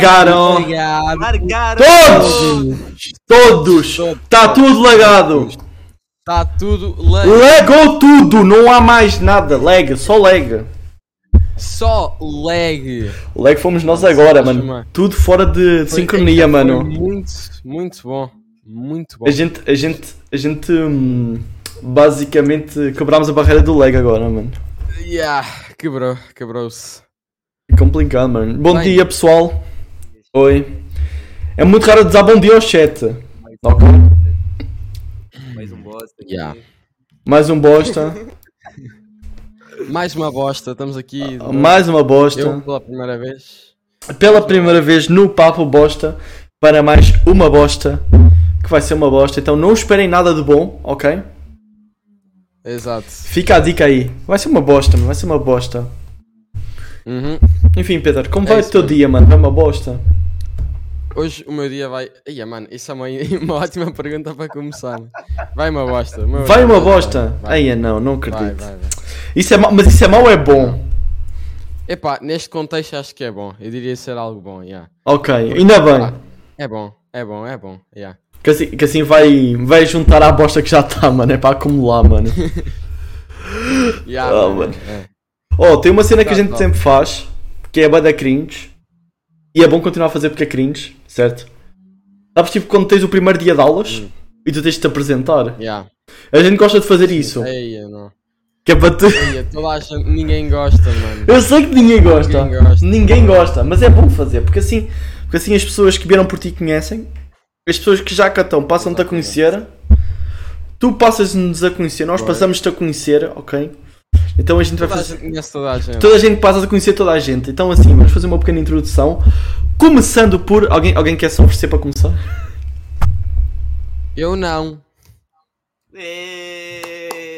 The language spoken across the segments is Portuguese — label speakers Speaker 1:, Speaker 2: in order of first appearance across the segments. Speaker 1: Legaram
Speaker 2: Largaram.
Speaker 1: todos! Todos! Tá tudo legado!
Speaker 2: Tá tudo lag.
Speaker 1: Legou tudo! Não há mais nada! Lega, só lega!
Speaker 2: Só lag.
Speaker 1: Leg fomos nós agora,
Speaker 2: Nossa,
Speaker 1: mano.
Speaker 2: mano.
Speaker 1: Tudo fora de
Speaker 2: Foi-
Speaker 1: sincronia,
Speaker 2: foi
Speaker 1: mano.
Speaker 2: Muito, muito bom. Muito bom.
Speaker 1: A gente, a gente, a gente hum, basicamente quebrámos a barreira do leg agora, mano.
Speaker 2: Yeah, quebrou, quebrou-se.
Speaker 1: É Complicado, mano. Bom
Speaker 2: Bem.
Speaker 1: dia, pessoal. Oi. É muito raro dizer bom dia ao chat. Ok.
Speaker 3: Mais um bosta. aqui.
Speaker 2: Yeah.
Speaker 1: Mais um bosta.
Speaker 2: Mais uma bosta, estamos aqui. de novo.
Speaker 1: Mais Ah, uma bosta.
Speaker 2: Eu pela primeira vez.
Speaker 1: pela primeira vez no Papo Bosta para mais uma bosta que vai ser uma bosta. Então não esperem nada de bom, ok?
Speaker 2: Exato.
Speaker 1: Fica a dica aí. Vai ser uma bosta, mano. Vai ser uma bosta.
Speaker 2: Uhum.
Speaker 1: Enfim, Peter, como
Speaker 2: É
Speaker 1: vai o
Speaker 2: isso,
Speaker 1: teu
Speaker 2: mano.
Speaker 1: dia, mano? Vai uma bosta?
Speaker 2: Hoje o meu dia vai. Ia, mano, isso é uma, uma ótima pergunta para começar. mano. Vai uma bosta. o meu
Speaker 1: Vai
Speaker 2: dia
Speaker 1: uma bosta?
Speaker 2: Vai,
Speaker 1: Aí não, não
Speaker 2: vai,
Speaker 1: acredito.
Speaker 2: vai, vai.
Speaker 1: Isso é mau, mas isso é mau ou é bom?
Speaker 2: Epá, neste contexto acho que é bom. Eu diria ser algo bom, yeah.
Speaker 1: Ok, ainda
Speaker 2: Ah.
Speaker 1: bem.
Speaker 2: É bom, é bom, é bom, yeah.
Speaker 1: Que assim, que assim vai, vai juntar à bosta que já está, mano. É para acumular, mano.
Speaker 2: Yeah,
Speaker 1: Ah, mano.
Speaker 2: é.
Speaker 1: Oh, tem uma cena que a
Speaker 2: Tá,
Speaker 1: gente
Speaker 2: tá.
Speaker 1: sempre faz, que é a banda cringe. E é bom continuar a fazer porque é cringe, certo? Sabes, tipo, quando tens o primeiro dia de aulas
Speaker 2: Hum.
Speaker 1: e tu tens de te apresentar.
Speaker 2: Yeah.
Speaker 1: A gente gosta de fazer isso.
Speaker 2: Eia, não.
Speaker 1: Que é para tu...
Speaker 2: Eia, toda a gente, ninguém gosta, mano.
Speaker 1: Eu sei que ninguém gosta.
Speaker 2: Ninguém gosta.
Speaker 1: Ninguém gosta, mas é bom fazer, porque assim, porque assim as pessoas que vieram por ti conhecem, as pessoas que já cá estão passam-te a conhecer, tu passas-nos a conhecer, nós
Speaker 2: Claro.
Speaker 1: passamos-te a conhecer, ok? Então a gente vai
Speaker 2: Toda a
Speaker 1: fazer.
Speaker 2: gente conhece toda a gente.
Speaker 1: Toda a gente passa a conhecer toda a gente. Então, assim, vamos fazer uma pequena introdução. Começando por. Alguém, alguém quer se oferecer para começar?
Speaker 2: Eu não.
Speaker 3: Êêêê.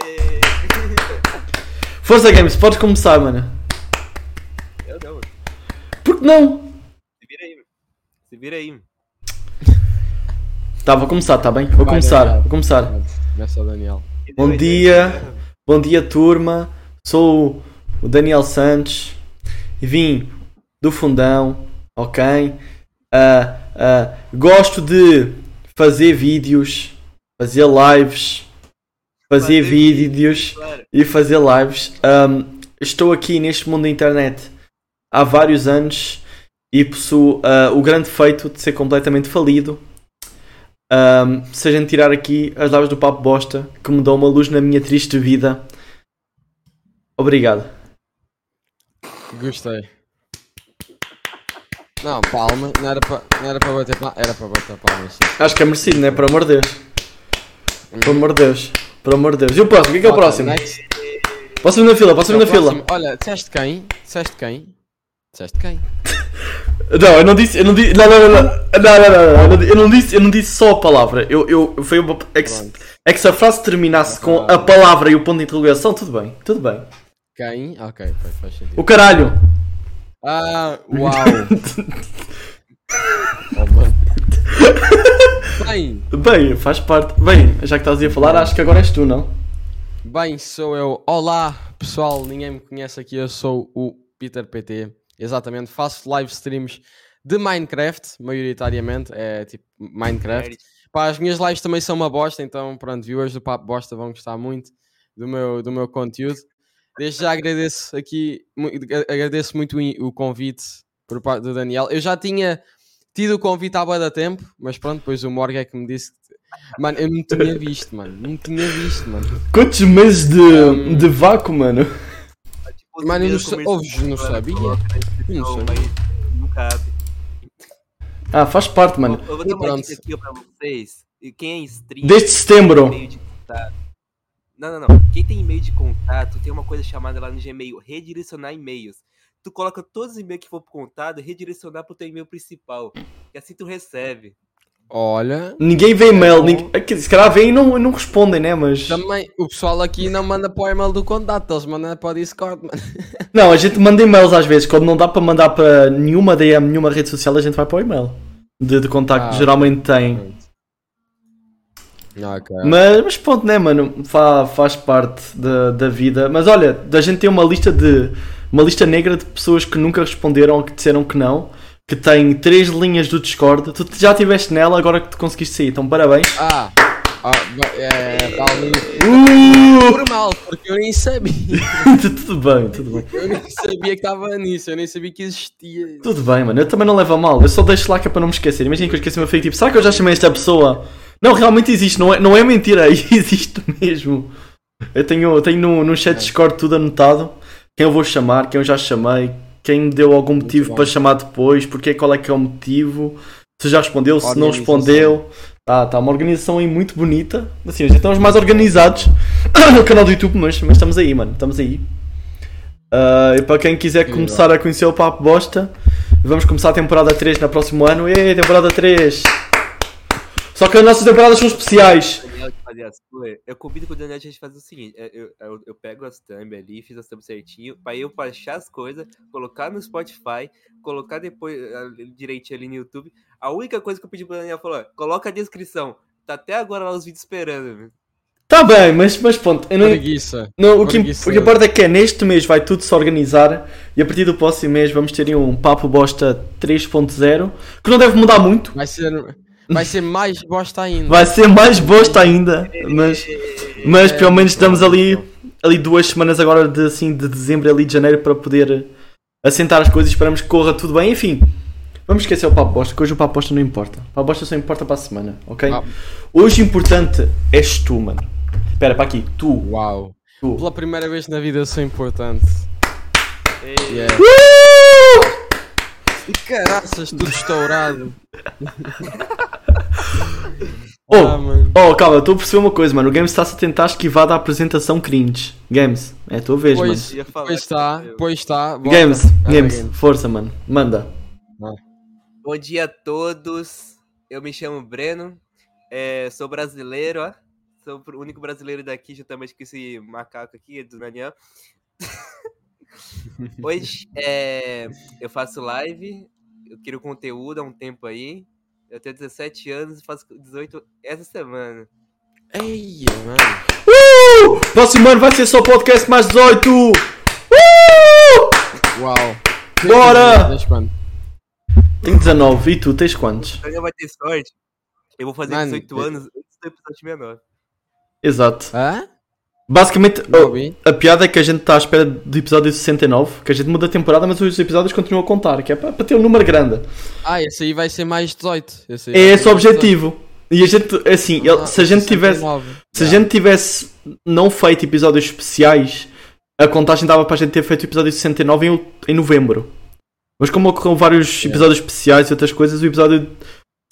Speaker 1: Força Games, podes começar, mano.
Speaker 3: Eu não. Se
Speaker 1: Por que não?
Speaker 3: vira aí. meu. Se vira aí. meu.
Speaker 1: Tá, vou começar, tá bem? Vou
Speaker 2: Vai,
Speaker 1: começar,
Speaker 2: Daniel.
Speaker 1: vou começar.
Speaker 2: Começa o Daniel.
Speaker 3: Quem
Speaker 1: Bom
Speaker 3: deu a
Speaker 1: dia.
Speaker 3: ideia?
Speaker 1: Bom dia, turma. Sou o Daniel Santos. Vim do fundão, ok? Ah, ah, gosto de fazer vídeos, fazer lives, fazer
Speaker 3: Fazer
Speaker 1: vídeos.
Speaker 3: Claro.
Speaker 1: e fazer lives. Ahm, estou aqui neste mundo da internet há vários anos e possuo ah, o grande feito de ser completamente falido. Ahm, se a gente tirar aqui as lives do Papo Bosta, que me dão uma luz na minha triste vida. Obrigado.
Speaker 2: Gostei. Não, palma. Não era para não era para bater palma. Era para bater palmas. sim.
Speaker 1: Acho que é merecido, né? Por amor de Deus. Por amor de Deus. Por amor de Deus. E o próximo? O que é, que é o
Speaker 2: Ok,
Speaker 1: próximo?
Speaker 2: next.
Speaker 1: Passa-me na fila, passa-me
Speaker 2: É
Speaker 1: na
Speaker 2: o próximo.
Speaker 1: fila.
Speaker 2: Olha, disseste quem? Disseste quem? Disseste quem?
Speaker 1: Não, eu não disse, eu não disse, não, não, não, não, não, não, não, não, eu não- eu não disse, eu não disse só a palavra. Eu, eu, foi uma, é que, se-
Speaker 2: Pronto.
Speaker 1: é que se a frase terminasse com a palavra e o ponto de interrogação, tudo bem, tudo bem.
Speaker 2: Quem? Ok, foi, faz sentido.
Speaker 1: O caralho!
Speaker 2: Ah, uau! oh, mano. Bem,
Speaker 1: Bem, faz parte. Bem, já que estás aí a falar, acho que agora és tu, não?
Speaker 2: bem, sou eu. Olá, pessoal, ninguém me conhece aqui, eu sou o Peter PT. Exatamente, faço live streams de Minecraft, maioritariamente, é tipo Minecraft. Pá, as minhas lives também são uma bosta, então pronto, viewers do Papo Bosta vão gostar muito do meu, do meu conteúdo. Desde já agradeço aqui, mu- a- agradeço muito o in- o convite por parte do Daniel. Eu já tinha tido o convite há bué da tempo, mas pronto, depois o Morgan é que me disse. que- Mano, eu não tinha visto, mano. Não tinha visto, mano.
Speaker 1: Quantos meses
Speaker 2: Hum.
Speaker 1: de, de vácuo, mano?
Speaker 3: Tá tipo
Speaker 2: Mas
Speaker 3: os
Speaker 2: eu não
Speaker 3: meus
Speaker 2: sa-
Speaker 3: comerciais
Speaker 2: ouves, não
Speaker 3: agora,
Speaker 2: sabia?
Speaker 3: coloca na
Speaker 2: Eu não
Speaker 3: descrição, mas Não cabe.
Speaker 1: Ah, faz parte, mano.
Speaker 3: Eu vou dar uma
Speaker 2: Pronto.
Speaker 3: dica aqui ó, pra vocês. E Quem é stream,
Speaker 1: Desde
Speaker 3: tem
Speaker 1: setembro.
Speaker 3: e-mail de contato. Não, não, não. Quem tem e-mail de contato, tem uma coisa chamada lá no Gmail, redirecionar e-mails. Tu coloca todos os e-mails que for pro contato, redirecionar pro teu e-mail principal. E assim tu recebe.
Speaker 2: Olha.
Speaker 1: Ninguém vê e-mail, ninguém... é que se calhar vêm e não, não respondem, né? Mas.
Speaker 2: Também, o pessoal aqui não manda para o e-mail do contato, eles mandam para o Discord, mano.
Speaker 1: Não, a gente manda e-mails às vezes. Quando não dá para mandar para nenhuma DM, nenhuma rede social, a gente vai para o e-mail de, de contacto.
Speaker 2: Ah.
Speaker 1: que geralmente tem.
Speaker 2: Ok.
Speaker 1: Mas, mas pronto, né, mano? Fa- faz parte da, da vida. Mas olha, a gente tem uma lista de. Uma lista negra de pessoas que nunca responderam ou que disseram que não. que tem três linhas do Discord. Tu já estiveste nela, agora que te conseguiste sair, então parabéns.
Speaker 2: Ah, ah, ba- é, talvez.
Speaker 1: Uh!
Speaker 2: Por mal, porque eu nem sabia.
Speaker 1: tudo bem, tudo bem.
Speaker 2: Eu nem sabia que estava nisso, eu nem sabia que existia.
Speaker 1: Tudo bem, mano. Eu também não levo a mal. Eu só deixo lá que é para não me esquecer. Imagina que eu esqueci meu fake tipo, será que eu já chamei esta pessoa? Não, realmente existe, não é, não é mentira, existe mesmo. Eu tenho, eu tenho no, no chat Discord tudo anotado. Quem eu vou chamar, quem eu já chamei, quem me deu algum motivo
Speaker 2: bom.
Speaker 1: para chamar depois, porque qual é que é o motivo, se já respondeu, se não
Speaker 2: Organização.
Speaker 1: respondeu. Tá, tá uma organização aí muito bonita. Assim, já estamos mais organizados no canal do YouTube, mas, mas estamos aí, mano. Estamos aí. Ah, e para quem quiser começar a conhecer o Papo Bosta, vamos começar a temporada 3 no próximo ano. Ei, temporada 3! Só que as nossas temporadas são especiais.
Speaker 3: Daniel de fazer a sua, eu combino com o Daniel de a gente fazer o seguinte: é, eu, eu, eu pego as thumb ali, fiz as thumb certinho, pra eu baixar as coisas, colocar no Spotify, colocar depois ah, direitinho ali no YouTube. A única coisa que eu pedi pro Daniel falou: ó, coloca a descrição. Tá até agora lá os vídeos esperando. viu?
Speaker 1: Tá bem, mas, mas pronto. Eu não,
Speaker 2: Preguiça.
Speaker 1: Não, o que,
Speaker 2: Preguiça.
Speaker 1: o que importa é que é neste mês vai tudo se organizar e a partir do próximo mês vamos ter aí um Papo Bosta 3.0 que não deve mudar muito,
Speaker 2: Vai ser, vai ser mais bosta ainda.
Speaker 1: vai ser mais bosta ainda, mas, mas pelo menos estamos ali, ali duas semanas agora de, assim, de dezembro ali de janeiro para poder assentar as coisas e esperamos que corra tudo bem, enfim. Vamos esquecer o Papo Bosta, que hoje o Papo Bosta não importa. O Papo Bosta só importa para a semana, ok?
Speaker 2: Ah.
Speaker 1: Hoje o importante és tu, mano. Espera, para aqui, tu,
Speaker 2: Uau.
Speaker 1: tu.
Speaker 2: Pela primeira vez na vida eu sou importante. Yeah.
Speaker 1: Uh!
Speaker 2: E caraças, tudo estourado.
Speaker 1: Oh,
Speaker 2: Ah, mano.
Speaker 1: Oh, calma, eu estou a perceber uma coisa, mano. O Games está-se a tentar esquivar da apresentação cringe. Games, é a tua vez,
Speaker 2: Pois,
Speaker 3: Eu ia falar
Speaker 2: pois está,
Speaker 3: que eu-
Speaker 2: pois está.
Speaker 1: mano.
Speaker 2: bora.
Speaker 1: Games,
Speaker 2: Ah,
Speaker 1: Games, força, mano. Manda.
Speaker 3: Bom dia a todos. Eu me chamo Breno. é, sou brasileiro, ó. Sou o único brasileiro daqui, juntamente com esse macaco aqui do Daniel. Hoje é, eu faço live. Eu quero conteúdo há um tempo aí. Eu tenho 17 anos e faço 18 essa semana.
Speaker 2: Eia, mano.
Speaker 1: Próximo ano vai ser só podcast mais 18!
Speaker 2: Uau.
Speaker 1: Bora!
Speaker 2: Deixa, mano.
Speaker 1: Tenho 19 e tu tens quantos?
Speaker 3: O Daniel vai ter sorte. Eu vou fazer
Speaker 2: Mano,
Speaker 3: 18
Speaker 2: eu-
Speaker 3: anos antes do episódio 69.
Speaker 1: Exato.
Speaker 2: Hã?
Speaker 1: Basicamente,
Speaker 2: Não
Speaker 1: oh,
Speaker 2: ouvi.
Speaker 1: a piada é que a gente está à espera do episódio 69, que a gente muda a temporada, mas os episódios continuam a contar, que é para ter um número grande.
Speaker 2: Ah, esse aí vai ser mais 18. Esse aí
Speaker 1: É
Speaker 2: vai ser
Speaker 1: esse o
Speaker 2: mais 18.
Speaker 1: objetivo. E a gente, assim, ele-
Speaker 2: Ah,
Speaker 1: se a gente tivesse.
Speaker 2: 69.
Speaker 1: Se a gente tivesse não feito episódios especiais, a contagem dava para a gente ter feito o episódio 69 em, out- em novembro. Mas como ocorreram vários episódios especiais e outras coisas, o episódio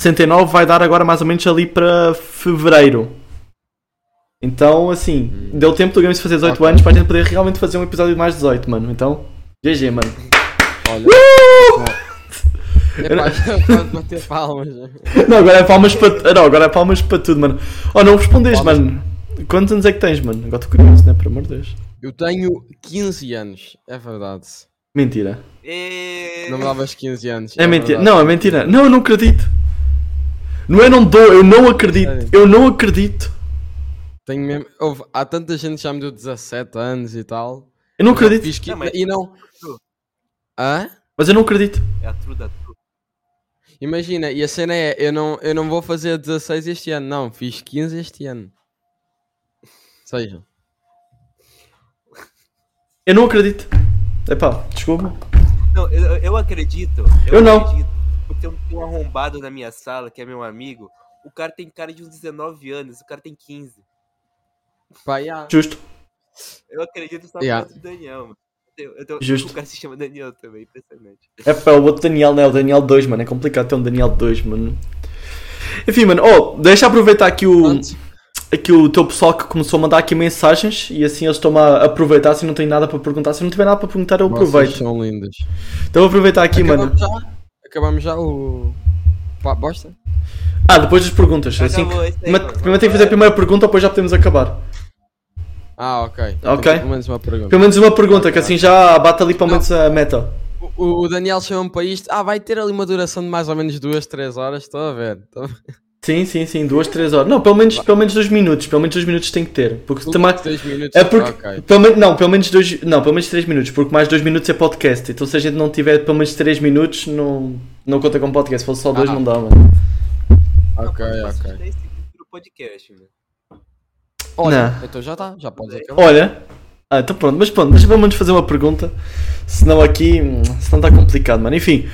Speaker 1: 69 vai dar agora mais ou menos ali para fevereiro. Então, assim, deu tempo do Games fazer 18
Speaker 2: Hum. Ok.
Speaker 1: anos para a gente poder realmente fazer um episódio de mais 18, mano. Então, GG, mano.
Speaker 2: Olha.
Speaker 1: Uh!
Speaker 2: É Epá, pode bater palmas. né?
Speaker 1: Não, agora é palmas para. Não, agora é palmas para tudo, mano. Oh, não respondes,
Speaker 2: Palmas.
Speaker 1: mano. Quantos anos é que tens, mano? Agora estou curioso, né? Por amor de Deus.
Speaker 2: Eu tenho 15 anos, é verdade.
Speaker 1: Mentira.
Speaker 3: E...
Speaker 2: Não me davas 15 anos.
Speaker 1: É mentira.
Speaker 2: verdade.
Speaker 1: Não, é mentira. Não, eu não acredito. Não é não dou, eu não acredito. Eu não acredito.
Speaker 2: Tenho mesmo... Houve- Há tanta gente que já me deu 17 anos e tal.
Speaker 1: Eu não
Speaker 2: Eu
Speaker 1: acredito.
Speaker 2: fiz que-
Speaker 3: Não, mas-
Speaker 2: E não. Hã?
Speaker 1: Mas eu não acredito.
Speaker 3: É a truda, a truda.
Speaker 2: Imagina, e a cena é: eu não, eu não vou fazer 16 este ano, não, fiz 15 este ano. Ou Seja.
Speaker 1: Eu não acredito. Epá, desculpa.
Speaker 3: Não, eu, eu acredito.
Speaker 1: Eu não.
Speaker 3: Acredito, porque tem um- tem um arrombado na minha sala, que é meu amigo. O cara tem cara de uns 19 anos, o cara tem 15.
Speaker 2: Pá, yeah.
Speaker 1: Justo.
Speaker 3: Eu acredito só
Speaker 2: Yeah.
Speaker 3: por causa do Daniel, mano. Eu, eu tenho-
Speaker 1: Justo.
Speaker 3: O cara se chama Daniel também, impressionante.
Speaker 1: Epá, o outro Daniel não é o Daniel 2, mano. É complicado ter um Daniel 2, mano. Enfim, mano. Oh, deixa eu aproveitar aqui o,
Speaker 2: Pronto.
Speaker 1: aqui o teu pessoal que começou a mandar aqui mensagens e assim eles estão a aproveitar. Se não tem nada para perguntar, se não tiver nada para perguntar, eu
Speaker 2: Vocês
Speaker 1: aproveito.
Speaker 2: são lindas.
Speaker 1: Então vou aproveitar aqui, mano.
Speaker 2: Acabamos já? Acabamos já o. Pá, bosta?
Speaker 1: Ah, depois das perguntas. Assim que...
Speaker 3: Acabou, é. esse aí,
Speaker 1: Mas
Speaker 3: mano.
Speaker 1: primeiro tem que fazer a primeira pergunta, depois já podemos acabar.
Speaker 2: Ah, ok.
Speaker 1: Ok.
Speaker 2: Então, pelo menos uma pergunta.
Speaker 1: Pelo menos uma pergunta, que assim já bate ali pelo menos a meta.
Speaker 2: O, o Daniel chama-me para isto. Ah, vai ter ali uma duração de mais ou menos 2, 3 horas, estou a ver. Tô-
Speaker 1: Sim, sim, sim, duas, três horas. Não, pelo menos, pelo menos dois minutos. Pelo menos dois minutos tem que ter. Porque também.
Speaker 2: Dois minutos.
Speaker 1: É porque.
Speaker 2: ok.
Speaker 1: Pelo menos, não, pelo menos dois. Não, pelo menos três minutos, porque mais dois minutos é podcast. Então se a gente não tiver pelo menos três minutos, não, não conta como podcast. Se fosse só dois,
Speaker 2: Ah.
Speaker 1: não dá, mano.
Speaker 2: Ok,
Speaker 3: Eu faço
Speaker 2: ok.
Speaker 3: dez segundos pro podcast, meu.
Speaker 2: Olha,
Speaker 1: Não. Oh.
Speaker 2: então já está, já podes acabar.
Speaker 1: Olha. Ah, então pronto, mas pronto, mas vamos fazer uma pergunta. Senão aqui. hum, Senão está complicado, mano. Enfim.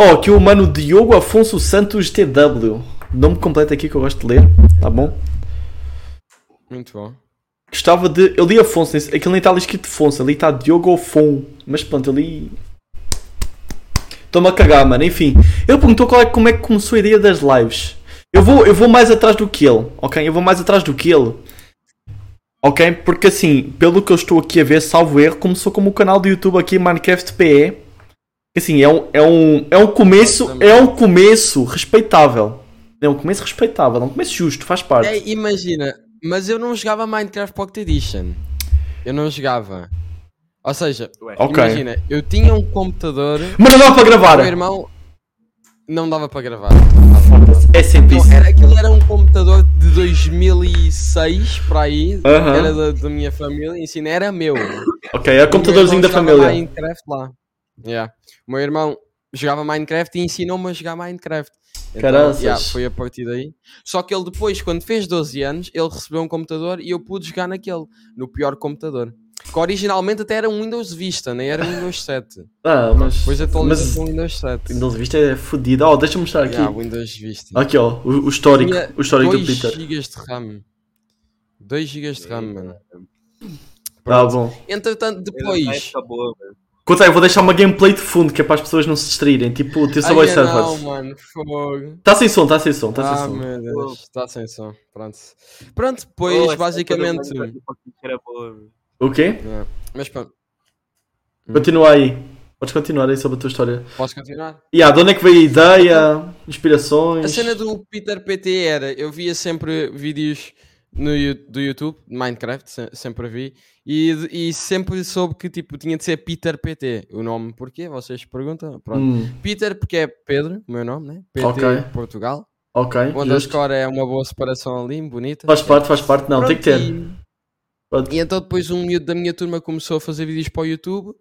Speaker 1: Ó, que o mano Diogo Afonso Santos TW. Nome completo aqui que eu gosto de ler, tá bom?
Speaker 2: Muito bom.
Speaker 1: Gostava de. Eu li Afonso, nesse- aquilo nem está ali escrito Afonso, ali está Diogo Afon. Mas pronto, ali. Estou-me a cagar, mano. Enfim, ele perguntou qual é, como é que começou a ideia das lives. Eu vou, eu vou mais atrás do que ele, ok? Eu vou mais atrás do que ele. Ok? Porque assim, pelo que eu estou aqui a ver, salvo erro, começou como o canal do YouTube aqui, Minecraft PE. Assim, é um, é um, é um começo, é um começo respeitável. É um começo respeitável, é um começo justo, faz parte.
Speaker 2: É, imagina, mas eu não jogava Minecraft Pocket Edition. Eu não jogava. Ou seja,
Speaker 3: Ué.
Speaker 1: Ok.
Speaker 2: imagina, eu tinha um computador,
Speaker 1: Mas não dá para gravar!
Speaker 2: meu irmão não dava para gravar.
Speaker 1: É sempre
Speaker 2: Não,
Speaker 1: isso.
Speaker 2: era, aquilo era um computador de 2006 para aí,
Speaker 1: Aham.
Speaker 2: era da, da minha família, ensina, era meu.
Speaker 1: Ok, é o computadorzinho da
Speaker 2: Meu irmão jogava
Speaker 1: família.
Speaker 2: Minecraft lá. Yeah. O meu irmão jogava Minecraft e ensinou-me a jogar Minecraft. Então,
Speaker 1: Caraças.
Speaker 2: yeah, foi a partir daí. Só que ele depois, quando fez 12 anos, ele recebeu um computador e eu pude jogar naquele, no pior computador. Que originalmente até era um Windows Vista, nem era um Windows 7.
Speaker 1: Ah, mas.
Speaker 2: Depois atualizou
Speaker 1: Mas
Speaker 2: para um Windows 7.
Speaker 1: Windows Vista é fodido. Oh, deixa-me mostrar aqui.
Speaker 2: Yeah, Windows Vista.
Speaker 1: Aqui, ó, o, o histórico.
Speaker 2: Tinha
Speaker 1: O histórico do
Speaker 2: 2
Speaker 1: Peter.
Speaker 2: GB de RAM. 2 GB de RAM, mano.
Speaker 1: Tá
Speaker 2: Pronto.
Speaker 1: bom.
Speaker 2: Entretanto,
Speaker 3: Era uma
Speaker 2: depois.
Speaker 3: época boa, mano.
Speaker 1: Conta aí, eu vou deixar uma gameplay de fundo que é para as pessoas não se distraírem. Tipo, o teu
Speaker 2: Ai, é,
Speaker 1: Subway
Speaker 2: não,
Speaker 1: Surfers.
Speaker 2: mano, fogo.
Speaker 1: Tá sem som, tá sem som, tá
Speaker 2: ah,
Speaker 1: sem som.
Speaker 2: meu
Speaker 3: Pô.
Speaker 2: Deus, está sem som. Pronto. Pronto, pois
Speaker 3: Pô, é essa
Speaker 2: basicamente.
Speaker 3: época do Minecraft Pocket Era boa, meu.
Speaker 1: O quê?
Speaker 2: É. Mas pronto,
Speaker 1: Continua aí. Podes continuar aí sobre a tua história.
Speaker 2: posso continuar?
Speaker 1: E yeah, de onde é que veio a ideia? Inspirações?
Speaker 2: A cena do Peter PT era: eu via sempre vídeos no, Yu- do YouTube, de Minecraft, se- sempre vi, e, e sempre soube que tipo, tinha de ser Peter PT. O nome porquê? Vocês perguntam? Pronto.
Speaker 1: Hum,
Speaker 2: Peter, porque é Pedro, o meu nome, né? PT
Speaker 1: Ok.
Speaker 2: Portugal.
Speaker 1: ok,
Speaker 2: O
Speaker 1: justo.
Speaker 2: underscore é uma boa separação ali, bonita.
Speaker 1: Faz parte, faz parte. Não, tem que ter.
Speaker 2: E,
Speaker 1: Pronto.
Speaker 2: e então depois um miúdo da minha turma começou a fazer vídeos para o YouTube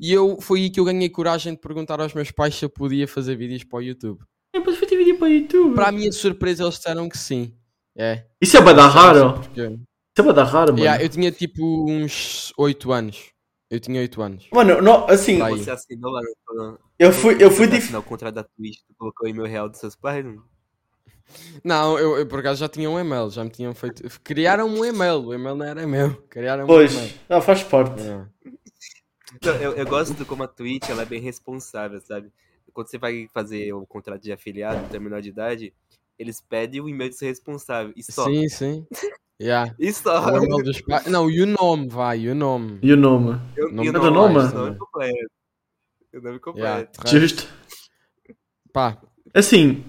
Speaker 2: e eu foi aí que eu ganhei coragem de perguntar aos meus pais se eu podia fazer vídeos para o YouTube.
Speaker 1: Depois É, fui ter vídeo para o YouTube.
Speaker 2: Para a minha surpresa eles disseram que sim. É.
Speaker 1: Isso é badar
Speaker 2: Eu não
Speaker 1: raro.
Speaker 2: sei porquê.
Speaker 1: Isso é badar raro, mano.
Speaker 2: Yeah, eu tinha tipo uns 8 anos. Eu tinha 8 anos.
Speaker 1: Mano, não, assim,
Speaker 2: Vai. Aí.
Speaker 3: Você assinou lá no.
Speaker 1: eu fui, eu fui
Speaker 3: Você
Speaker 1: dif...
Speaker 3: assinou o contrato da Twitch, tu colocou o e-mail real dos seus pais? não?
Speaker 2: Não, eu, eu por acaso já tinha um e-mail, já me tinham feito. Criaram um e-mail, o e-mail não era meu. Criaram um e-mail.
Speaker 1: Pois, ah, faz parte.
Speaker 2: É.
Speaker 3: Então, eu, eu gosto de como a Twitch ela é bem responsável, sabe? Quando você vai fazer o contrato de afiliado, de menor de idade, eles pedem o e-mail do seu responsável. E só.
Speaker 2: Sim, sim. Yeah.
Speaker 3: E só.
Speaker 2: O e-mail dos pais. Não, e o nome, vai, e o nome.
Speaker 1: E o nome?
Speaker 3: Eu,
Speaker 2: Nome
Speaker 3: e o
Speaker 1: do
Speaker 3: nome,
Speaker 1: nome?
Speaker 3: o nome completo. O nome
Speaker 2: Yeah,
Speaker 3: completo.
Speaker 2: correto.
Speaker 1: Justo. é.
Speaker 2: Pá,
Speaker 1: Assim,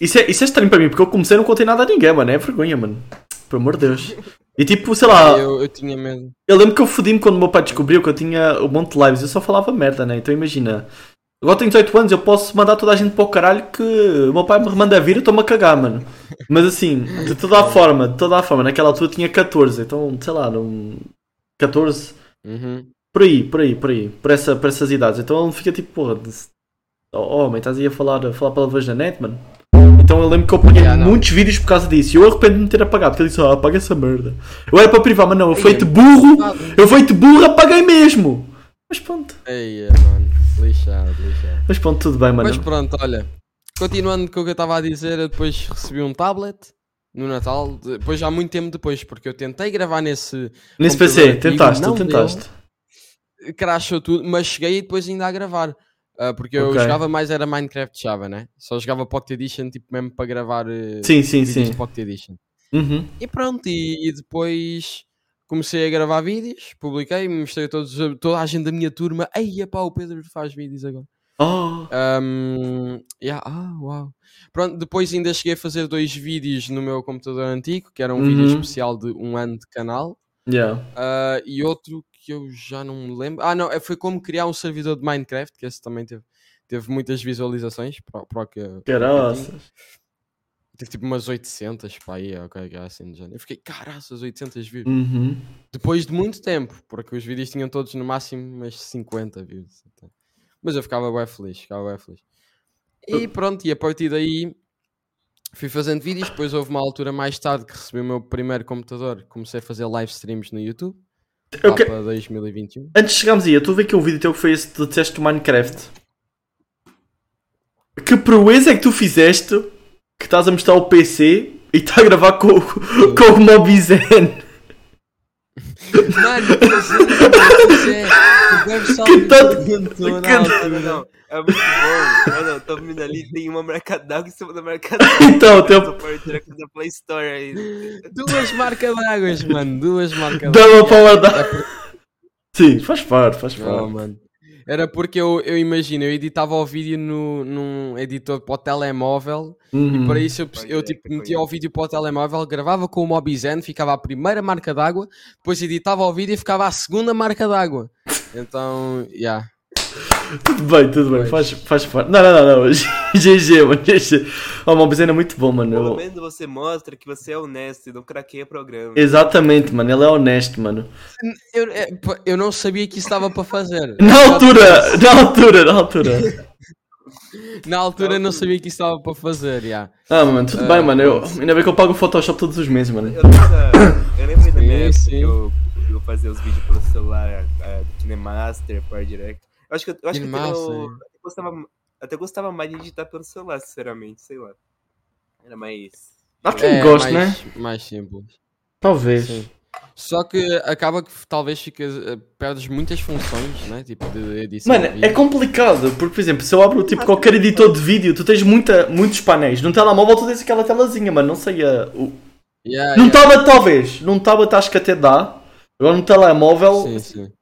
Speaker 1: isso é, isso é estranho para mim, porque eu comecei e não contei nada a ninguém, mano. É vergonha, mano. Pelo amor de Deus. E tipo, sei lá, eu,
Speaker 2: eu, eu tinha medo.
Speaker 1: lembro que eu fodi-me quando o meu pai descobriu que eu tinha um monte de lives. Eu só falava merda, né? Então imagina. Agora tenho 18 anos, eu posso mandar toda a gente para o caralho que o meu pai me remanda vir, eu estou-me a cagar, mano. Mas assim, de toda a forma, de toda a forma, naquela altura eu tinha 14, então sei lá, não... 14,
Speaker 2: Uhum.
Speaker 1: Por aí, por aí, por aí, por, essa, por essas idades. Então ele fica tipo, porra, de- oh, homem, estás aí a falar, a falar palavras na net, mano. Então eu lembro que eu apaguei
Speaker 2: Yeah, não.
Speaker 1: muitos vídeos por causa disso. E eu arrependo-me de ter apagado, porque ele disse, ah, apaga essa merda. Eu era para privar, mas não, eu
Speaker 2: Ei,
Speaker 1: feito
Speaker 2: é
Speaker 1: burro,
Speaker 2: Nada.
Speaker 1: eu feito burro, apaguei mesmo. Mas pronto,
Speaker 2: Eia, é, mano. Lixado, lixado.
Speaker 1: mas pronto, tudo bem, mano.
Speaker 2: Mas pronto, olha. Continuando com o que eu estava a dizer, eu depois recebi um tablet no Natal. Depois, há muito tempo depois, porque eu tentei gravar nesse.
Speaker 1: Nesse PC,
Speaker 2: computador antigo
Speaker 1: tentaste,
Speaker 2: não deu.
Speaker 1: tentaste.
Speaker 2: Crashou tudo, mas cheguei e depois ainda a gravar. Ah, porque eu
Speaker 1: Ok.
Speaker 2: jogava mais era Minecraft Java, né? Só jogava Pocket Edition, tipo, mesmo para gravar. eh,
Speaker 1: Sim, sim,
Speaker 2: vídeos
Speaker 1: sim.
Speaker 2: de Pocket Edition.
Speaker 1: Uhum.
Speaker 2: E pronto, e, e depois comecei a gravar vídeos, publiquei, mostrei a todos, a toda a gente da minha turma. Ei, pá, o Pedro faz vídeos agora.
Speaker 1: Oh,
Speaker 2: Ah. Ahm, yeah, ah, uau. Pronto, depois ainda cheguei a fazer dois vídeos no meu computador antigo, que era um vídeo
Speaker 1: Uhum.
Speaker 2: especial de um ano de canal,
Speaker 1: yeah.
Speaker 2: ah, e outro que eu já não me lembro. Ah, não, é- foi como criar um servidor de Minecraft, que esse também teve, teve muitas visualizações, para, para o que
Speaker 1: Caraças.
Speaker 2: Tive tipo umas 800 para aí, ok, assim do género. Eu fiquei, caraças, 800 views.
Speaker 1: Uhum.
Speaker 2: Depois de muito tempo, porque os vídeos tinham todos no máximo umas 50 views. então. Mas eu ficava bem feliz, ficava bem feliz.
Speaker 1: Hum.
Speaker 2: E pronto, e a partir daí fui fazendo vídeos. Depois houve uma altura mais tarde que recebi o meu primeiro computador. Comecei a fazer live streams no YouTube,
Speaker 1: Eu
Speaker 2: lá
Speaker 1: que-
Speaker 2: para 2021.
Speaker 1: Antes de chegarmos aí, eu estou a ver aqui um vídeo teu que foi esse que tu disseste do Minecraft. Que proeza é que tu fizeste que estás a mostrar o PC e está a gravar com, o- com o Mobizen?
Speaker 2: Mano, pois é, pois é, o pessoal
Speaker 1: Que
Speaker 2: me
Speaker 1: tanto-
Speaker 2: perguntou na
Speaker 1: que-
Speaker 3: Não, não,
Speaker 2: altura.
Speaker 3: não. É muito bom. Não, não, tô vindo ali, tem uma marca d'água em cima da marca d'água.
Speaker 1: Então, teu
Speaker 3: Tô partindo aqui da Play Store aí.
Speaker 2: Duas marcas d'águas, mano. Duas marcas
Speaker 1: dá
Speaker 2: d'águas.
Speaker 1: para lá dar. Sim, faz parte, faz
Speaker 2: Não,
Speaker 1: parte.
Speaker 2: mano. Era porque eu, eu imagino, eu editava o vídeo no, num editor para o telemóvel
Speaker 1: Uhum.
Speaker 2: e para isso eu,
Speaker 3: Pois
Speaker 2: eu
Speaker 3: é,
Speaker 2: tipo,
Speaker 3: que
Speaker 2: metia
Speaker 3: coisa.
Speaker 2: o vídeo para o telemóvel, gravava com o Mobizen, ficava a primeira marca d'água, depois editava o vídeo e ficava a segunda marca d'água. Então, yeah.
Speaker 1: Tudo bem, tudo bem, faz, faz parte. Não, não, não, não. GG, mano, GG. Oh, o Mobizen é muito bom, mano.
Speaker 3: Pelo
Speaker 1: Eu-
Speaker 3: menos você mostra que você é honesto e não craqueia programa.
Speaker 1: Exatamente, mano, ele é honesto, mano.
Speaker 2: eu, é, pá, eu não sabia que isso estava para fazer.
Speaker 1: Na altura, na altura, na altura.
Speaker 2: Na altura não sabia que isso estava para fazer, yeah.
Speaker 1: Ah, mano, tudo
Speaker 2: Ah,
Speaker 1: bem, mano. Eu, ainda bem que eu pago o Photoshop todos os meses, mano.
Speaker 3: Eu lembro, eu lembro da
Speaker 2: Sim,
Speaker 3: minha época
Speaker 2: sim.
Speaker 3: que eu, eu fazia os vídeos pelo celular, eh, do Kinemaster, Power Direct. Eu acho que eu, eu acho que eu,
Speaker 2: Kinemaster. né?
Speaker 3: eu até gostava, até gostava mais de editar pelo celular, sinceramente, sei lá. Era mais.
Speaker 1: Há quem
Speaker 2: É
Speaker 1: goste, né?
Speaker 2: mais, mais simples.
Speaker 1: Talvez.
Speaker 2: Sim. Só que acaba que talvez ficas, eh, perdes muitas funções, né? Tipo, de edição.
Speaker 1: Mano,
Speaker 2: e-
Speaker 1: é complicado, porque por exemplo, se eu abro tipo qualquer editor de vídeo, tu tens muita, muitos painéis. Num telemóvel tu tens aquela telazinha, mano. Não sei a. O...
Speaker 2: Yeah,
Speaker 1: Num
Speaker 2: yeah.
Speaker 1: tablet talvez. Num tablet acho que até dá. Agora num telemóvel.
Speaker 2: Sim, sim.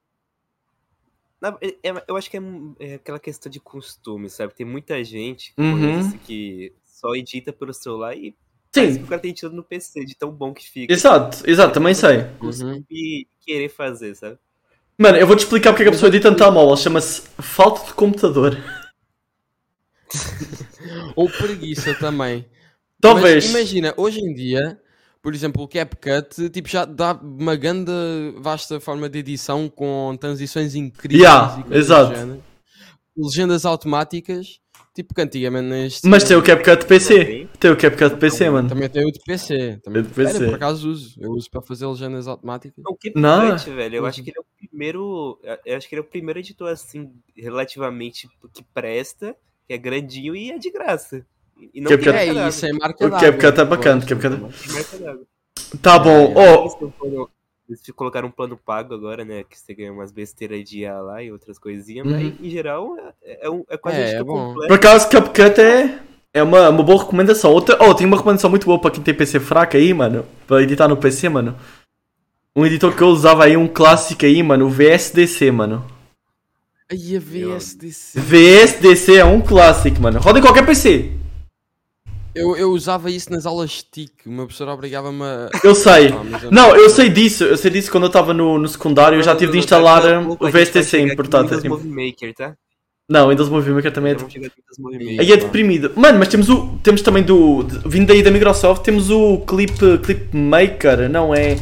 Speaker 3: Na- é- é- eu acho que é, é aquela questão de costume, sabe? Tem muita gente que,
Speaker 1: Uhum.
Speaker 3: conhece que só edita pelo celular e parece
Speaker 1: Sim,
Speaker 3: que o cara tem editado no PC, de tão bom que fica.
Speaker 1: exato, exato, também sei.
Speaker 2: Uhum.
Speaker 3: E querer fazer, sabe?
Speaker 1: Mano, eu vou te explicar porque é que a pessoa edita no telemóvel. Chama-se falta de computador.
Speaker 2: Ou preguiça também.
Speaker 1: Talvez.
Speaker 2: Mas imagina, hoje em dia, por exemplo, o CapCut tipo, já dá uma grande vasta forma de edição com transições incríveis.
Speaker 1: Yeah,
Speaker 2: e coisas do
Speaker 1: exato.
Speaker 2: género. Legendas automáticas, tipo que antigamente neste.
Speaker 1: Mas tem o CapCut PC. Tem o CapCut PC, mano.
Speaker 2: Também tem o de PC. Também...
Speaker 1: É de PC.
Speaker 2: Era, por acaso uso. Eu uso para fazer legendas automáticas.
Speaker 3: Não, que
Speaker 1: Não.
Speaker 3: importante, velho. Eu acho que ele é o primeiro. Eu acho que ele é o primeiro editor, assim, relativamente que presta, que é grandinho e é de graça. E não
Speaker 1: Que porque-
Speaker 3: tem marca
Speaker 2: É, e
Speaker 3: d'água,
Speaker 2: isso é marca
Speaker 1: O
Speaker 2: d'água,
Speaker 1: CapCut é
Speaker 2: eu
Speaker 1: bacana, o
Speaker 2: gosto
Speaker 1: CapCut é-
Speaker 2: também.
Speaker 3: tem marca d'água.
Speaker 1: Tá bom. Oh,
Speaker 3: Eles tão pondo- Eles colocaram um plano pago agora, né? Que você ganha umas besteiras de IA lá e outras coisinhas, mas
Speaker 1: Uhum.
Speaker 3: em geral é, é, um- é quase
Speaker 2: É,
Speaker 3: um editor
Speaker 2: é bom.
Speaker 1: Por
Speaker 3: completo.
Speaker 1: acaso, CapCut é, é uma, uma boa recomendação. Outra, oh, tem uma recomendação muito boa para quem tem PC fraco aí, mano. Para editar no PC, mano. Um editor que eu usava aí, um clássico aí, mano. O VSDC, mano.
Speaker 2: Ai, a VSDC.
Speaker 1: VSDC é um clássico, mano. Roda em qualquer PC.
Speaker 2: Eu, eu usava isso nas aulas TIC. O meu professor obrigava-me a.
Speaker 1: Eu sei.
Speaker 2: Ah, mas eu
Speaker 1: Não, eu sei disso. Eu sei disso quando eu estava no, no secundário. Eu já
Speaker 3: Não,
Speaker 1: tive de
Speaker 3: não,
Speaker 1: instalar
Speaker 3: daqui a
Speaker 1: um,
Speaker 3: pouco
Speaker 1: o
Speaker 3: a gente vai
Speaker 1: VSDC
Speaker 3: chegar
Speaker 1: em
Speaker 3: aqui
Speaker 1: portátil. assim.
Speaker 3: Windows Movie Maker, tá?
Speaker 1: Não, Windows Movie Maker também é de
Speaker 3: Vamos chegar aqui no Windows
Speaker 2: E-
Speaker 3: Movie
Speaker 1: Aí é deprimido. Mano, mas temos o. Temos também do. de- vindo daí da Microsoft, temos o Clip, clip Maker, não é?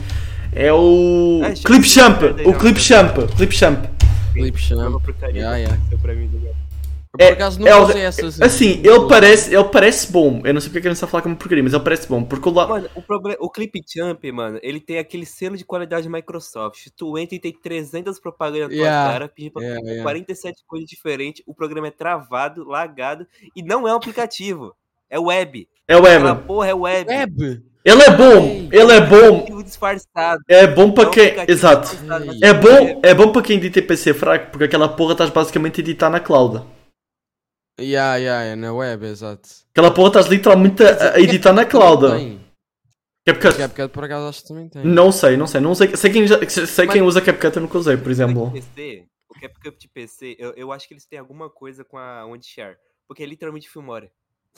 Speaker 1: É o.
Speaker 3: Ah,
Speaker 1: clip Champ!
Speaker 3: chega de-
Speaker 1: O Clip Champ! Clip Champ!
Speaker 2: Felipe Chan.
Speaker 3: Maker. é porcaria.
Speaker 1: Ah,
Speaker 2: Yeah, yeah.
Speaker 3: Deu pra mim, né? legal.
Speaker 2: Eu,
Speaker 1: É-
Speaker 2: por acaso nunca
Speaker 1: é o-
Speaker 2: usei essas.
Speaker 1: Assim, ele parece, ele parece bom. Eu não sei porque é que ele não está a falar como porcaria, mas ele parece bom. Porque o lá.
Speaker 3: Mano, o, problema, o Clip Jump, mano, ele tem aquele selo de qualidade Microsoft. Tu entra e tem 300 propagandas na
Speaker 2: Yeah,
Speaker 3: tua cara, pedindo pra
Speaker 2: Yeah, yeah.
Speaker 3: 47 coisas diferentes. O programa é travado, lagado e não é um aplicativo. É web.
Speaker 1: É o
Speaker 3: Aquela
Speaker 1: Ever.
Speaker 3: porra é web.
Speaker 2: Web!
Speaker 1: Ele é bom! Ele é bom!
Speaker 3: aplicativo disfarçado.
Speaker 1: É bom para
Speaker 3: não um
Speaker 1: quem.
Speaker 3: aplicativo
Speaker 1: Exato.
Speaker 3: disfarçado, mas
Speaker 1: É
Speaker 3: web.
Speaker 1: bom, é bom para quem edita em PC fraco, porque aquela porra estás basicamente a editar na cloud.
Speaker 2: Yeah, yeah, é na web, exato.
Speaker 1: Aquela porra estás literalmente
Speaker 3: é
Speaker 1: a, a editar na cloud. é
Speaker 2: Tem.
Speaker 1: CapCut.
Speaker 2: CapCut por acaso acho que também tem.
Speaker 1: É. Não sei, não sei. Não sei, sei, quem, já- sei quem usa CapCut, eu nunca usei, por exemplo.
Speaker 3: O PC, o CapCut de PC, eu, eu acho que eles têm alguma coisa com a OnShare. Porque é literalmente Filmora.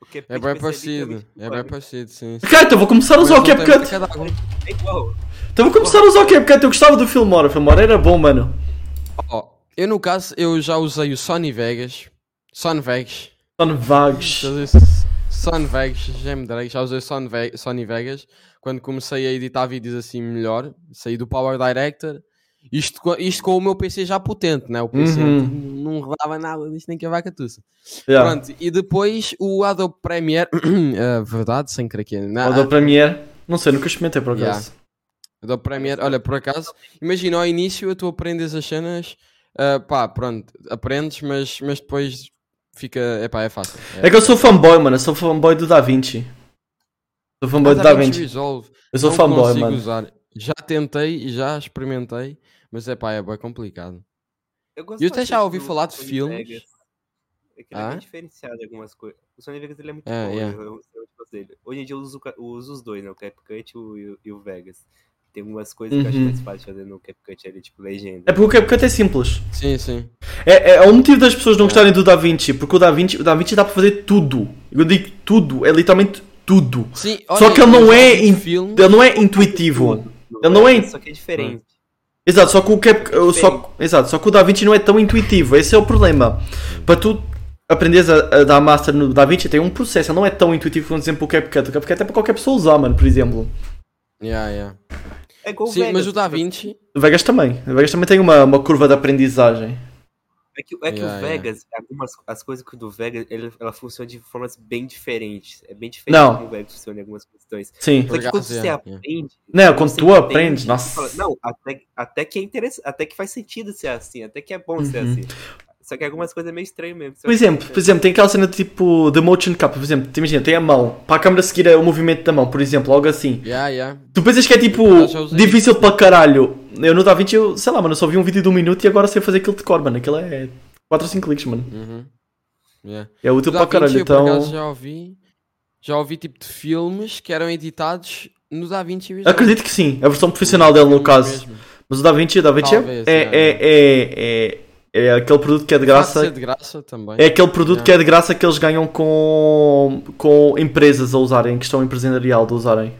Speaker 3: O CapCut
Speaker 2: É
Speaker 3: de PC
Speaker 2: bem parecido.
Speaker 3: literalmente
Speaker 2: É bem
Speaker 3: Filmora.
Speaker 2: parecido, sim. sim.
Speaker 1: Cara, então vou começar a usar o
Speaker 2: Mas não tem
Speaker 1: CapCut.
Speaker 2: marca d'água.
Speaker 3: É igual.
Speaker 1: Então vou começar a usar o CapCut. Eu gostava do Filmora. O Filmora era bom, mano.
Speaker 2: Ó, eu no caso, eu já usei o Sony Vegas. Sony Vegas.
Speaker 1: Sony Vags.
Speaker 2: Todos esses- Sony Vegas, já me darei, já usei Sony Ve- Sony Vegas quando comecei a editar vídeos assim melhor, saí do Power Director, isto, co- isto com o meu PC já potente, né? O PC
Speaker 1: Uhum.
Speaker 2: antigo não rodava nada, isto nem que a vaca tussa.
Speaker 1: Yeah.
Speaker 2: Pronto, e depois o Adobe Premiere, eh, verdade, sem crer aqui, na-
Speaker 1: Ou do Premiere. Não sei, nunca experimentei por acaso.
Speaker 2: Adobe Premiere, olha, por acaso, imagina ao início tu aprendes as cenas, ah, pá, pronto, aprendes, mas, mas depois fica, é pá, é fácil.
Speaker 1: É que eu sou fanboy, mano. Eu sou fanboy do Da Vinci. Sou fanboy do Da Vinci.
Speaker 2: Resolve.
Speaker 1: Eu sou
Speaker 2: não
Speaker 1: fanboy,
Speaker 2: consigo
Speaker 1: mano.
Speaker 2: usar. Já tentei e já experimentei, mas é pá, é bem complicado.
Speaker 3: Eu, gosto
Speaker 2: E eu até já
Speaker 3: bastante
Speaker 2: ouvi
Speaker 3: do
Speaker 2: falar de
Speaker 3: Sony
Speaker 2: filmes.
Speaker 3: Vegas. É que ele é
Speaker 2: Ah?
Speaker 3: bem diferenciado em algumas coisas. O Sony Vegas ele é muito
Speaker 2: É,
Speaker 3: bom.
Speaker 2: yeah.
Speaker 3: eu- eu- eu gosto dele. Hoje em dia eu uso, o ca- eu uso os dois, né? O CapCut e o- e o, e o Vegas. Tem algumas coisas que eu acho
Speaker 1: Uhum.
Speaker 3: mais fácil de fazer no CapCut ali, tipo legenda.
Speaker 1: É porque o CapCut é simples.
Speaker 2: Sim, sim.
Speaker 1: É, é, é o motivo das pessoas não gostarem do Da Vinci. Porque o Da Vinci, o da Vinci dá para fazer tudo. Eu digo tudo. É literalmente tudo.
Speaker 2: Sim,
Speaker 1: Só
Speaker 2: olha,
Speaker 1: que ele
Speaker 2: eu
Speaker 1: não
Speaker 2: já
Speaker 1: é
Speaker 2: vi
Speaker 1: in-
Speaker 2: filme.
Speaker 1: Ele não é intuitivo.
Speaker 3: No
Speaker 1: Eu não
Speaker 3: Vegas,
Speaker 1: en-
Speaker 3: Só que é diferente.
Speaker 2: Ah.
Speaker 1: Exato, só que o Cap, o- só, exato, só que o DaVinci não é tão intuitivo, esse é o problema. Para tu aprenderes a, a dar master no DaVinci tem um processo, ele não é tão intuitivo como, por exemplo, o CapCut. O CapCut é para qualquer pessoa usar, mano, por exemplo.
Speaker 2: Yeah, yeah.
Speaker 3: É igual o
Speaker 2: Sim,
Speaker 3: Vegas.
Speaker 2: mas o Da Vinci.
Speaker 1: O Vegas também. O Vegas também tem uma, uma curva de aprendizagem.
Speaker 3: É que, é que
Speaker 2: Yeah,
Speaker 3: o Vegas, algumas as coisas que do Vegas, ele, ela funciona de formas bem diferentes. É bem diferente
Speaker 1: Não.
Speaker 3: como o Vegas funciona em algumas questões.
Speaker 1: Sim.
Speaker 3: Só que
Speaker 2: Por
Speaker 3: quando
Speaker 2: acaso,
Speaker 3: você
Speaker 2: é, é.
Speaker 3: aprende.
Speaker 1: Não, quando
Speaker 3: você
Speaker 1: tu
Speaker 3: entende,
Speaker 1: aprendes,
Speaker 3: você
Speaker 1: nossa.
Speaker 3: fala, não, até, até que é interessante, até que faz sentido ser assim, até que é bom ser
Speaker 1: Uhum.
Speaker 3: assim. Só que algumas coisas é meio estranho mesmo.
Speaker 1: Por exemplo,
Speaker 3: é
Speaker 1: por exemplo, tem aquela cena tipo de motion cap, por exemplo, te imagina, tem a mão, para a câmera seguir o movimento da mão, por exemplo, algo assim.
Speaker 2: Yeah, yeah.
Speaker 1: Tu pensas que é tipo
Speaker 2: Eu Tá já usei
Speaker 1: difícil para caralho. Eu no DaVinci, eu, sei lá, mano, eu só vi um vídeo de um minuto e agora sei fazer aquilo de cor, mano. Aquilo é 4 ou 5 cliques, mano.
Speaker 2: Uhum. Yeah.
Speaker 1: É útil
Speaker 2: O Da
Speaker 1: para caralho,
Speaker 2: Vinci, eu, por
Speaker 1: então.
Speaker 2: acaso, já ouvi. Já ouvi tipo de filmes que eram editados no Da Vinci mesmo.
Speaker 1: Acredito que sim, É a versão profissional dele no caso. Mas o DaVinci, o DaVinci
Speaker 2: um Talvez,
Speaker 1: é,
Speaker 2: é,
Speaker 1: é, é, é, é aquele produto que é de graça.
Speaker 2: de graça também.
Speaker 1: É aquele produto que é de graça que eles ganham com, com empresas a usarem, questão empresarial de usarem.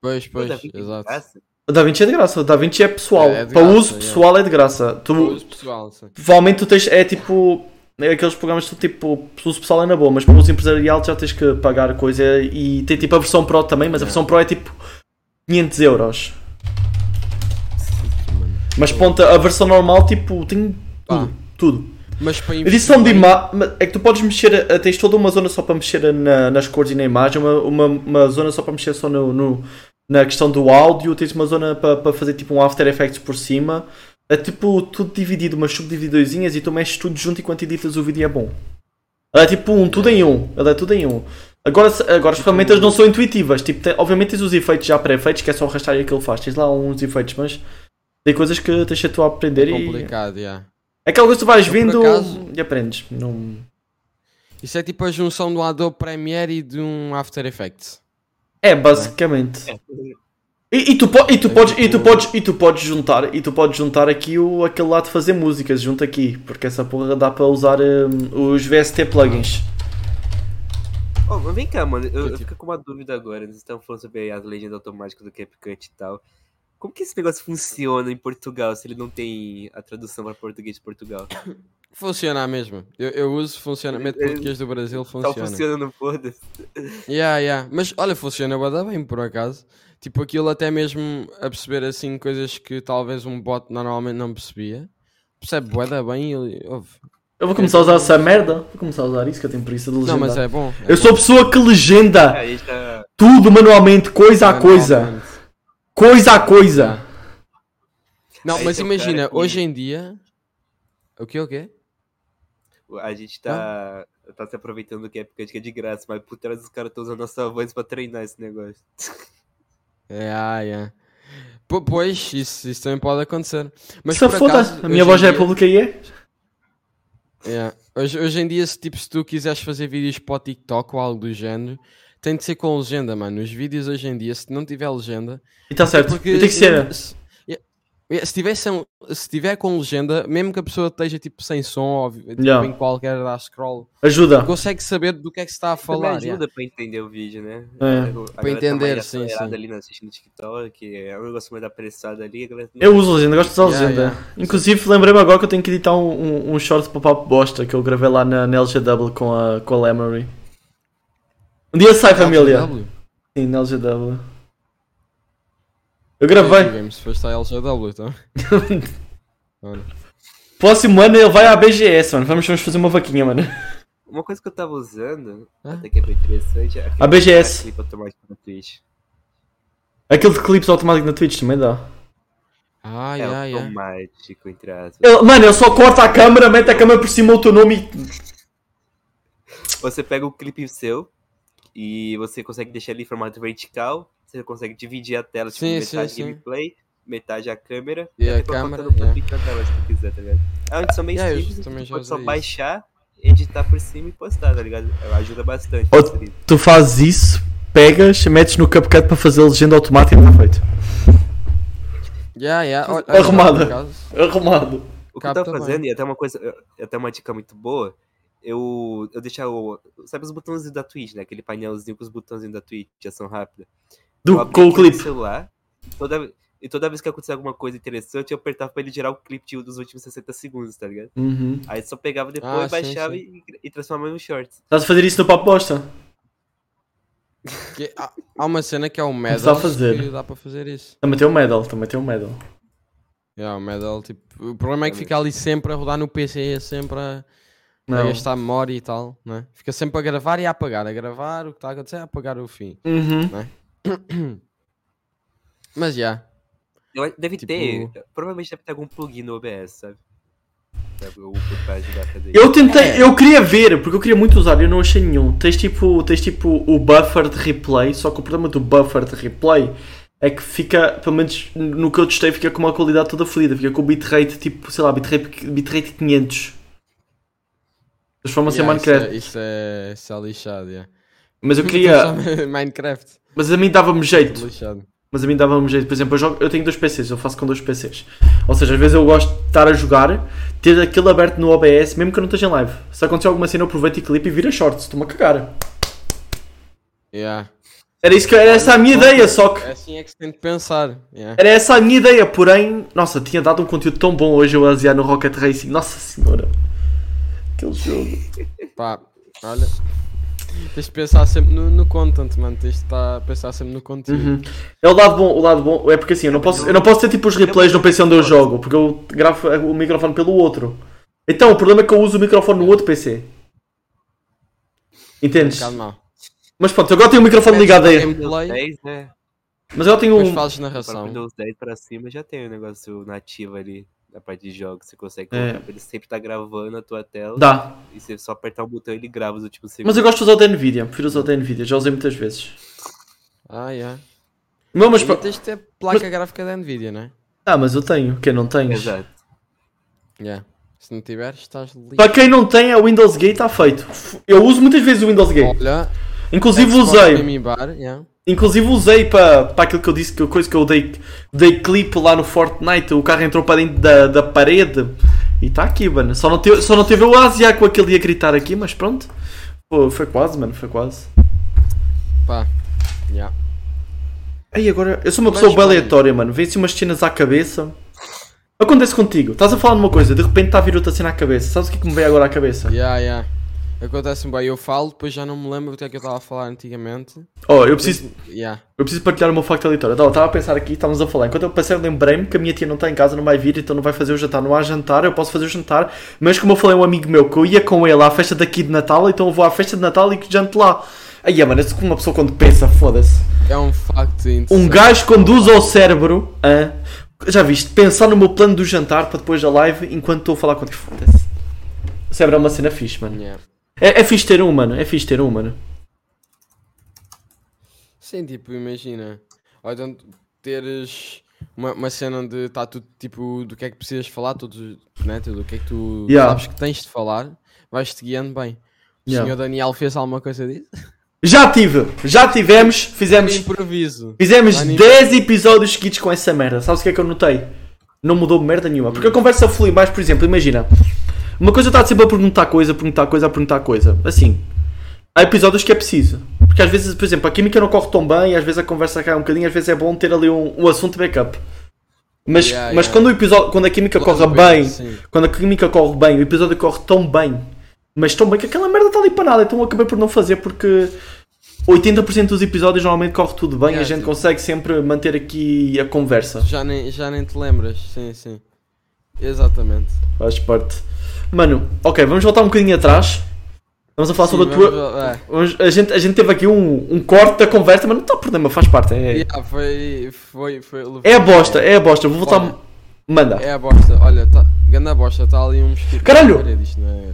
Speaker 2: Pois, pois,
Speaker 3: Toda vida
Speaker 2: exato.
Speaker 3: passa,
Speaker 1: O DaVinci é de graça, o DaVinci é pessoal.
Speaker 2: É, é de
Speaker 1: para
Speaker 2: graça,
Speaker 1: uso
Speaker 2: é.
Speaker 1: pessoal é de graça. Tu,
Speaker 2: Pois, pessoal, sim.
Speaker 1: Provavelmente tu tens. É tipo. É aqueles programas que tu, tipo. O uso pessoal é na boa, mas para o uso empresarial tu já tens que pagar coisa. E tem tipo a versão Pro também, mas a
Speaker 2: É.
Speaker 1: versão Pro é tipo. 500 euros. Mas ponta, a versão normal, tipo, tem
Speaker 2: Pá.
Speaker 1: tudo. Tudo.
Speaker 2: Mas para
Speaker 1: Edição de
Speaker 2: investir-
Speaker 1: imagem. É que tu podes mexer. eh, Tens toda uma zona só para mexer eh, na- nas cores e na imagem, uma, uma, uma zona só para mexer só no, no- na questão do áudio, tens uma zona para, para fazer tipo um After Effects por cima. É tipo tudo dividido, umas subdividõezinhas e tu mexes tudo junto enquanto editas o vídeo e é bom. Ele é tipo um, tudo em um. Ele é tudo em um. Agora, se- agora as
Speaker 2: Tipo
Speaker 1: ferramentas
Speaker 2: um.
Speaker 1: não são intuitivas. Tipo, tem- obviamente tens os efeitos já pré-feitos, que é só arrastar e aquilo faz. Tens lá uns efeitos, mas tem coisas que tens de tu a aprender e.
Speaker 2: é Complicado, yeah.
Speaker 1: É aquela coisa que tu vais
Speaker 2: Eu, por
Speaker 1: vendo
Speaker 2: acaso-
Speaker 1: e aprendes. Não...
Speaker 2: Isso é tipo a junção de um Adobe Premiere e de um After Effects.
Speaker 1: É, basicamente.
Speaker 3: é.
Speaker 1: E, e tu, po- e tu
Speaker 2: É
Speaker 1: podes, e tu
Speaker 2: tipo-
Speaker 1: podes, e tu podes juntar, e tu podes juntar aqui o, aquele lado de fazer músicas, junto aqui, porque essa porra dá para usar hum, os VST plugins.
Speaker 3: Ô, mas vem cá, mano, eu,
Speaker 2: Tipo-
Speaker 3: eu fico com uma dúvida agora. Nós estamos falando sobre as legendas automáticas do CapCut e tal. Como que esse negócio funciona em Portugal se ele não tem a tradução para português de Portugal? Tá
Speaker 2: Funciona a mesma. Eu, eu uso, funciona. Meto
Speaker 3: É-
Speaker 2: português do Brasil,
Speaker 3: Só
Speaker 2: funciona.
Speaker 3: funciona no foda-se.
Speaker 2: Yeah, yeah. Mas olha, funciona bué da bem por acaso. Tipo, aquilo até mesmo a perceber assim coisas que talvez um bot normalmente não percebia. Percebe bué da bem e ouve.
Speaker 1: Eu vou começar a usar essa merda, vou começar a usar isso que eu tenho preguiça de legendar.
Speaker 2: Não, mas é bom. é
Speaker 1: Eu
Speaker 2: bom.
Speaker 1: sou a pessoa que legenda
Speaker 3: Aí já.
Speaker 1: tudo manualmente, coisa a coisa,
Speaker 2: Manualmente.
Speaker 1: coisa a coisa.
Speaker 2: Não,
Speaker 3: Aí
Speaker 2: mas
Speaker 3: tem um cara
Speaker 2: imagina,
Speaker 3: que-
Speaker 2: hoje em dia. O que, o quê?
Speaker 3: A gente tá, tá se aproveitando do CapCut que é de graça, mas por trás os caras estão usando a nossa voz pra treinar esse negócio.
Speaker 2: É, ah, é. Po- Pois, isso, isso também pode acontecer. Mas
Speaker 1: Se
Speaker 2: por
Speaker 1: foda,
Speaker 2: acaso,
Speaker 1: a minha
Speaker 2: hoje em
Speaker 1: voz já é
Speaker 2: dia-
Speaker 1: pública e é?
Speaker 2: É. Hoje, hoje em dia, se, tipo, se tu quiseres fazer vídeos para o TikTok ou algo do género, tem de ser com legenda, mano. Os vídeos hoje em dia, se não tiver legenda,
Speaker 1: E tá certo,
Speaker 2: É porque
Speaker 1: eu tenho que ser.
Speaker 2: não- se, é- é, se tiver, sem- se tiver com legenda, mesmo que a pessoa esteja tipo sem som ou tipo,
Speaker 1: Yeah.
Speaker 2: em qualquer da scroll,
Speaker 1: Ajuda.
Speaker 2: consegue saber do que é que se está a
Speaker 3: Também
Speaker 2: falar.
Speaker 3: ajuda pra entender o vídeo, né?
Speaker 1: É.
Speaker 3: A galera tá
Speaker 2: entender,
Speaker 3: mais
Speaker 2: sim, sim.
Speaker 3: acelerada ali na assistindo TikTok, é um negócio mais apressado ali. a galera não-
Speaker 1: Eu uso legenda, gosto de usar
Speaker 2: Yeah,
Speaker 1: legenda.
Speaker 2: yeah.
Speaker 1: Inclusive, lembrei-me agora que eu tenho que editar um, um, um short para papo bosta que eu gravei lá na, na LGW com a, com a Lemery. Um dia
Speaker 2: Ah,
Speaker 1: sai, família.
Speaker 2: LGW?
Speaker 1: Sim, na LGW. Eu gravei.
Speaker 2: Games, é foste à LGW, então. Olha.
Speaker 1: Próximo ano ele vai à BGS, mano. Vamos, vamos fazer uma vaquinha, mano.
Speaker 3: Uma coisa que eu tava usando,
Speaker 2: Hã?
Speaker 3: até que é bem interessante, é aquele
Speaker 1: A BGS.
Speaker 3: clipe automático na Twitch.
Speaker 1: Aquele de clipes automático na Twitch também dá.
Speaker 2: Ah,
Speaker 3: é
Speaker 2: yeah, yeah.
Speaker 3: automático, entre aspas.
Speaker 1: Ele- mano, ele só corta a câmera, mete a câmera por cima do teu nome e.
Speaker 3: Você pega o clipe seu e você consegue deixar ele em formato vertical. Você consegue dividir a tela, tipo,
Speaker 2: Sim, sim,
Speaker 3: metade
Speaker 2: sim.
Speaker 3: gameplay, metade a câmera.
Speaker 2: E a
Speaker 3: até colocar
Speaker 2: câmera,
Speaker 3: todo mundo
Speaker 2: yeah.
Speaker 3: fica na tela se tu quiser, tá ligado? É uma edição bem
Speaker 2: Yeah, eu
Speaker 3: simples, tu
Speaker 2: também já
Speaker 3: pode só
Speaker 2: usei isso.
Speaker 3: baixar, editar por cima e postar, tá ligado? Ela Ajuda bastante.
Speaker 1: Ó,
Speaker 3: facilita.
Speaker 1: Tu fazes isso, pegas, metes no CapCut para fazer a legenda automática e está feito.
Speaker 2: Yeah, yeah. Olha,
Speaker 1: Arrumada.
Speaker 2: por acaso.
Speaker 1: Arrumado.
Speaker 3: O que eu tava
Speaker 2: Capta bem.
Speaker 3: fazendo, e até uma coisa, e até uma dica muito boa, eu, eu deixar o. Sabe os botãozinhos da Twitch, né? Aquele painelzinho com os botãozinhos da Twitch de ação rápida. Eu
Speaker 1: Do,
Speaker 3: abri
Speaker 1: com o
Speaker 3: aqui no
Speaker 1: clipe.
Speaker 3: celular, e toda, e toda vez que acontecia alguma coisa interessante, eu apertava pra ele gerar o clipe de- um dos últimos 60 segundos, tá ligado?
Speaker 1: Uhum.
Speaker 3: Aí só pegava depois,
Speaker 2: Ah, sim,
Speaker 3: baixava E, e transformava em um shorts.
Speaker 1: Estás a fazer isso no Papo Bosta?
Speaker 2: Que- há- Há uma cena que é o
Speaker 1: Vamos lá
Speaker 2: medal
Speaker 1: fazer.
Speaker 2: que dá para fazer isso.
Speaker 1: Também tem um medal, também tem um medal.
Speaker 2: Yeah, o medal, tipo, o problema é que fica ali sempre a rodar no PC, sempre a, a
Speaker 1: Não.
Speaker 2: gastar memória e tal, né? Fica sempre a gravar e a apagar, a gravar o que está a acontecer, a apagar o fim.
Speaker 1: Uhum.
Speaker 2: Mas já,
Speaker 3: Eu acho- deve
Speaker 2: Tipo-
Speaker 3: ter, provavelmente deve ter algum plugin no OBS, sabe? Sabe, Algum plugin pra ajudar a fazer
Speaker 1: Eu tentei,
Speaker 2: É.
Speaker 1: eu queria ver, porque eu queria muito usar, eu não achei nenhum. Tens tipo, tens tipo o buffer de replay, só que o problema do buffer de replay é que fica, pelo menos no que eu testei, fica com uma qualidade toda fodida, fica com bitrate tipo, sei lá, bitrate, bitrate 500. Transforma-se
Speaker 2: Yeah,
Speaker 1: em Minecraft.
Speaker 2: Isso é, isso é, isso é lixado, yeah. é
Speaker 1: Mas eu queria,
Speaker 2: Minecraft.
Speaker 1: mas a mim dava-me jeito.
Speaker 2: Lixado.
Speaker 1: Mas a mim dava-me jeito, por exemplo, eu, jogo- eu tenho dois PCs, eu faço com dois PCs. Ou seja, às vezes eu gosto de estar a jogar, ter aquilo aberto no OBS, mesmo que eu não esteja em live. Se acontecer alguma cena, eu aproveito e clipe e vira shorts, estou-me a cagar.
Speaker 2: Yeah.
Speaker 1: Era, isso que, era essa a minha ideia, só que.
Speaker 2: Assim é que se tem de pensar. Yeah.
Speaker 1: Era essa a minha ideia, porém. Nossa, tinha dado um conteúdo tão bom hoje eu asear no Rocket Racing, nossa senhora. Aquele jogo.
Speaker 2: Pá, olha. Tens de pensar sempre no, no content, mano. Tens de estar a pensar sempre no conteúdo.
Speaker 1: Uhum. É o lado bom, o lado bom. É porque assim, eu não posso, eu não posso ter tipo os replays no PC onde eu jogo, porque eu gravo o microfone pelo outro. Então, o problema é que eu uso o microfone no outro PC.
Speaker 2: Um
Speaker 1: Entendes?
Speaker 2: bocado mal.
Speaker 1: Mas pronto, agora tenho o microfone Tá ligado aí.
Speaker 3: Windows
Speaker 2: Gameplay,
Speaker 3: 10, né?
Speaker 1: Mas agora tenho
Speaker 2: depois
Speaker 1: um.
Speaker 2: fazes
Speaker 3: Para
Speaker 2: narração.
Speaker 3: Windows 10 pra cima já tem o negócio nativo ali, na parte de jogos, você consegue
Speaker 1: É.
Speaker 3: colocar, ele sempre tá gravando a tua tela.
Speaker 1: Dá.
Speaker 3: E você só apertar o botão ele grava os últimos segundos.
Speaker 1: Mas eu gosto de usar o da Nvidia, prefiro usar o da Nvidia, já usei muitas vezes.
Speaker 2: Ah, yeah.
Speaker 1: Não, mas.
Speaker 2: E
Speaker 1: pro-
Speaker 2: tens de ter placa gráfica da Nvidia, né?
Speaker 1: Ah, mas eu tenho, quem não tem?
Speaker 3: Exato.
Speaker 2: Yeah. Se não tiveres, estás
Speaker 1: Para
Speaker 2: lixado.
Speaker 1: quem não tem, é o Windows Gate está feito. Eu uso muitas vezes o Windows Gate.
Speaker 2: Olha,
Speaker 1: Inclusive
Speaker 2: Xbox
Speaker 1: usei.
Speaker 2: Gaming Bar, yeah.
Speaker 1: Inclusive usei para para aquilo que eu disse, que a coisa que eu dei, dei clipe lá no Fortnite, o carro entrou para dentro da, da parede e está aqui, mano. Só não teve, só não teve o Asia com aquele a gritar aqui, mas pronto. Pô, foi quase, mano, foi quase.
Speaker 2: Pá, yeah.
Speaker 1: Aí agora, eu sou uma
Speaker 2: Mas,
Speaker 1: pessoa bem
Speaker 2: mano.
Speaker 1: aleatória, mano. Vem-se umas cenas à cabeça. Acontece contigo, estás a falar de uma coisa, de repente está a vir outra cena à cabeça. Sabes o que é que me veio agora à cabeça?
Speaker 2: Yeah, yeah. Acontece bem, eu falo, depois já não me lembro do que é que eu estava a falar antigamente.
Speaker 1: Oh, eu preciso.
Speaker 2: Yeah.
Speaker 1: Eu preciso partilhar o meu facto aleatório. Então, eu estava a pensar aqui, estávamos a falar. Enquanto eu passei, lembrei-me que a minha tia não está em casa, não vai vir, então não vai fazer o jantar. Não há jantar, eu posso fazer o jantar. Mas como eu falei a um amigo meu que eu ia com ele à festa daqui de Natal, então eu vou à festa de Natal e que janto lá. Aí, é, mano, isso como uma pessoa quando pensa, foda-se.
Speaker 2: É um facto interessante.
Speaker 1: Um gajo conduz ao cérebro hã? Já viste? Pensar no meu plano do jantar para depois da live enquanto estou a falar contigo. Foda-se. O cérebro é uma cena fixe, mano.
Speaker 2: Yeah.
Speaker 1: É, é fixe ter um, mano. É fixe ter um, mano.
Speaker 2: Sim, tipo, imagina. Ou então teres uma, uma cena onde está tudo tipo do que é que precisas falar, todos, os- né, tudo o que é que tu
Speaker 1: Yeah.
Speaker 2: sabes que tens de falar, vais-te guiando bem. O
Speaker 1: Yeah.
Speaker 2: senhor Daniel fez alguma coisa disso?
Speaker 1: Já tive, já tivemos, fizemos.
Speaker 2: Improviso.
Speaker 1: Fizemos
Speaker 2: Anime.
Speaker 1: 10 episódios seguidos com essa merda. Sabes o que é que eu notei? Não mudou merda nenhuma. Porque a conversa flui mais, por exemplo, imagina. Uma coisa está sempre a perguntar coisa, a perguntar coisa, a perguntar coisa. Assim. Há episódios que é preciso. Porque às vezes, por exemplo, a química não corre tão bem, às vezes a conversa cai um bocadinho, às vezes é bom ter ali um, um assunto backup. Mas,
Speaker 2: Yeah,
Speaker 1: mas
Speaker 2: yeah.
Speaker 1: Quando, o episódio, quando a química corre
Speaker 2: Sim.
Speaker 1: bem,
Speaker 2: Sim.
Speaker 1: quando a química corre bem, o tá episódio corre tão bem, mas tão bem que aquela merda está ali para nada, então eu acabei por não fazer porque 80% dos episódios normalmente corre tudo bem,
Speaker 2: Yeah,
Speaker 1: a gente
Speaker 2: tipo-
Speaker 1: consegue sempre manter aqui a conversa.
Speaker 2: Já nem, já nem te lembras, sim, sim. Exatamente.
Speaker 1: Faz parte. Mano, ok, vamos voltar um bocadinho atrás. Vamos a falar
Speaker 2: Sim,
Speaker 1: sobre a
Speaker 2: vamos-
Speaker 1: tua.
Speaker 2: é.
Speaker 1: vamos- A gente, a gente teve aqui um, um corte da conversa, mas não está problema, faz parte. É,
Speaker 2: Yeah, foi, foi, foi.
Speaker 1: é a bosta, é a bosta. Vou voltar.
Speaker 2: Olha.
Speaker 1: Manda.
Speaker 2: É a bosta, olha, tá, ganda bosta, está ali um mosquito.
Speaker 1: Caralho!
Speaker 2: Na parede, isto não é-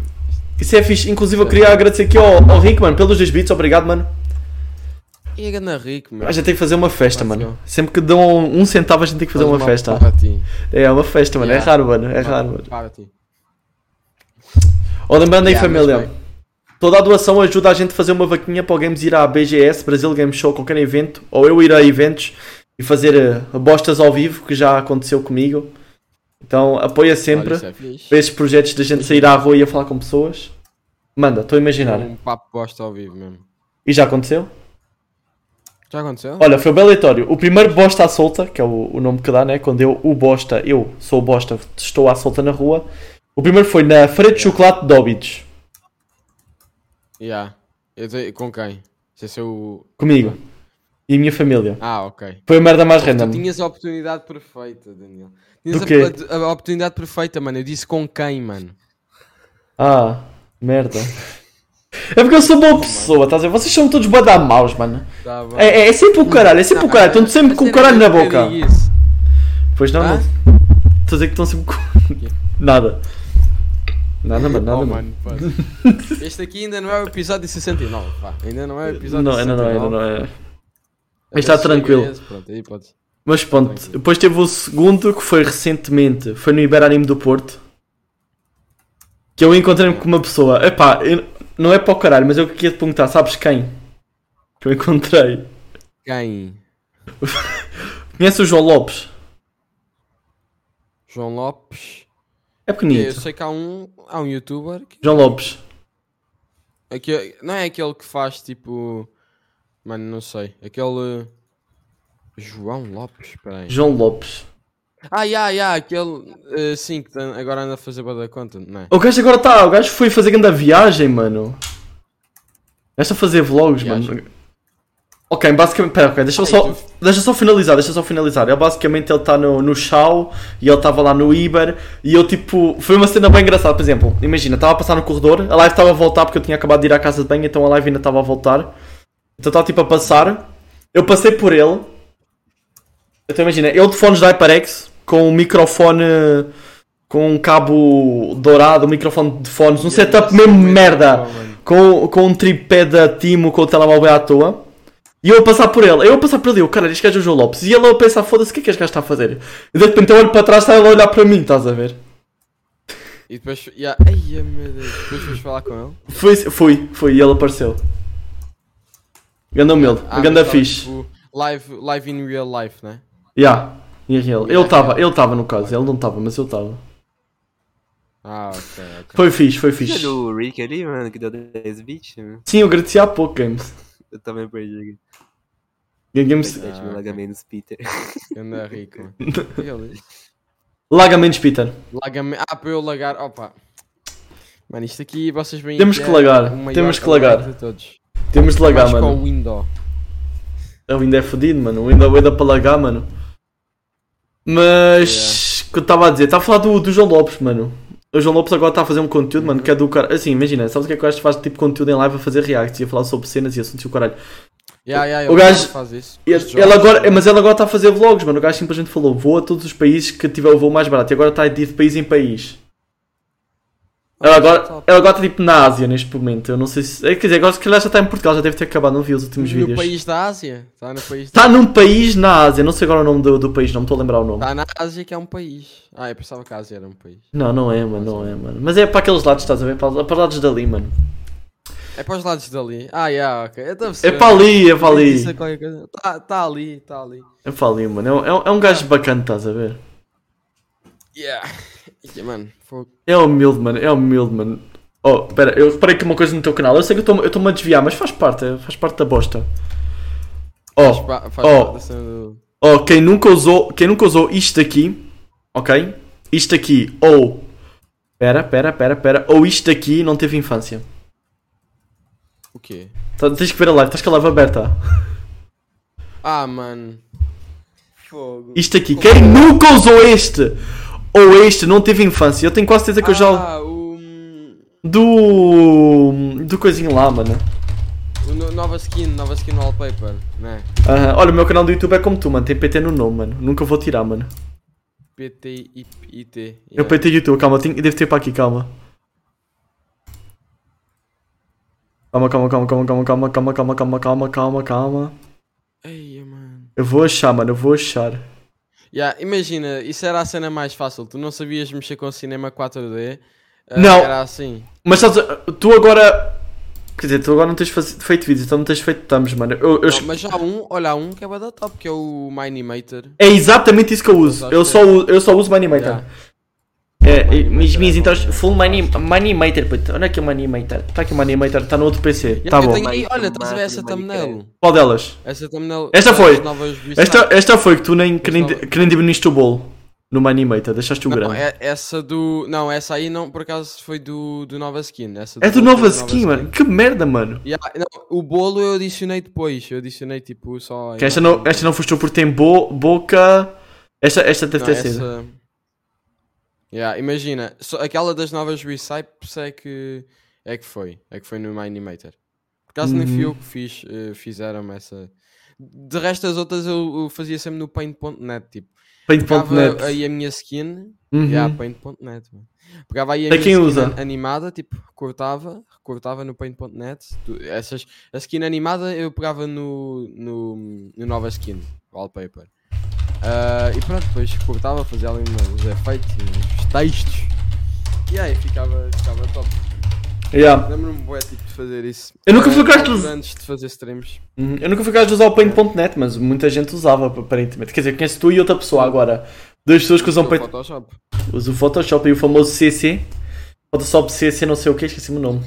Speaker 1: Isso é fixe. Inclusive, eu queria agradecer aqui ao, ao Rick, mano, pelos 2 bits. Obrigado, mano.
Speaker 2: E a ganda rico, meu.
Speaker 1: A gente tem que fazer uma festa,
Speaker 2: Let's
Speaker 1: mano. Sempre que dão um centavo, a gente tem que fazer uma, festa.
Speaker 2: Party.
Speaker 1: É uma festa, mano.
Speaker 2: Yeah.
Speaker 1: É raro, mano. É raro, mano.
Speaker 2: Party.
Speaker 1: Ou lembrando aí,
Speaker 2: Yeah, mas
Speaker 1: família.
Speaker 2: bem.
Speaker 1: Toda a doação ajuda a gente a fazer uma vaquinha para o Games ir à BGS, Brasil Game Show, qualquer evento. Ou eu ir a eventos e fazer eh, bostas ao vivo, que já aconteceu comigo. Então, apoia sempre
Speaker 2: Olha, isso é fixe.
Speaker 1: para esses projetos da gente sair à rua e a falar com pessoas. Manda, estou a imaginar.
Speaker 2: Um papo bosta ao vivo mesmo.
Speaker 1: E já aconteceu?
Speaker 2: Já aconteceu?
Speaker 1: Olha, foi bem aleatório. O primeiro bosta à solta, que é o, o nome que dá, né? Quando eu, o bosta, eu sou o bosta, estou à solta na rua. O primeiro foi na Feira de Chocolate de Óbidos,
Speaker 2: Yeah. Eu te- Com quem? Sem ser o.
Speaker 1: comigo e a minha família.
Speaker 2: Ah, ok.
Speaker 1: Foi a merda mais
Speaker 2: Tu
Speaker 1: random.
Speaker 2: tinhas a oportunidade perfeita, Daniel. Tinhas
Speaker 1: Do
Speaker 2: a-
Speaker 1: quê?
Speaker 2: a, a oportunidade perfeita, mano. Eu disse com quem, mano.
Speaker 1: Ah, merda. É porque eu sou boa pessoa, estás a ver? Vocês são todos bué da maus, mano.
Speaker 2: Tá bom.
Speaker 1: É, é- é sempre o caralho, é sempre o caralho. Estão sempre com o caralho na
Speaker 2: é
Speaker 1: boca. Pois não,
Speaker 2: Ah?
Speaker 1: não. Estou a dizer que estão sempre com... Nada. Nada, mano, nada,
Speaker 2: oh,
Speaker 1: mano.
Speaker 2: mano, pá. Este aqui ainda não é o episódio 69, pá. Ainda não é o episódio
Speaker 1: Não, ainda
Speaker 2: 69.
Speaker 1: não, ainda não é.
Speaker 2: Até
Speaker 1: Está
Speaker 2: se chega
Speaker 1: tranquilo.
Speaker 2: a esse, Pronto, aí podes.
Speaker 1: Mas pronto,
Speaker 2: Tranquilo.
Speaker 1: depois teve o segundo que foi recentemente, foi no Iberanime do Porto. Que eu encontrei-me com uma pessoa, epá, eu- não é para o caralho, mas eu queria te perguntar, sabes quem? Que eu encontrei.
Speaker 2: Quem?
Speaker 1: Conhece o João Lopes?
Speaker 2: João Lopes.
Speaker 1: É
Speaker 2: Eu
Speaker 1: pequenito.
Speaker 2: sei que há um, há um youtuber que
Speaker 1: João Lopes.
Speaker 2: Aquele, não é aquele que faz tipo. Mano, não sei. Aquele. João Lopes, peraí.
Speaker 1: João Lopes.
Speaker 2: Ah, yeah, yeah, aquele. eh, sim, que tá- agora anda a fazer boa da conta, não é?
Speaker 1: O gajo agora está, o gajo foi fazer grande viagem, mano. Esta a fazer vlogs,
Speaker 2: Viagem.
Speaker 1: mano. Ok, basicamente, pera, ok, deixa eu
Speaker 2: Ai,
Speaker 1: só,
Speaker 2: tu-
Speaker 1: deixa eu só finalizar, deixa eu só finalizar. Ele basicamente ele está no, no Shao e ele estava lá no Iber e eu tipo, foi uma cena bem engraçada, por exemplo, imagina, estava a passar no corredor, a live estava a voltar porque eu tinha acabado de ir à casa de banho, então a live ainda estava a voltar. Então estava tipo a passar, eu passei por ele, então imagina, eu de fones da HyperX com um microfone com um cabo dourado, um microfone de fones, um setup mesmo merda com, com um tripé da Timo com o telemóvel à toa. E eu a passar por ele, eu a passar por ele, eu, cara, este gajo é o João Lopes. E ele a pensar, foda-se, o que é que este gajo está a fazer? E de repente eu olho para trás, está ele a olhar para mim, estás a ver?
Speaker 2: E depois. Yeah. Ai, meu Deus. Depois vais falar com ele.
Speaker 1: Fui, fui, fui, e ele apareceu. Ganda humilde,
Speaker 2: Ah,
Speaker 1: ganda
Speaker 2: mas tava,
Speaker 1: fixe.
Speaker 2: tipo, live, live in real life, né?
Speaker 1: Ya, em real.
Speaker 2: Yeah,
Speaker 1: Ele estava,
Speaker 2: yeah.
Speaker 1: ele estava no caso, ele não estava, mas eu estava.
Speaker 2: Ah, ok, ok.
Speaker 1: Foi fixe, foi fixe.
Speaker 3: Olha o Rick ali, mano, que deu 10 bits, né? mano.
Speaker 1: Sim, eu agradeci há pouco, Games.
Speaker 3: Eu também perdi.
Speaker 1: Games
Speaker 3: Ah,
Speaker 2: Ah, ok.
Speaker 3: meu laga menos Peter.
Speaker 2: Ganda rico, mano. O que é que ele diz?
Speaker 1: laga menos, Peter.
Speaker 2: Laga-me. Ah, para eu lagar. Opa. Mano, isto aqui vocês veem.
Speaker 1: Temos
Speaker 2: é
Speaker 1: que lagar,
Speaker 2: o maior
Speaker 1: temos que lagar.
Speaker 2: alerta de todos.
Speaker 1: Temos de lagar,
Speaker 2: Mais com
Speaker 1: mano.
Speaker 2: é o window.
Speaker 1: Eu ainda é fodido, mano. O Ainda o ainda para lagar, mano. Mas. O que eu estava a dizer? Estava a falar do, do João Lopes, mano. O João Lopes agora está a fazer um conteúdo, mano, que é do cara. Assim, imagina, sabes o que é que o gajo faz tipo conteúdo em live a fazer reacts e a falar sobre cenas e assuntos e o caralho.
Speaker 2: Yeah, yeah,
Speaker 1: O
Speaker 2: ele
Speaker 1: gajo-
Speaker 2: faz isso.
Speaker 1: Ele,
Speaker 2: Os
Speaker 1: ele
Speaker 2: jogos.
Speaker 1: agora, é, mas ele agora está a fazer vlogs, mano. O gajo simplesmente falou: vou a todos os países que tiver o voo mais barato. E agora está a ir de país em país. Ele agora, ele agora está tipo na Ásia neste momento. Eu não sei se. é, Quer dizer, agora se calhar já está em Portugal, já deve ter acabado, não vi os últimos
Speaker 2: no
Speaker 1: um vídeos.
Speaker 2: país da Ásia. Está no país da
Speaker 1: Está num país na Ásia, não sei agora o nome do, do país, não me estou a lembrar o nome.
Speaker 2: Está na Ásia que é um país. Ah, eu pensava que a Ásia era um país.
Speaker 1: Não, não é, mano, não é, mano. Mas é para aqueles lados, estás a ver? Para, para os lados dali, mano.
Speaker 2: É para os lados dali. Ah, yeah, ok. Eu tô a
Speaker 1: É
Speaker 2: perceber.
Speaker 1: para ali, é para ali.
Speaker 2: Isso é qualquer coisa. Tá, tá ali, tá ali.
Speaker 1: É para ali, mano. É um- É, um, é um gajo bacana, estás a ver?
Speaker 2: Yeah. yeah mano, fogo.
Speaker 1: É humilde, mano, é humilde, mano. Oh, pera, eu reparei aqui uma coisa no teu canal. Eu sei que eu estou- eu estou-me a desviar, mas faz parte, é- faz parte da bosta.
Speaker 2: Faz
Speaker 1: Oh,
Speaker 2: pa- faz
Speaker 1: oh.
Speaker 2: parte da cena do-
Speaker 1: oh, quem nunca usou, quem nunca usou isto aqui, ok? Isto aqui, ou. Pera, pera, pera, pera. Ou isto aqui não teve infância.
Speaker 2: O quê?
Speaker 1: Tá- Tens que ver a live, estás com a live aberta.
Speaker 2: Ah, mano.
Speaker 3: Fogo.
Speaker 1: Isto aqui, quem nunca usou este? Ou este, não teve infância. Eu tenho quase certeza que eu já.
Speaker 2: Ah, o, o
Speaker 1: Do. Do coisinho lá, mano.
Speaker 2: no- nova skin, nova skin wallpaper, né?
Speaker 1: Aham. Olha, o meu canal do YouTube é como tu, mano. Tem PT no nome, mano. Nunca vou tirar, mano.
Speaker 2: PTIT.
Speaker 1: Eu PT YouTube, calma, eu tenho... eu devo ter para aqui, calma. Calma, calma, calma, calma, calma, calma, calma, calma, calma, calma, calma, calma.
Speaker 2: Eia, mano.
Speaker 1: Eu vou achar, mano, eu vou achar.
Speaker 2: Yeah, imagina, isso era a cena mais fácil. Tu não sabias mexer com o cinema 4D. ah,
Speaker 1: Não.
Speaker 2: Era assim.
Speaker 1: Mas sabes, tu agora. Quer dizer, tu agora não tens faze- feito vídeos, então não tens feito thumbs, mano. Eu, eu-
Speaker 2: Não, mas já há um, olha, há um que é bué da top, que é o Minimator.
Speaker 1: É exatamente isso que eu uso. Eu só, u- eu só uso Moneymaker.
Speaker 2: Yeah.
Speaker 1: É, e-
Speaker 2: Moneymaker
Speaker 1: Mis
Speaker 2: é
Speaker 1: minhas
Speaker 2: bom,
Speaker 1: entradas.
Speaker 2: é.
Speaker 1: Full money, Moneymaker, puto. Onde é que é o Moneymaker? Está aqui o Moneymaker, está no outro PC. Tá
Speaker 2: Eu
Speaker 1: bom.
Speaker 2: tenho aí, olha,
Speaker 3: Minimator,
Speaker 2: estás a ver essa
Speaker 3: Minecraft.
Speaker 2: thumbnail?
Speaker 1: Qual delas?
Speaker 2: Essa thumbnail.
Speaker 1: Esta
Speaker 2: das
Speaker 1: foi.
Speaker 2: novas vistas.
Speaker 1: Esta, é esta foi que tu nem, que nem,
Speaker 2: Esta-
Speaker 1: que nem diminuíste o bolo no Moneymaker, deixaste o
Speaker 2: Não,
Speaker 1: grande.
Speaker 2: é- essa do. Não, essa aí não, por acaso foi do, do Nova Skin. Essa
Speaker 1: É do
Speaker 2: Nova
Speaker 1: Nova Skin, mano. Que merda, mano.
Speaker 2: Yeah, não, o bolo eu adicionei depois. Eu adicionei tipo só.
Speaker 1: Que esta não, esta não foste tu porque tem bo, boca. Esta, esta deve ter sido.
Speaker 2: essa- Yeah, imagina, só aquela das novas recipes é que é que foi, é que foi no Minimator. Por acaso nem
Speaker 1: Uhum.
Speaker 2: fui eu que fiz, eh, fizeram essa. De resto as outras eu, eu fazia sempre no paint.net, tipo, pegava
Speaker 1: Paint.net.
Speaker 2: aí a minha skin,
Speaker 1: Uhum.
Speaker 2: yeah, paint.net. mano. Pegava aí a
Speaker 1: Para
Speaker 2: minha
Speaker 1: quem
Speaker 2: skin
Speaker 1: usa?
Speaker 2: an- animada, tipo, cortava, cortava no paint.net, tu- essas a skin animada eu pegava no no, no nova skin, wallpaper. Ah, e pronto, depois cortava, fazia ali uma- os efeitos, os textos. E aí ficava, ficava top.
Speaker 1: Yeah.
Speaker 2: Lembro-me bué tipo de fazer isso.
Speaker 1: Eu nunca fui
Speaker 2: Ah,
Speaker 1: gajo de-
Speaker 2: altura antes de fazer streams.
Speaker 1: Uhum. Eu nunca fui capaz de usar o Paint.net, mas muita gente usava, aparentemente. Quer dizer, conheço tu e outra pessoa agora. Duas pessoas que usam
Speaker 2: São
Speaker 1: Paint.
Speaker 2: Tipo, Photoshop.
Speaker 1: Usa o Photoshop e o famoso CC. Photoshop CC, não sei o que, esqueci-me o nome.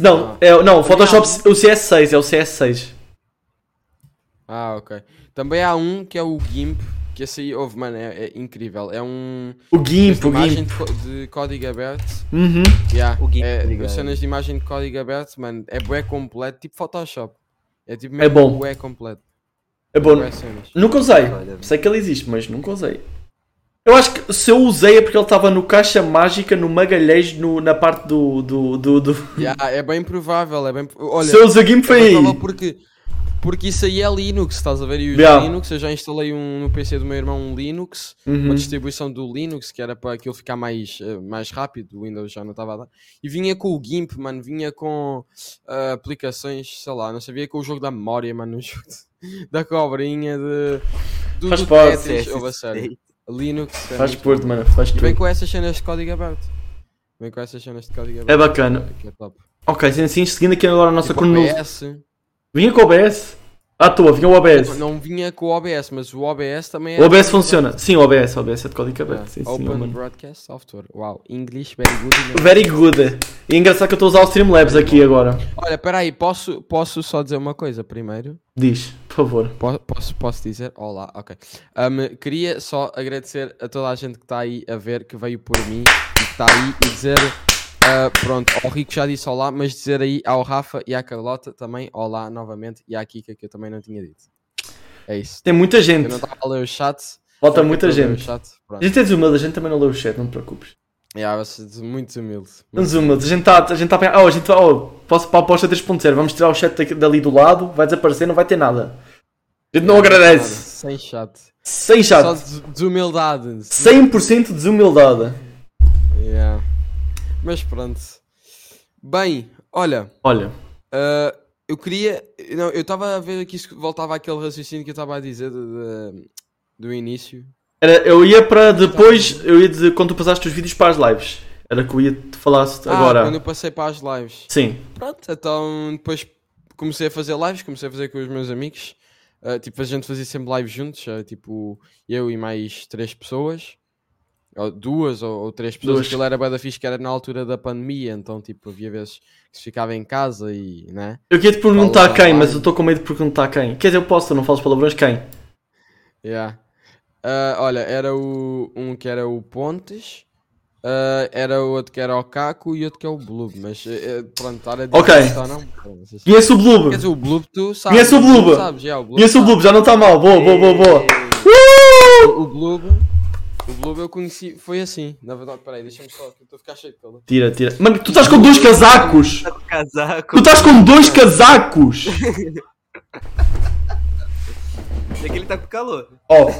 Speaker 1: Não,
Speaker 2: Ah.
Speaker 1: é, não, o Photoshop, o CS6, é o CS6.
Speaker 2: Ah, ok. Também há um que é o GIMP, que esse aí, houve, mano, é, é incrível. É um.
Speaker 1: O GIMP,
Speaker 2: esta
Speaker 1: o
Speaker 2: imagem
Speaker 1: GIMP.
Speaker 2: de, co- de código aberto.
Speaker 1: Uhum.
Speaker 2: Yeah,
Speaker 3: O GIMP,
Speaker 2: é,
Speaker 3: obrigado.
Speaker 2: as cenas de imagem de código aberto, mano, é bué completo, tipo Photoshop. É tipo
Speaker 1: É bom.
Speaker 2: bué completo.
Speaker 1: É bom.
Speaker 2: bué cenas.
Speaker 1: Nunca usei.
Speaker 3: Olha.
Speaker 1: Sei que ele existe, mas nunca usei. Eu acho que se eu usei é porque ele estava no caixa mágica, no magalhães, no- na parte do. do, do, do-
Speaker 2: Yeah, é bem provável, é bem. pro- Olha,
Speaker 1: se eu usei GIMP foi
Speaker 2: é
Speaker 1: aí.
Speaker 2: provável porque, porque isso aí é Linux, estás a ver? E o
Speaker 1: Yeah.
Speaker 2: Linux, eu já instalei um, no PC do meu irmão um Linux,
Speaker 1: Uhum.
Speaker 2: uma distribuição do Linux, que era para aquilo ficar mais, eh, mais rápido, o Windows já não estava a dar. E vinha com o GIMP, mano, vinha com ah, aplicações, sei lá, não sabia com o jogo da memória, mano, o jogo de- da cobrinha, de, do,
Speaker 1: Faz
Speaker 2: do
Speaker 1: parte,
Speaker 2: Tetris,
Speaker 3: é,
Speaker 2: ouve a
Speaker 3: isso
Speaker 2: sério.
Speaker 3: sei.
Speaker 2: Linux. é
Speaker 1: Faz
Speaker 2: muito
Speaker 1: porto,
Speaker 2: bom.
Speaker 1: mano, faz
Speaker 2: E vem
Speaker 1: tudo.
Speaker 2: com essas cenas de código aberto. Vem com essas cenas de código aberto.
Speaker 1: É bacana.
Speaker 2: que é top.
Speaker 1: Ok, sim, sim, seguindo aqui agora a nossa
Speaker 2: Tipo
Speaker 1: cronologia.
Speaker 2: OBS.
Speaker 1: Vinha com o OBS? À toa, vinha o
Speaker 2: Não,
Speaker 1: OBS.
Speaker 2: não vinha com o OBS, mas o OBS também é.
Speaker 1: É. O OBS funciona. Sim, o OBS, o OBS é de código aberto. Sim, sim,
Speaker 2: Open
Speaker 1: mano.
Speaker 2: Broadcast Software. Uau, English very good. né?
Speaker 1: Very good. E é engraçado que eu estou a usar o Streamlabs aqui agora.
Speaker 2: Olha, peraí, posso, posso só dizer uma coisa primeiro?
Speaker 1: Diz, por favor.
Speaker 2: Po- Posso, posso dizer? Olá, ok. Ahm, queria só agradecer a toda a gente que está aí a ver, que veio por mim e que está aí e dizer. ah, pronto, ao Rico já disse olá, mas dizer aí ao Rafa e à Carlota também olá novamente e à Kika que eu também não tinha dito. É isso.
Speaker 1: Tem muita
Speaker 2: Eu
Speaker 1: gente.
Speaker 2: não estava a ler o chat.
Speaker 1: Falta
Speaker 2: Será que
Speaker 1: muita
Speaker 2: eu estou a ler o
Speaker 1: gente.
Speaker 2: chat? Pronto.
Speaker 1: A gente é desumilde, a gente também não lê o chat, não te preocupes.
Speaker 2: Yeah, vai ser muito humilde.
Speaker 1: Vamos uma, a gente está a gente tá a apanhar. Oh, a gente tá, oh, posso para a aposta 3.0, vamos tirar o chat daqui- dali do lado, vai desaparecer, não vai ter nada. A gente não
Speaker 2: Nada,
Speaker 1: agradece.
Speaker 2: Sem chat.
Speaker 1: Sem
Speaker 2: Só
Speaker 1: chat.
Speaker 2: des- desumildade.
Speaker 1: 100% de desumildade.
Speaker 2: Yeah. Mas pronto. Bem, olha,
Speaker 1: Olha,
Speaker 2: ah, eu queria. Não, eu estava a ver aqui se voltava àquele raciocínio que eu estava a dizer do, do- do início.
Speaker 1: era- eu ia para depois, eu ia dizer quando tu passaste os vídeos para as lives. Era que eu ia te falar se-
Speaker 2: Ah,
Speaker 1: agora.
Speaker 2: quando eu passei para as lives.
Speaker 1: Sim.
Speaker 2: Pronto, então depois comecei a fazer lives, comecei a fazer com os meus amigos. Ah, tipo, a gente fazia sempre lives juntos, ah, tipo, eu e mais três pessoas, ou duas ou, ou três pessoas.
Speaker 1: Duas.
Speaker 2: Aquilo era bué da fixe, que era na altura da pandemia, então tipo, havia vezes que se ficava em casa e, né?
Speaker 1: Eu queria te perguntar
Speaker 2: Fala,
Speaker 1: quem,
Speaker 2: fala.
Speaker 1: mas eu estou com medo de perguntar quem. Quer dizer, eu posso, eu não falo os palavrões, quem?
Speaker 2: Yeah. Ah, olha, era o, um que era o Pontes, Ah, era o outro que era o Caco e outro que é o Bloob, mas eh, eh, pronto, estar a
Speaker 1: Ok.
Speaker 2: isto ou não. pronto, não sei se-
Speaker 1: Conheço o Bloob!
Speaker 2: Quer dizer, o tá. Bloob tu sabes.
Speaker 1: Conhece o Bloob?
Speaker 2: tu sabes, já, o Bloob
Speaker 1: Conheço o
Speaker 2: sabe.
Speaker 1: Bloob, já não está mal. Boa, boa, boa, boa.
Speaker 2: O- O Bloob, o Bloob eu conheci, foi assim, na verdade, peraí, deixa-me só, que eu estou a ficar cheio de calor.
Speaker 1: Tira, tira. Mano, tu estás com dois casacos!
Speaker 3: Tá com casaco.
Speaker 1: Tu estás com dois casacos!
Speaker 3: É que ele tá com calor.
Speaker 1: Ó, Oh,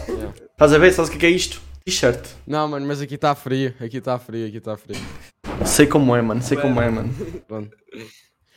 Speaker 1: estás a ver? Sabes o que é que é isto? T-shirt.
Speaker 2: Não, mano, mas aqui está frio, aqui está frio, aqui está frio.
Speaker 1: Sei como é, mano. Sei como é, mano.
Speaker 2: Pronto.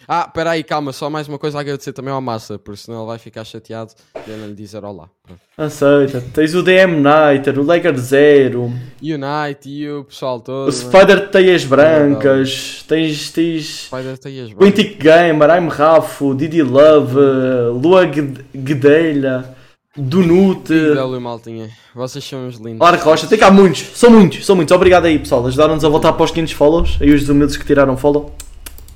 Speaker 2: Ah, peraí, calma, só mais uma coisa a agradecer também ao Massa, porque senão ele vai ficar chateado e eu não lhe dizer olá. Pronto.
Speaker 1: Aceita. Tens o DM Nighter, o Lager Zero,
Speaker 2: Unite e o pessoal todo. né?
Speaker 1: o Spider de Teias Brancas, tens, tens
Speaker 2: Spider tem as
Speaker 1: o Intic Gamer, I'm Rafo, Didi Love, eh, Lua Gu- Guedelha, Dunute,
Speaker 2: Belo e Maltinha, vocês são uns lindos.
Speaker 1: Lara Rocha. Tem cá muitos, são muitos, são muitos. Obrigado aí, pessoal. Ajudaram-nos a voltar para os 500 follows. Aí os humildes que tiraram follow.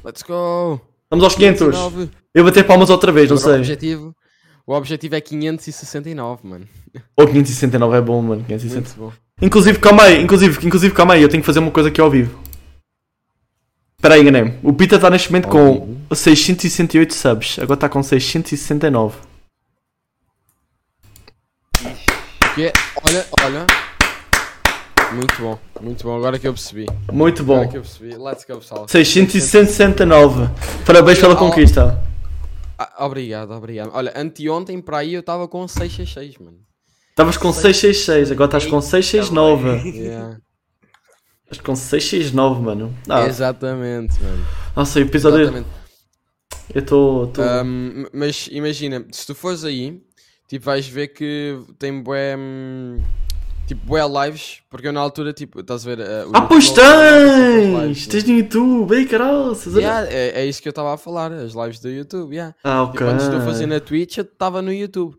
Speaker 2: Let's go!
Speaker 1: Vamos aos 500.
Speaker 2: 59.
Speaker 1: Eu bater palmas outra vez, não
Speaker 2: Agora O
Speaker 1: sei.
Speaker 2: objetivo, o objetivo é 569, mano.
Speaker 1: Ou 569 é bom, mano. 560.
Speaker 2: Muito bom.
Speaker 1: Inclusive, calma aí, inclusive, inclusive, calma aí, eu tenho que fazer uma coisa aqui ao vivo. Espera aí, enganei-me. O Pita está neste momento
Speaker 2: Ao
Speaker 1: com 668 subs, agora está com 669.
Speaker 2: Que- é- olha, olha. Muito bom, muito bom. Agora que eu percebi.
Speaker 1: Muito
Speaker 2: Agora
Speaker 1: bom.
Speaker 2: que eu percebi. Let's go, pessoal.
Speaker 1: 669. Parabéns pela
Speaker 2: Ao-
Speaker 1: conquista.
Speaker 2: Ah, obrigado, obrigado. Olha, anteontem para aí eu estava com um 666, mano.
Speaker 1: Estavas com 666, agora estás com 669.
Speaker 2: Yeah.
Speaker 1: Estás com 669, mano. Ah,
Speaker 2: Exatamente, mano.
Speaker 1: nossa, o episódio.
Speaker 2: Exatamente. Ah,
Speaker 1: Eu estou.
Speaker 2: Ahm, mas imagina, se tu fores aí, tipo, vais ver que tem bué. hum, Tipo, bué lives, porque eu na altura, tipo, estás a ver. ah, o
Speaker 1: Ah, pois
Speaker 2: YouTube, lives,
Speaker 1: tens!
Speaker 2: né?
Speaker 1: Tens no YouTube, ei caralças. olha-
Speaker 2: Yeah, é, é isso que eu estava a falar, as lives do YouTube, yeah.
Speaker 1: Ah,
Speaker 2: Tipo,
Speaker 1: ok.
Speaker 2: antes de eu fazer na Twitch, eu estava no YouTube.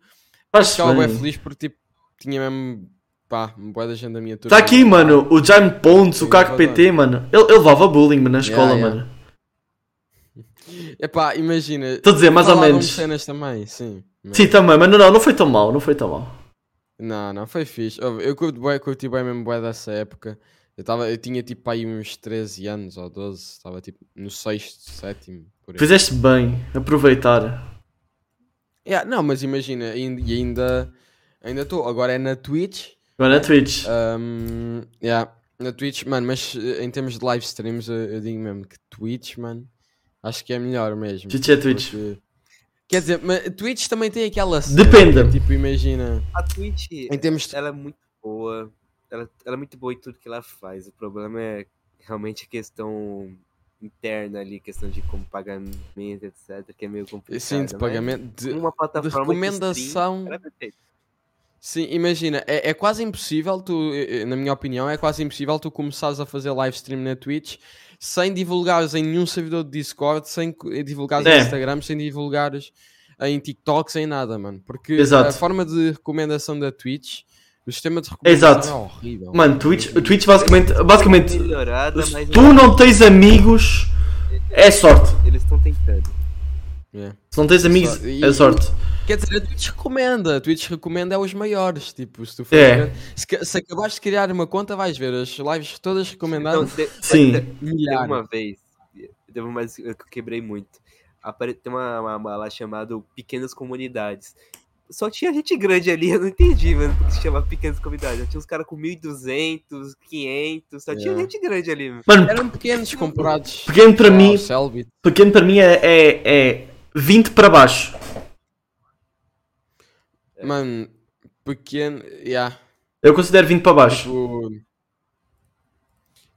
Speaker 1: Faz
Speaker 2: Ficava bem
Speaker 1: bem.
Speaker 2: feliz porque, tipo, tinha mesmo, pá, uma boa da gente da minha turma.
Speaker 1: Tá aqui, mano, o Jaime Pontes, o
Speaker 2: Sim, é
Speaker 1: Caco PT,
Speaker 2: verdade.
Speaker 1: mano. Ele, ele levava bullying mano, na escola,
Speaker 2: yeah.
Speaker 1: mano.
Speaker 2: Epá, imagina.
Speaker 1: Estou a dizer, mais ou
Speaker 2: falavam
Speaker 1: menos.
Speaker 2: cenas também, sim. Mas-
Speaker 1: Sim, também, mas não, não, não foi tão mal, não foi tão mal.
Speaker 2: Não, não, foi fixe. Ouve, Eu curti bem, curti bem mesmo bué dessa época. Eu, tava, eu tinha, tipo, aí uns 13 anos ou 12. Estava, tipo, no sexto, sétimo, por aí.
Speaker 1: Fizeste bem, aproveitar. é.
Speaker 2: Yeah, não, mas imagina, ain- e ainda... Ainda estou. Agora é na Twitch.
Speaker 1: Agora na é Twitch.
Speaker 2: Um, yeah, na Twitch, mano, mas eh, em termos de live streams, eu, eu digo mesmo que Twitch, mano, acho que é melhor mesmo.
Speaker 1: Twitch é Twitch.
Speaker 2: porque- Quer dizer, mas Twitch também tem aquela. cena,
Speaker 1: Depende.
Speaker 2: que, Tipo, imagina.
Speaker 3: A Twitch,
Speaker 2: Em termos de.
Speaker 3: ela é muito boa. Ela, ela é muito boa em tudo que ela faz. O problema é realmente a questão interna ali, questão de como pagamento, etc, que é meio complicado.
Speaker 2: Sim, de
Speaker 3: né?
Speaker 2: pagamento. De,
Speaker 3: Uma
Speaker 2: de
Speaker 3: plataforma que stream,
Speaker 2: recomendação.
Speaker 3: ela é perfeita.
Speaker 2: Sim, imagina, é, é quase impossível tu, eh, eh, na minha opinião, é quase impossível tu começares a fazer live stream na Twitch sem divulgares em nenhum servidor de Discord, sem co- eh, divulgares
Speaker 1: É.
Speaker 2: em Instagram, sem divulgares em TikTok, sem nada, mano. Porque a
Speaker 1: Exato.
Speaker 2: forma de recomendação da Twitch, o sistema de recomendação
Speaker 1: Exato.
Speaker 2: é horrível.
Speaker 1: Mano, Twitch, o Twitch basicamente, basicamente,
Speaker 3: é
Speaker 2: é
Speaker 3: melhorada,
Speaker 1: se
Speaker 3: mas
Speaker 1: tu não tens amigos, é sorte.
Speaker 3: eles estão tentando.
Speaker 2: Yeah.
Speaker 1: Se não tens amigos,
Speaker 2: sorte.
Speaker 1: é sorte.
Speaker 2: Quer dizer, a Twitch recomenda, a Twitch recomenda aos maiores, tipo, se tu fores
Speaker 1: É.
Speaker 2: ver- se, ca- se acabares de criar uma conta, vais ver as lives todas
Speaker 3: Então,
Speaker 2: recomendadas,
Speaker 3: de-
Speaker 1: Sim.
Speaker 3: de- Teve
Speaker 2: milhares.
Speaker 3: uma vez, teve uma vez que eu quebrei muito. Apare- Tem uma, uma, uma lá chamada Pequenas Comunidades. Só tinha gente grande ali, eu não entendi, mano, por que se chama Pequenas Comunidades. Tinha uns caras com 1.200, 500, só tinha
Speaker 2: É.
Speaker 3: gente grande ali. mano.
Speaker 1: Mano,
Speaker 2: Eram pequenos comparados
Speaker 1: pequeno para mim,
Speaker 2: ao Cellbit.
Speaker 1: pequeno para mim é, é, é 20 para baixo. É.
Speaker 2: Mano, pequeno. Yeah.
Speaker 1: Eu considero 20 para baixo.
Speaker 2: Tipo,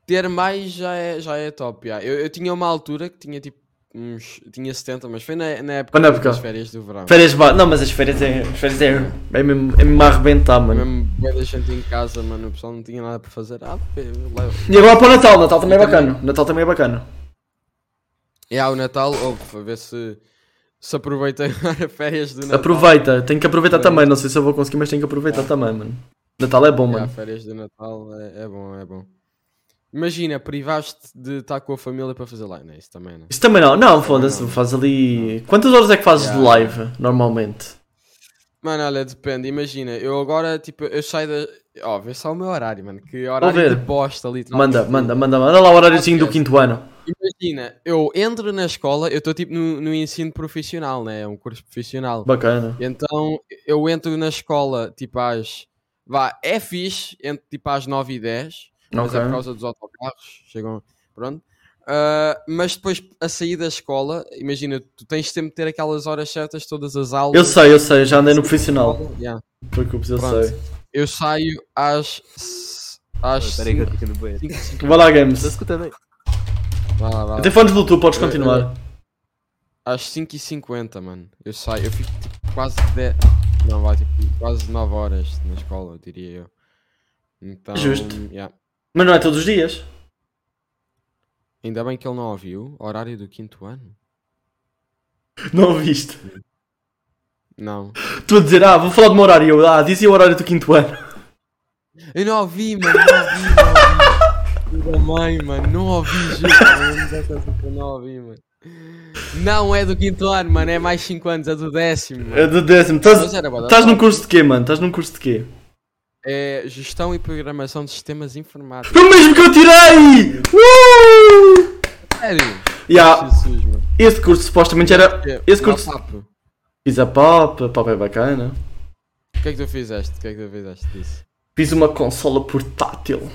Speaker 2: ter mais já é, já é top. yeah. Eu, eu tinha uma altura que tinha tipo uns. Tinha 70, mas foi na, na época
Speaker 1: Foi na época.
Speaker 2: das férias do verão.
Speaker 1: Férias ba... Não, mas as férias é, as férias é, é mesmo, é mesmo a arrebentar, mano.
Speaker 2: Mesmo bué da gente em casa, mano. O pessoal não tinha nada para fazer. Ah, pê, leva.
Speaker 1: E agora para o Natal, Natal também é
Speaker 2: Eu também.
Speaker 1: bacana. Natal também é bacana.
Speaker 2: E há o Natal, ou a ver se. Se aproveita agora férias do Natal. É.
Speaker 1: Aproveita, tenho que aproveitar
Speaker 2: Bem.
Speaker 1: também. Não sei se eu vou conseguir, mas tenho que aproveitar também, mano. Natal é bom,
Speaker 2: Yeah,
Speaker 1: mano.
Speaker 2: férias do Natal é, é bom, é bom. Imagina, privaste de estar com a família para fazer live, não é? Isso também não.
Speaker 1: Isso também não. Não, foda-se,
Speaker 2: não.
Speaker 1: faz ali. Quantas horas é que fazes de
Speaker 2: Yeah.
Speaker 1: live normalmente?
Speaker 2: Mano, olha, depende. Imagina, eu agora, tipo, eu saio da. Ó, vê só o meu horário, mano. Que horário de
Speaker 1: ver.
Speaker 2: bosta ali.
Speaker 1: Manda, manda, manda, manda lá o horáriozinho do
Speaker 2: Podcast.
Speaker 1: quinto ano.
Speaker 2: Imagina, eu entro na escola, eu estou tipo no, no ensino profissional, né? É um curso profissional.
Speaker 1: Bacana.
Speaker 2: Então eu entro na escola tipo às. Vá, é fixe, entro tipo às 9 e 10, mas é por
Speaker 1: Ok.
Speaker 2: causa dos autocarros, chegam. Pronto. Ah, mas depois a sair da escola, imagina, tu tens sempre de ter aquelas horas certas, todas as aulas.
Speaker 1: Eu sei, eu sei, já andei
Speaker 2: é
Speaker 1: no profissional.
Speaker 2: Yeah.
Speaker 1: Não te preocupes, eu
Speaker 2: Pronto.
Speaker 1: sei.
Speaker 2: Eu saio às. s- às
Speaker 3: Peraí que eu
Speaker 2: cinco-
Speaker 3: tô aqui no banheiro.
Speaker 2: cinco- cinco-
Speaker 1: Vai lá,
Speaker 3: Tô
Speaker 2: é
Speaker 1: Games.
Speaker 3: escutando aí.
Speaker 2: Vá lá, vá lá.
Speaker 1: Até fones Bluetooth, podes
Speaker 2: Eu- eu-
Speaker 1: continuar.
Speaker 2: Às 5h50, mano. Eu saio, eu fico tipo, quase 10. Não, vai tipo quase 9 horas na escola, eu diria eu. Então,
Speaker 1: Justo.
Speaker 2: yeah.
Speaker 1: Mas não é todos os dias?
Speaker 2: Ainda bem que ele não ouviu. Horário do quinto ano?
Speaker 1: Não ouviste?
Speaker 2: Não.
Speaker 1: Estou a dizer, ah, vou falar do meu horário. Eu, Ah, dizia o horário do quinto ano.
Speaker 2: Eu não ouvi, mano. Não ouvi, não ouvi. Da mãe, mano. Não ouvi, juro. mano, é uma coisa que eu Não ouvi, mano. Não é do quinto ano, mano. É mais 5 anos, é do décimo. Mano.
Speaker 1: É do décimo. Estás
Speaker 2: Mas era bué da
Speaker 1: estás num
Speaker 2: top.
Speaker 1: curso de quê, mano? Estás num curso de quê?
Speaker 2: É gestão e programação de sistemas
Speaker 1: É
Speaker 2: informáticos.
Speaker 1: o mesmo que eu tirei! Uh!
Speaker 2: Sério?
Speaker 1: Yeah,
Speaker 2: Jesus, mano.
Speaker 1: esse curso supostamente era.
Speaker 2: É,
Speaker 1: Esse
Speaker 2: não,
Speaker 1: curso.
Speaker 2: papo.
Speaker 1: Fiz a pop, a pop é bacana.
Speaker 2: O que é que tu fizeste? O que é que tu fizeste disso?
Speaker 1: Fiz uma consola portátil.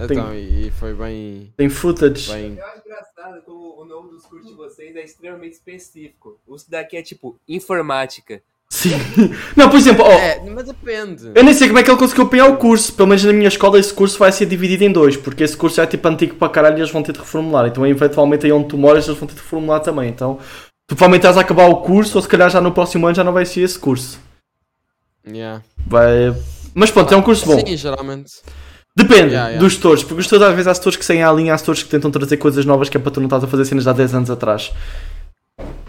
Speaker 2: Então, e, e foi bem.
Speaker 1: Tem footage.
Speaker 2: bem...
Speaker 3: Eu acho engraçado como o nome dos cursos de vocês é extremamente específico. Os daqui é tipo informática.
Speaker 1: Sim. Não, por exemplo, ó,
Speaker 2: É, mas depende.
Speaker 1: Eu nem sei como é que ele conseguiu apanhar o curso. Pelo menos na minha escola esse curso vai ser dividido em dois, porque esse curso é tipo antigo para caralho e eles vão ter de reformular. Então eventualmente aí onde tu moras eles vão ter de reformular também. Então tu provavelmente estás a acabar o curso ou se calhar já no próximo ano já não vai ser esse curso.
Speaker 2: Yeah.
Speaker 1: Vai... Mas pronto, é um curso bom.
Speaker 2: Sim, geralmente.
Speaker 1: Depende
Speaker 2: Yeah, yeah.
Speaker 1: dos tutores, porque os tutores às vezes há tutores que saem à linha, há tutores que tentam trazer coisas novas que é para tu não estás a fazer cenas de há 10 anos atrás.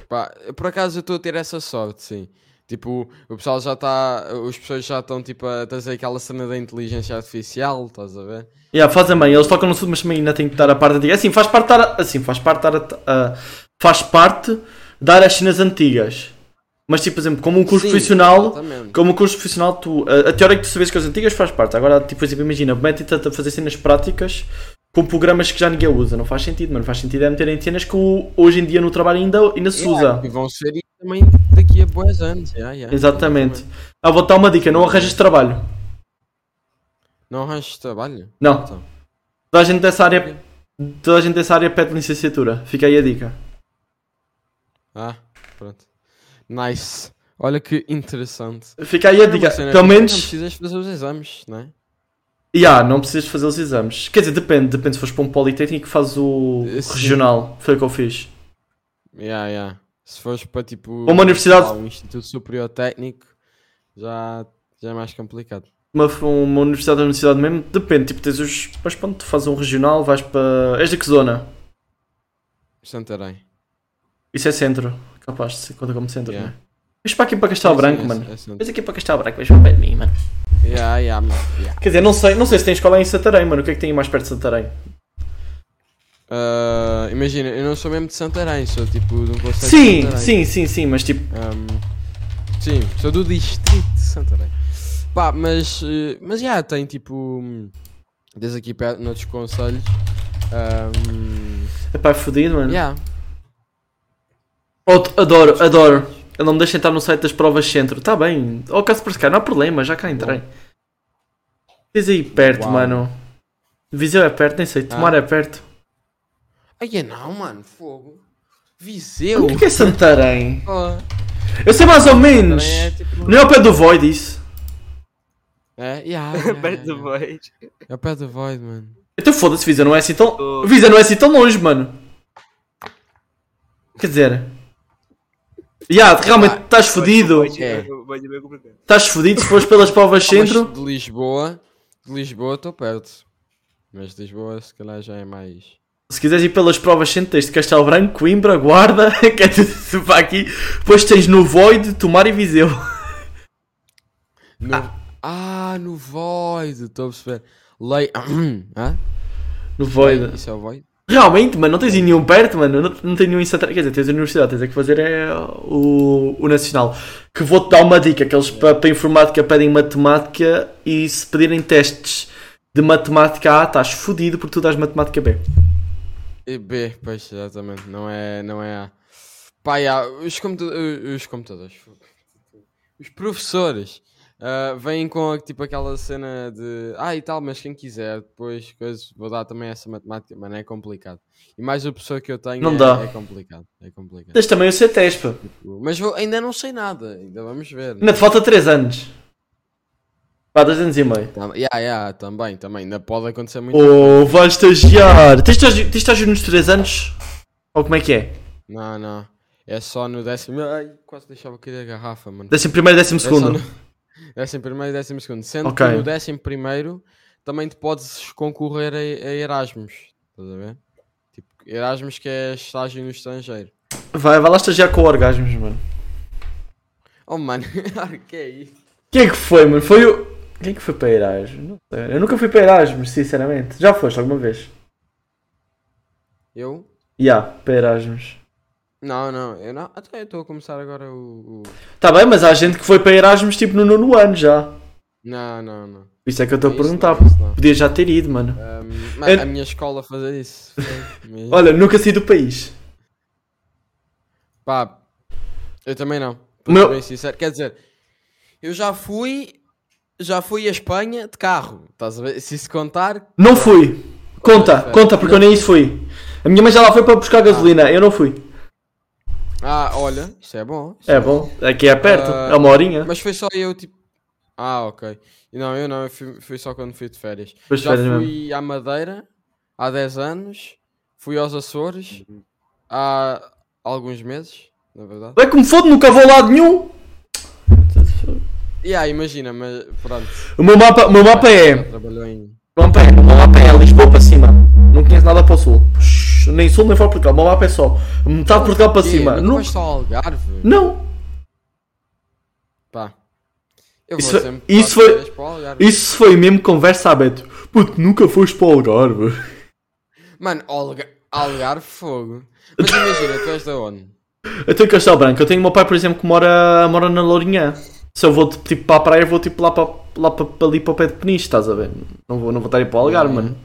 Speaker 2: Pá, por acaso eu estou a ter essa sorte, sim. Tipo, o pessoal já está. Os pessoas já estão tipo a trazer aquela cena da inteligência artificial, estás a ver?
Speaker 1: Yeah, faz a mãe, eles tocam no sul, mas também ainda tem que dar a parte antiga. Assim, faz parte dar, a- assim, faz parte dar, a- a- faz parte dar as cenas antigas. Mas tipo, por exemplo, como um curso
Speaker 2: Sim,
Speaker 1: profissional,
Speaker 2: exatamente.
Speaker 1: como um curso profissional, tu, a, a teoria é que tu sabes que as antigas faz parte. Agora, tipo, por exemplo, imagina, metem-te a fazer cenas práticas com programas que já ninguém usa. Não faz sentido, mano. Faz sentido é meterem cenas que o- hoje em dia no trabalho ainda, ainda se usa.
Speaker 2: E vão ser isso também daqui a boas anos. yeah, yeah.
Speaker 1: Exatamente. Ah, vou dar uma dica, não arranjas trabalho.
Speaker 2: Não arranjas trabalho?
Speaker 1: Não.
Speaker 2: Então.
Speaker 1: Toda a gente dessa área, toda a gente dessa área pede licenciatura. Fica aí a dica.
Speaker 2: Ah, pronto. Nice. Olha que interessante.
Speaker 1: Fica aí a
Speaker 2: Não,
Speaker 1: dica.
Speaker 2: mas, né,
Speaker 1: Pelo
Speaker 2: Não
Speaker 1: menos.
Speaker 2: precisas fazer os exames, não é?
Speaker 1: Ya, não precisas fazer os exames. Quer dizer, depende, depende se fores para um politécnico, faz o
Speaker 2: Eh, sim.
Speaker 1: regional. Foi o que eu fiz.
Speaker 2: Yeah, yeah. Se fores para tipo.
Speaker 1: Uma universidade-
Speaker 2: sei lá, Um Instituto Superior Técnico, já, já é mais complicado.
Speaker 1: Uma, uma universidade, é uma universidade mesmo, depende. Tipo, tens os. Mas pronto, tu fazes um regional, vais para. És de que zona?
Speaker 2: Santarém.
Speaker 1: Isso é centro. Capaz de ser, conta como centro,
Speaker 2: Yeah.
Speaker 1: né? Vais para aqui para Castelo
Speaker 2: Sim,
Speaker 1: Branco,
Speaker 2: é-
Speaker 1: mano.
Speaker 2: é Santarém.
Speaker 1: Vais aqui para Castelo Branco, vais para o pé de mim, mano.
Speaker 2: Yeah, yeah, mano, yeah.
Speaker 1: Quer dizer, não sei, não sei se tem escola em Santarém, mano. O que é que tem aí mais perto de Santarém?
Speaker 2: Ah, imagina, eu não sou mesmo de Santarém, sou tipo de um conceito de
Speaker 1: Sim,
Speaker 2: Santarém.
Speaker 1: sim, sim, sim, mas tipo.
Speaker 2: Ahm, sim, sou do distrito de Santarém. Pá, mas, eh, mas já tem tipo. hum, Desde aqui perto, noutros conselhos. ahm,
Speaker 1: É pá, é fodido, mano.
Speaker 2: yeah.
Speaker 1: Oh, adoro, adoro. Ele não me deixa entrar no site das provas centro. Tá bem. Ao caso para cá, não há problema, já cá entrei. Diz aí perto,
Speaker 2: Uau. Ah.
Speaker 1: mano. Viseu é perto, nem sei. Tomar é perto.
Speaker 2: Ai, é não, mano, fogo.
Speaker 1: O
Speaker 2: Viseu.
Speaker 1: que é que é Santarém?
Speaker 2: Ah.
Speaker 1: Eu sei mais ou menos.
Speaker 2: Santarém é tipo-
Speaker 1: Não é o pé do Void isso.
Speaker 2: É, yeah,
Speaker 3: Perto do Void.
Speaker 2: É o pé do Void, mano.
Speaker 1: Então foda-se, Viseu não é assim tão.
Speaker 3: Tô.
Speaker 1: Viseu não é assim tão longe, mano. Quer dizer. Yeah, realmente estás fodido.
Speaker 3: Void
Speaker 2: É.
Speaker 3: o Void é meio complicado.
Speaker 1: Estás fodido se fores pelas provas centro.
Speaker 2: Mas de Lisboa, de Lisboa estou perto. Mas de Lisboa se calhar já é mais...
Speaker 1: Se quiseres ir pelas provas centro, tens de Castelo Branco, Coimbra, Guarda, que é tudo para aqui. Depois tens no Void, Tomar e Viseu.
Speaker 2: No... Ah. no Void, estou a perceber. Lei... Hã?
Speaker 1: No Void.
Speaker 2: Isso é o Void?
Speaker 1: Realmente, mano, não tens aí nenhum perto, mano. Não, não tens nenhum isso atrás. Quer dizer, tens a universidade, tens é que fazer é o, o Nacional. Que vou-te dar uma dica: que eles para, para informática pedem matemática e se pedirem testes de matemática A, estás fodido porque tu dás matemática B.
Speaker 2: E B, pois, exatamente. Não é, não é A. Pá, e há os, computa- os computadores. Os professores ah, vêm com tipo, aquela cena de ah e tal, mas quem quiser, depois coisas, vou dar também essa matemática, mano, é complicado. E mais a pessoa que eu tenho
Speaker 1: Não
Speaker 2: é,
Speaker 1: dá.
Speaker 2: é complicado. É complicado.
Speaker 1: Tens também o CETESPA.
Speaker 2: Mas vou- ainda não sei nada, ainda vamos ver.
Speaker 1: Ainda te falta 3 anos. Pá, 2 anos e meio.
Speaker 2: Tam- yeah, yeah, também, também. Ainda pode acontecer muito.
Speaker 1: Oh, vais estagiar. Tens estágio tens estágio nos 3 anos? Ou como é que é?
Speaker 2: Não, não. É só no décimo. Ai, quase deixava cair a garrafa, mano.
Speaker 1: Décimo primeiro, décimo
Speaker 2: É só
Speaker 1: segundo.
Speaker 2: no- Décimo primeiro e décimo segundo. Sendo
Speaker 1: Ok.
Speaker 2: que no décimo primeiro também te podes concorrer a, a Erasmus. Estás a ver? Tipo, Erasmus que é estágio no estrangeiro.
Speaker 1: Vai, vai lá estagiar com orgasmos, mano.
Speaker 2: Oh mano, que é isso?
Speaker 1: Quem é que foi, mano? Foi o. Quem é que foi para Erasmus? Não sei. Eu nunca fui para Erasmus, sinceramente. Já foste alguma vez?
Speaker 2: Eu?
Speaker 1: Já, para Erasmus.
Speaker 2: Não, não, eu não. Até eu estou a começar agora o. o-
Speaker 1: Tá bem, mas há gente que foi para Erasmus tipo no nono ano já. Por
Speaker 2: Não, não, não.
Speaker 1: isso é que eu estou a
Speaker 2: Isso não,
Speaker 1: perguntar.
Speaker 2: isso não.
Speaker 1: Podia já ter ido, mano.
Speaker 2: Um, mano,
Speaker 1: Eu-
Speaker 2: A minha escola fazer isso. foi mesmo.
Speaker 1: Olha, nunca saí do país.
Speaker 2: Pá, eu também não. Para
Speaker 1: Meu-
Speaker 2: ser bem sincero, quer dizer, eu já fui, já fui à Espanha de carro. Estás a ver? Se isso contar,
Speaker 1: Não fui. Conta,
Speaker 2: Perfeito.
Speaker 1: conta, porque eu nem isso fui. A minha mãe já lá foi para buscar gasolina, eu não fui.
Speaker 2: ah, olha, isso é bom. isso
Speaker 1: É bom, aqui é perto,
Speaker 2: Ah,
Speaker 1: é uma horinha.
Speaker 2: Mas foi só eu, tipo, ah, ok. Não, eu não, eu fui, fui só quando fui de férias.
Speaker 1: Foi de
Speaker 2: já
Speaker 1: férias
Speaker 2: fui à Madeira há 10 anos, fui aos Açores
Speaker 1: Uhum.
Speaker 2: há alguns meses, na verdade.
Speaker 1: É que me foda, nunca vou a lado nenhum.
Speaker 2: E ah, imagina, mas pronto.
Speaker 1: O meu mapa, o meu mapa é.
Speaker 2: Já trabalhou em-
Speaker 1: O meu mapa é, o meu mapa é Lisboa para cima. Não conheço nada para o sul. Shhh, Nem sul nem fora de Portugal. O meu mapa é só metade de Portugal para
Speaker 2: Quê?
Speaker 1: cima.
Speaker 2: Nunca
Speaker 1: Não.
Speaker 2: foste ao Algarve?
Speaker 1: Não.
Speaker 2: Pá. Eu
Speaker 1: Isso
Speaker 2: vou
Speaker 1: foi-
Speaker 2: sempre
Speaker 1: isso
Speaker 2: para
Speaker 1: foi-
Speaker 2: férias para o Algarve.
Speaker 1: Isso foi mesmo conversa aberta. Puto, nunca foste para o Algarve.
Speaker 2: Mano, Alga... Algarve fogo. Mas imagina, tu és da onde?
Speaker 1: Eu tenho Castelo Branco. Eu tenho meu pai, por exemplo, que mora, mora na Lourinhã. Se eu vou tipo para a praia, eu vou tipo lá para, lá para, para ali para o pé de Peniche, estás a ver? Não vou, não vou estar a ir para o Algarve,
Speaker 2: Yeah.
Speaker 1: mano.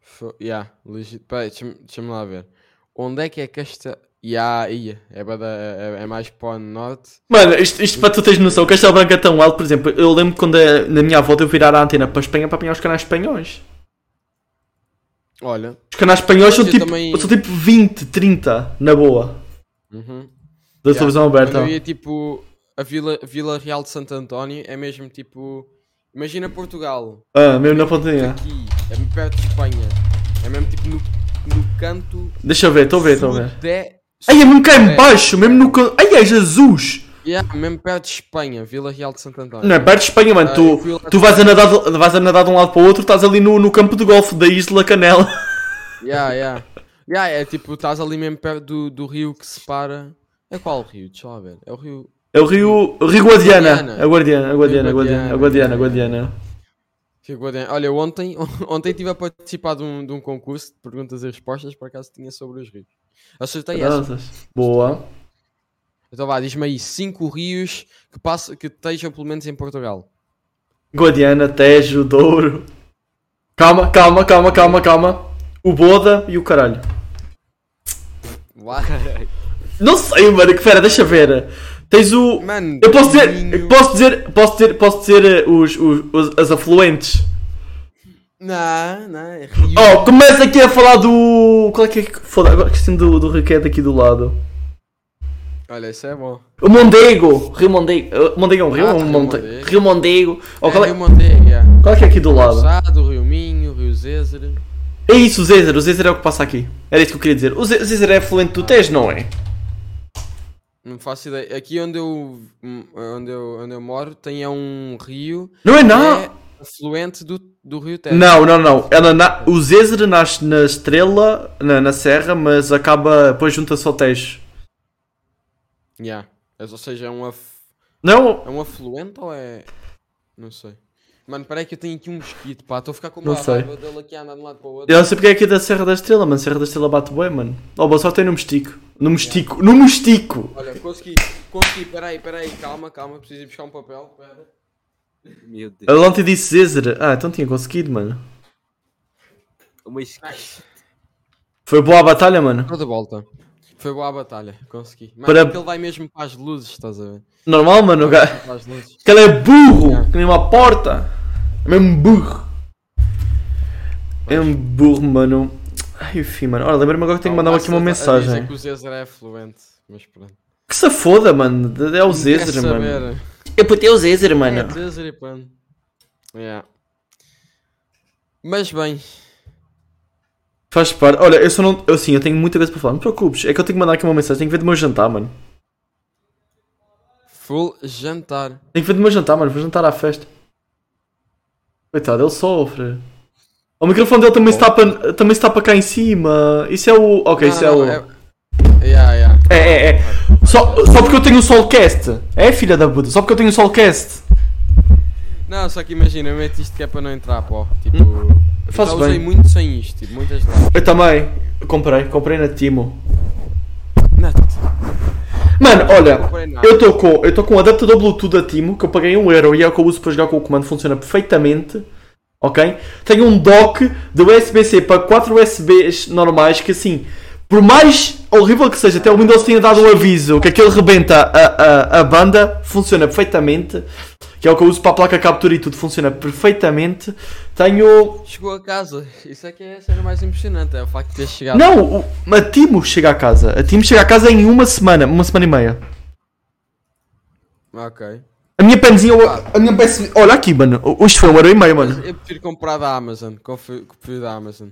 Speaker 2: Fo... Yeah, legit. Peraí, deixa-me deixa-me lá ver. Onde é que é Castelo... Yeah, ia. É, bada... é, é mais para o norte.
Speaker 1: Mano, isto, isto para tu teres noção, o Castelo Branco é tão alto, por exemplo, eu lembro quando a- na minha avó eu virar a antena para a Espanha para apanhar os canais espanhóis.
Speaker 2: Olha.
Speaker 1: Os canais espanhóis são
Speaker 2: Mas eu
Speaker 1: tipo,
Speaker 2: também-
Speaker 1: são tipo 20, 30, na boa,
Speaker 2: Uhum.
Speaker 1: da
Speaker 2: Yeah.
Speaker 1: televisão aberta.
Speaker 2: Quando eu ia, tipo, a Vila, Vila Real de Santo António é mesmo, tipo... Imagina Portugal.
Speaker 1: Ah, mesmo na pontinha.
Speaker 2: Aqui. É mesmo perto de Espanha. É mesmo, tipo, no, no canto...
Speaker 1: Deixa eu ver, estou a ver, estou a ver.
Speaker 2: sudé-
Speaker 1: Ai, é mesmo cá em
Speaker 2: É.
Speaker 1: baixo, mesmo no canto. Ai, é Jesus!
Speaker 2: Yeah, mesmo perto de Espanha, Vila Real de Santo António.
Speaker 1: Não é perto de Espanha, mano.
Speaker 2: Ah, eu fui
Speaker 1: tu,
Speaker 2: lá-
Speaker 1: tu vais, a nadar, de- vais a nadar de um lado para o outro, estás ali no, no campo de golfe da Isla Canela.
Speaker 2: Yeah, yeah. Yeah, é tipo, estás ali mesmo perto do, do rio que separa. É qual rio? Deixa lá ver. É o rio.
Speaker 1: É o Rio, Rio Guadiana.
Speaker 2: Guadiana.
Speaker 1: A Guadiana, a Guadiana, a Guadiana, a Guadiana, a
Speaker 2: Guadiana.
Speaker 1: Guadiana.
Speaker 2: Rio Guadiana. Olha, ontem ontem estive a participar de um, de um concurso de perguntas e respostas, por acaso tinha sobre os rios. Acertei essa.
Speaker 1: Nossas. Boa.
Speaker 2: Então vá, diz-me aí cinco rios que, passam, que estejam pelo menos em Portugal.
Speaker 1: Guadiana, Tejo, Douro. Calma, calma, calma, calma, calma. O Boda e o caralho.
Speaker 2: Uau.
Speaker 1: Não sei, mano. Que pera, deixa ver. Tens o.
Speaker 2: Mano,
Speaker 1: Eu posso dizer.
Speaker 2: Minho-
Speaker 1: eu Posso dizer. Posso dizer. Posso dizer eh, os, os, os- as afluentes.
Speaker 2: Não, não, é rio.
Speaker 1: Oh, começa aqui a falar do. Qual é que é que. Foda, agora esqueci do, do Rio que é daqui do lado. Oh.
Speaker 2: Olha, isso é bom.
Speaker 1: O Mondego! Rio Mondego. Uh, Mondego é um rio
Speaker 2: Ah,
Speaker 1: ou um
Speaker 2: Rio
Speaker 1: monte?
Speaker 2: Mondego.
Speaker 1: Rio Mondego. Ou
Speaker 2: é
Speaker 1: qual, é,
Speaker 2: Rio Mondego, yeah.
Speaker 1: qual é que é aqui do
Speaker 2: Rio
Speaker 1: lado?
Speaker 2: Sado, Rio Minho, Rio Zézere.
Speaker 1: É isso, o Zézer. O Zézer é o que passa aqui. Era isso que eu queria dizer. O Zé- Zézer é afluente do Tejo, não é?
Speaker 2: Não faço ideia. Aqui onde eu, hum, onde eu, onde eu moro tem é um rio
Speaker 1: Não é
Speaker 2: que
Speaker 1: não?
Speaker 2: é afluente do, do rio Tejo.
Speaker 1: Não, não, não. Ela na- o Zézer nasce na estrela, na, na serra, mas acaba. depois junta-se ao Tejo.
Speaker 2: Yeah. Mas, Ou seja, é um, af-
Speaker 1: Não?
Speaker 2: é um afluente ou é... Não sei. Mano, peraí que eu tenho aqui um mosquito, pá. Estou a ficar com
Speaker 1: Não
Speaker 2: uma
Speaker 1: sei.
Speaker 2: raiva dele aqui a andar de um lado para o outro.
Speaker 1: Eu não sei porque é aqui da Serra da Estrela, mano. Serra da Estrela bate bem, mano. Ó, boa sorte aí no Mostico. No Mostico. No Mostico!
Speaker 2: Olha, consegui, consegui. Peraí, peraí. Calma, calma. Preciso ir buscar um papel. Pera.
Speaker 3: Meu Deus.
Speaker 1: Ele ontem disse Zézer. Ah, então tinha conseguido, mano.
Speaker 3: Uma es-
Speaker 2: Ai,
Speaker 1: Foi boa a batalha, mano.
Speaker 2: Estou de volta. Foi boa a batalha. Consegui. Mano,
Speaker 1: Para-
Speaker 2: é que ele vai mesmo para as luzes, estás a ver?
Speaker 1: Normal, mano. O gajo...
Speaker 2: Para as luzes.
Speaker 1: Que ele é burro!
Speaker 2: Yeah.
Speaker 1: Que nem uma porta! É mesmo burro! É um burro, mano. Ai, enfim, mano. Ora, lembra-me agora que tenho que mandar aqui uma
Speaker 2: A
Speaker 1: mensagem.
Speaker 2: Dizer que o César é fluente. Mas pronto.
Speaker 1: Que se foda, mano. É o Zézer,
Speaker 2: Quer
Speaker 1: mano.
Speaker 2: saber?
Speaker 1: É para ter o Zézer, mano.
Speaker 2: É, César e pronto. Yeah. Mas bem.
Speaker 1: Faz parte. Olha, eu só não. Eu sim, eu tenho muita coisa para falar. Não te preocupes. É que eu tenho que mandar aqui uma mensagem. Tenho que ver do meu jantar, mano.
Speaker 2: Full jantar.
Speaker 1: Tenho que ver do meu jantar, mano. Vou jantar à festa. Coitado, ele sofre. O microfone dele também, está, para, também está para cá em cima. Isso é o. Ok,
Speaker 2: Não,
Speaker 1: isso
Speaker 2: não,
Speaker 1: é o.
Speaker 2: é- Yeah, yeah.
Speaker 1: É, é, é. Só, só porque eu tenho um solcast. É, filha da puta. Só porque eu tenho um solcast.
Speaker 2: Não, só que imagina, eu meto isto que é para não entrar pó. Tipo, eu
Speaker 1: Faz
Speaker 2: já usei
Speaker 1: Hum? bem.
Speaker 2: muito sem isto, tipo, muitas lives.
Speaker 1: Eu também. Comprei. Comprei na Timo.
Speaker 2: Não,
Speaker 1: Mano, olha.
Speaker 2: comprei nada.
Speaker 1: Eu estou com, eu tô com um adaptador Bluetooth da Timo que eu paguei 1€ euro e é o que eu uso para jogar com o comando, funciona perfeitamente. Ok? Tenho um dock de USB-C para 4 USBs normais que assim, por mais horrível que seja, até o Windows tinha dado o aviso que aquele rebenta a, a, a banda, funciona perfeitamente. Que é o que eu uso para a placa captura e tudo, funciona perfeitamente. Tenho.
Speaker 2: Chegou a casa, isso é que é a cena mais impressionante, é o facto de ter chegado.
Speaker 1: Não, o- a Timo chega a casa. A Timo chega a casa em uma semana, uma semana e meia.
Speaker 2: Ok.
Speaker 1: A minha penzinha, a minha PS... Olha aqui, mano. Isto foi um euro e meio, mano.
Speaker 2: Eu prefiro comprar da Amazon, confio, confio da Amazon.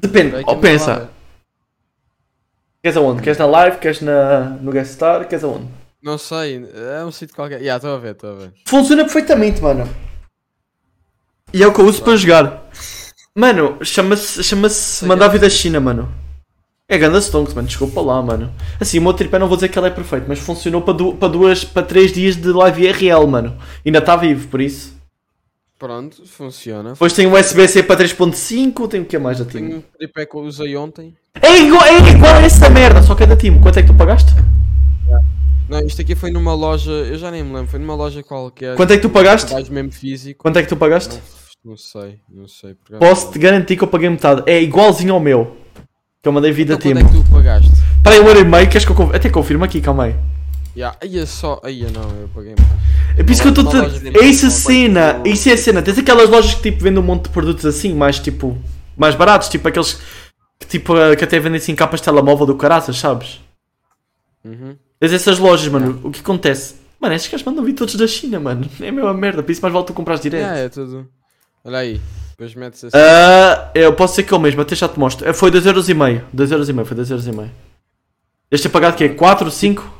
Speaker 1: Depende.
Speaker 2: Vai que
Speaker 1: Ou
Speaker 2: é muito
Speaker 1: pensa.
Speaker 2: barato.
Speaker 1: Queres aonde? Queres na live? Queres na, no guest star? Queres aonde?
Speaker 2: Não sei, é um sítio qualquer. Yeah, estou a ver, estou a ver.
Speaker 1: Funciona perfeitamente, mano. E é o que eu uso para jogar. Mano, chama-se chama Mandar Vida à China, mano. É ganda stonks, mano. Desculpa lá, mano. Assim, o meu tripé não vou dizer que ele é perfeito, mas funcionou para, du para duas, para três dias de live IRL, mano. Ainda está vivo, por isso.
Speaker 2: Pronto, funciona.
Speaker 1: Depois tem o USB-C para 3.5, tem o que é mais da Timo?
Speaker 2: Tenho um tripé que eu usei ontem.
Speaker 1: É igual, é igual a essa merda, só que é da Timo. Quanto é que tu pagaste?
Speaker 2: Não, isto aqui foi numa loja, eu já nem me lembro, foi numa loja qualquer.
Speaker 1: Quanto é que tu pagaste?
Speaker 2: Vais mesmo físico.
Speaker 1: Quanto é que tu pagaste?
Speaker 2: Não sei, não sei. por acaso.
Speaker 1: Posso te garantir que eu paguei metade. É igualzinho ao meu. Que eu mandei vida
Speaker 2: Então,
Speaker 1: a Timo.
Speaker 2: quando é que tu pagaste?
Speaker 1: Espera aí, um ano e meio, queres que eu conf... Até confirmo aqui, calma aí.
Speaker 2: Ya, aí é só. Aí é não, eu paguei mais.
Speaker 1: É por isso que eu estou
Speaker 2: Uma loja
Speaker 1: te...
Speaker 2: de-
Speaker 1: É isso a cena, isso é a cena. Tens aquelas lojas que tipo vendem um monte de produtos assim, mais tipo. mais baratos, tipo aqueles que, tipo, eh, que até vendem assim capas de telemóvel do caraças, sabes?
Speaker 2: Uhum.
Speaker 1: Tens essas lojas, mano. O que acontece? Mano, estes caras mandam vir todos da China, mano. É a mesma merda, por isso mais vale tu comprar direto.
Speaker 2: Ya, é tudo. Olha aí, depois metes assim.
Speaker 1: Ah, eu posso ser que eu mesmo, até já te mostro. Eh, Foi 2,5€. 2,5€, foi 2,5€. Este é pagado o quê? 4, 5?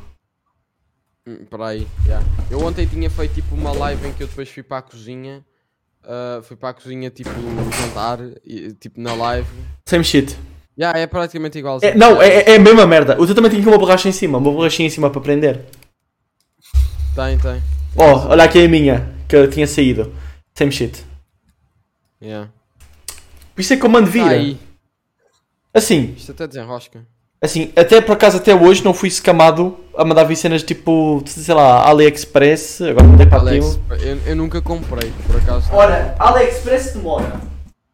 Speaker 2: Hum, Espera aí, ya. Eu ontem tinha feito tipo uma live em que eu depois fui para a cozinha. ah, fui para a cozinha tipo jantar, e, tipo na live.
Speaker 1: Same shit.
Speaker 2: Ya, é praticamente igual.
Speaker 1: É, não, é, é a mesma merda. O teu também tem aqui uma borracha em cima, uma borrachinha em cima para prender.
Speaker 2: Tem, tem.
Speaker 1: Oh, olha aqui a minha, que eu tinha saído. Same shit.
Speaker 2: Ya.
Speaker 1: Por isso é que eu mando vir.
Speaker 2: Tá aí,
Speaker 1: Assim,
Speaker 2: isto até desenrosca.
Speaker 1: assim, até por acaso até hoje não fui escamado a mandar vir cenas tipo, sei lá, AliExpress, agora mandei para
Speaker 2: Alex,
Speaker 1: Timo.
Speaker 2: eu, eu nunca comprei, por acaso.
Speaker 1: Ora, AliExpress demora.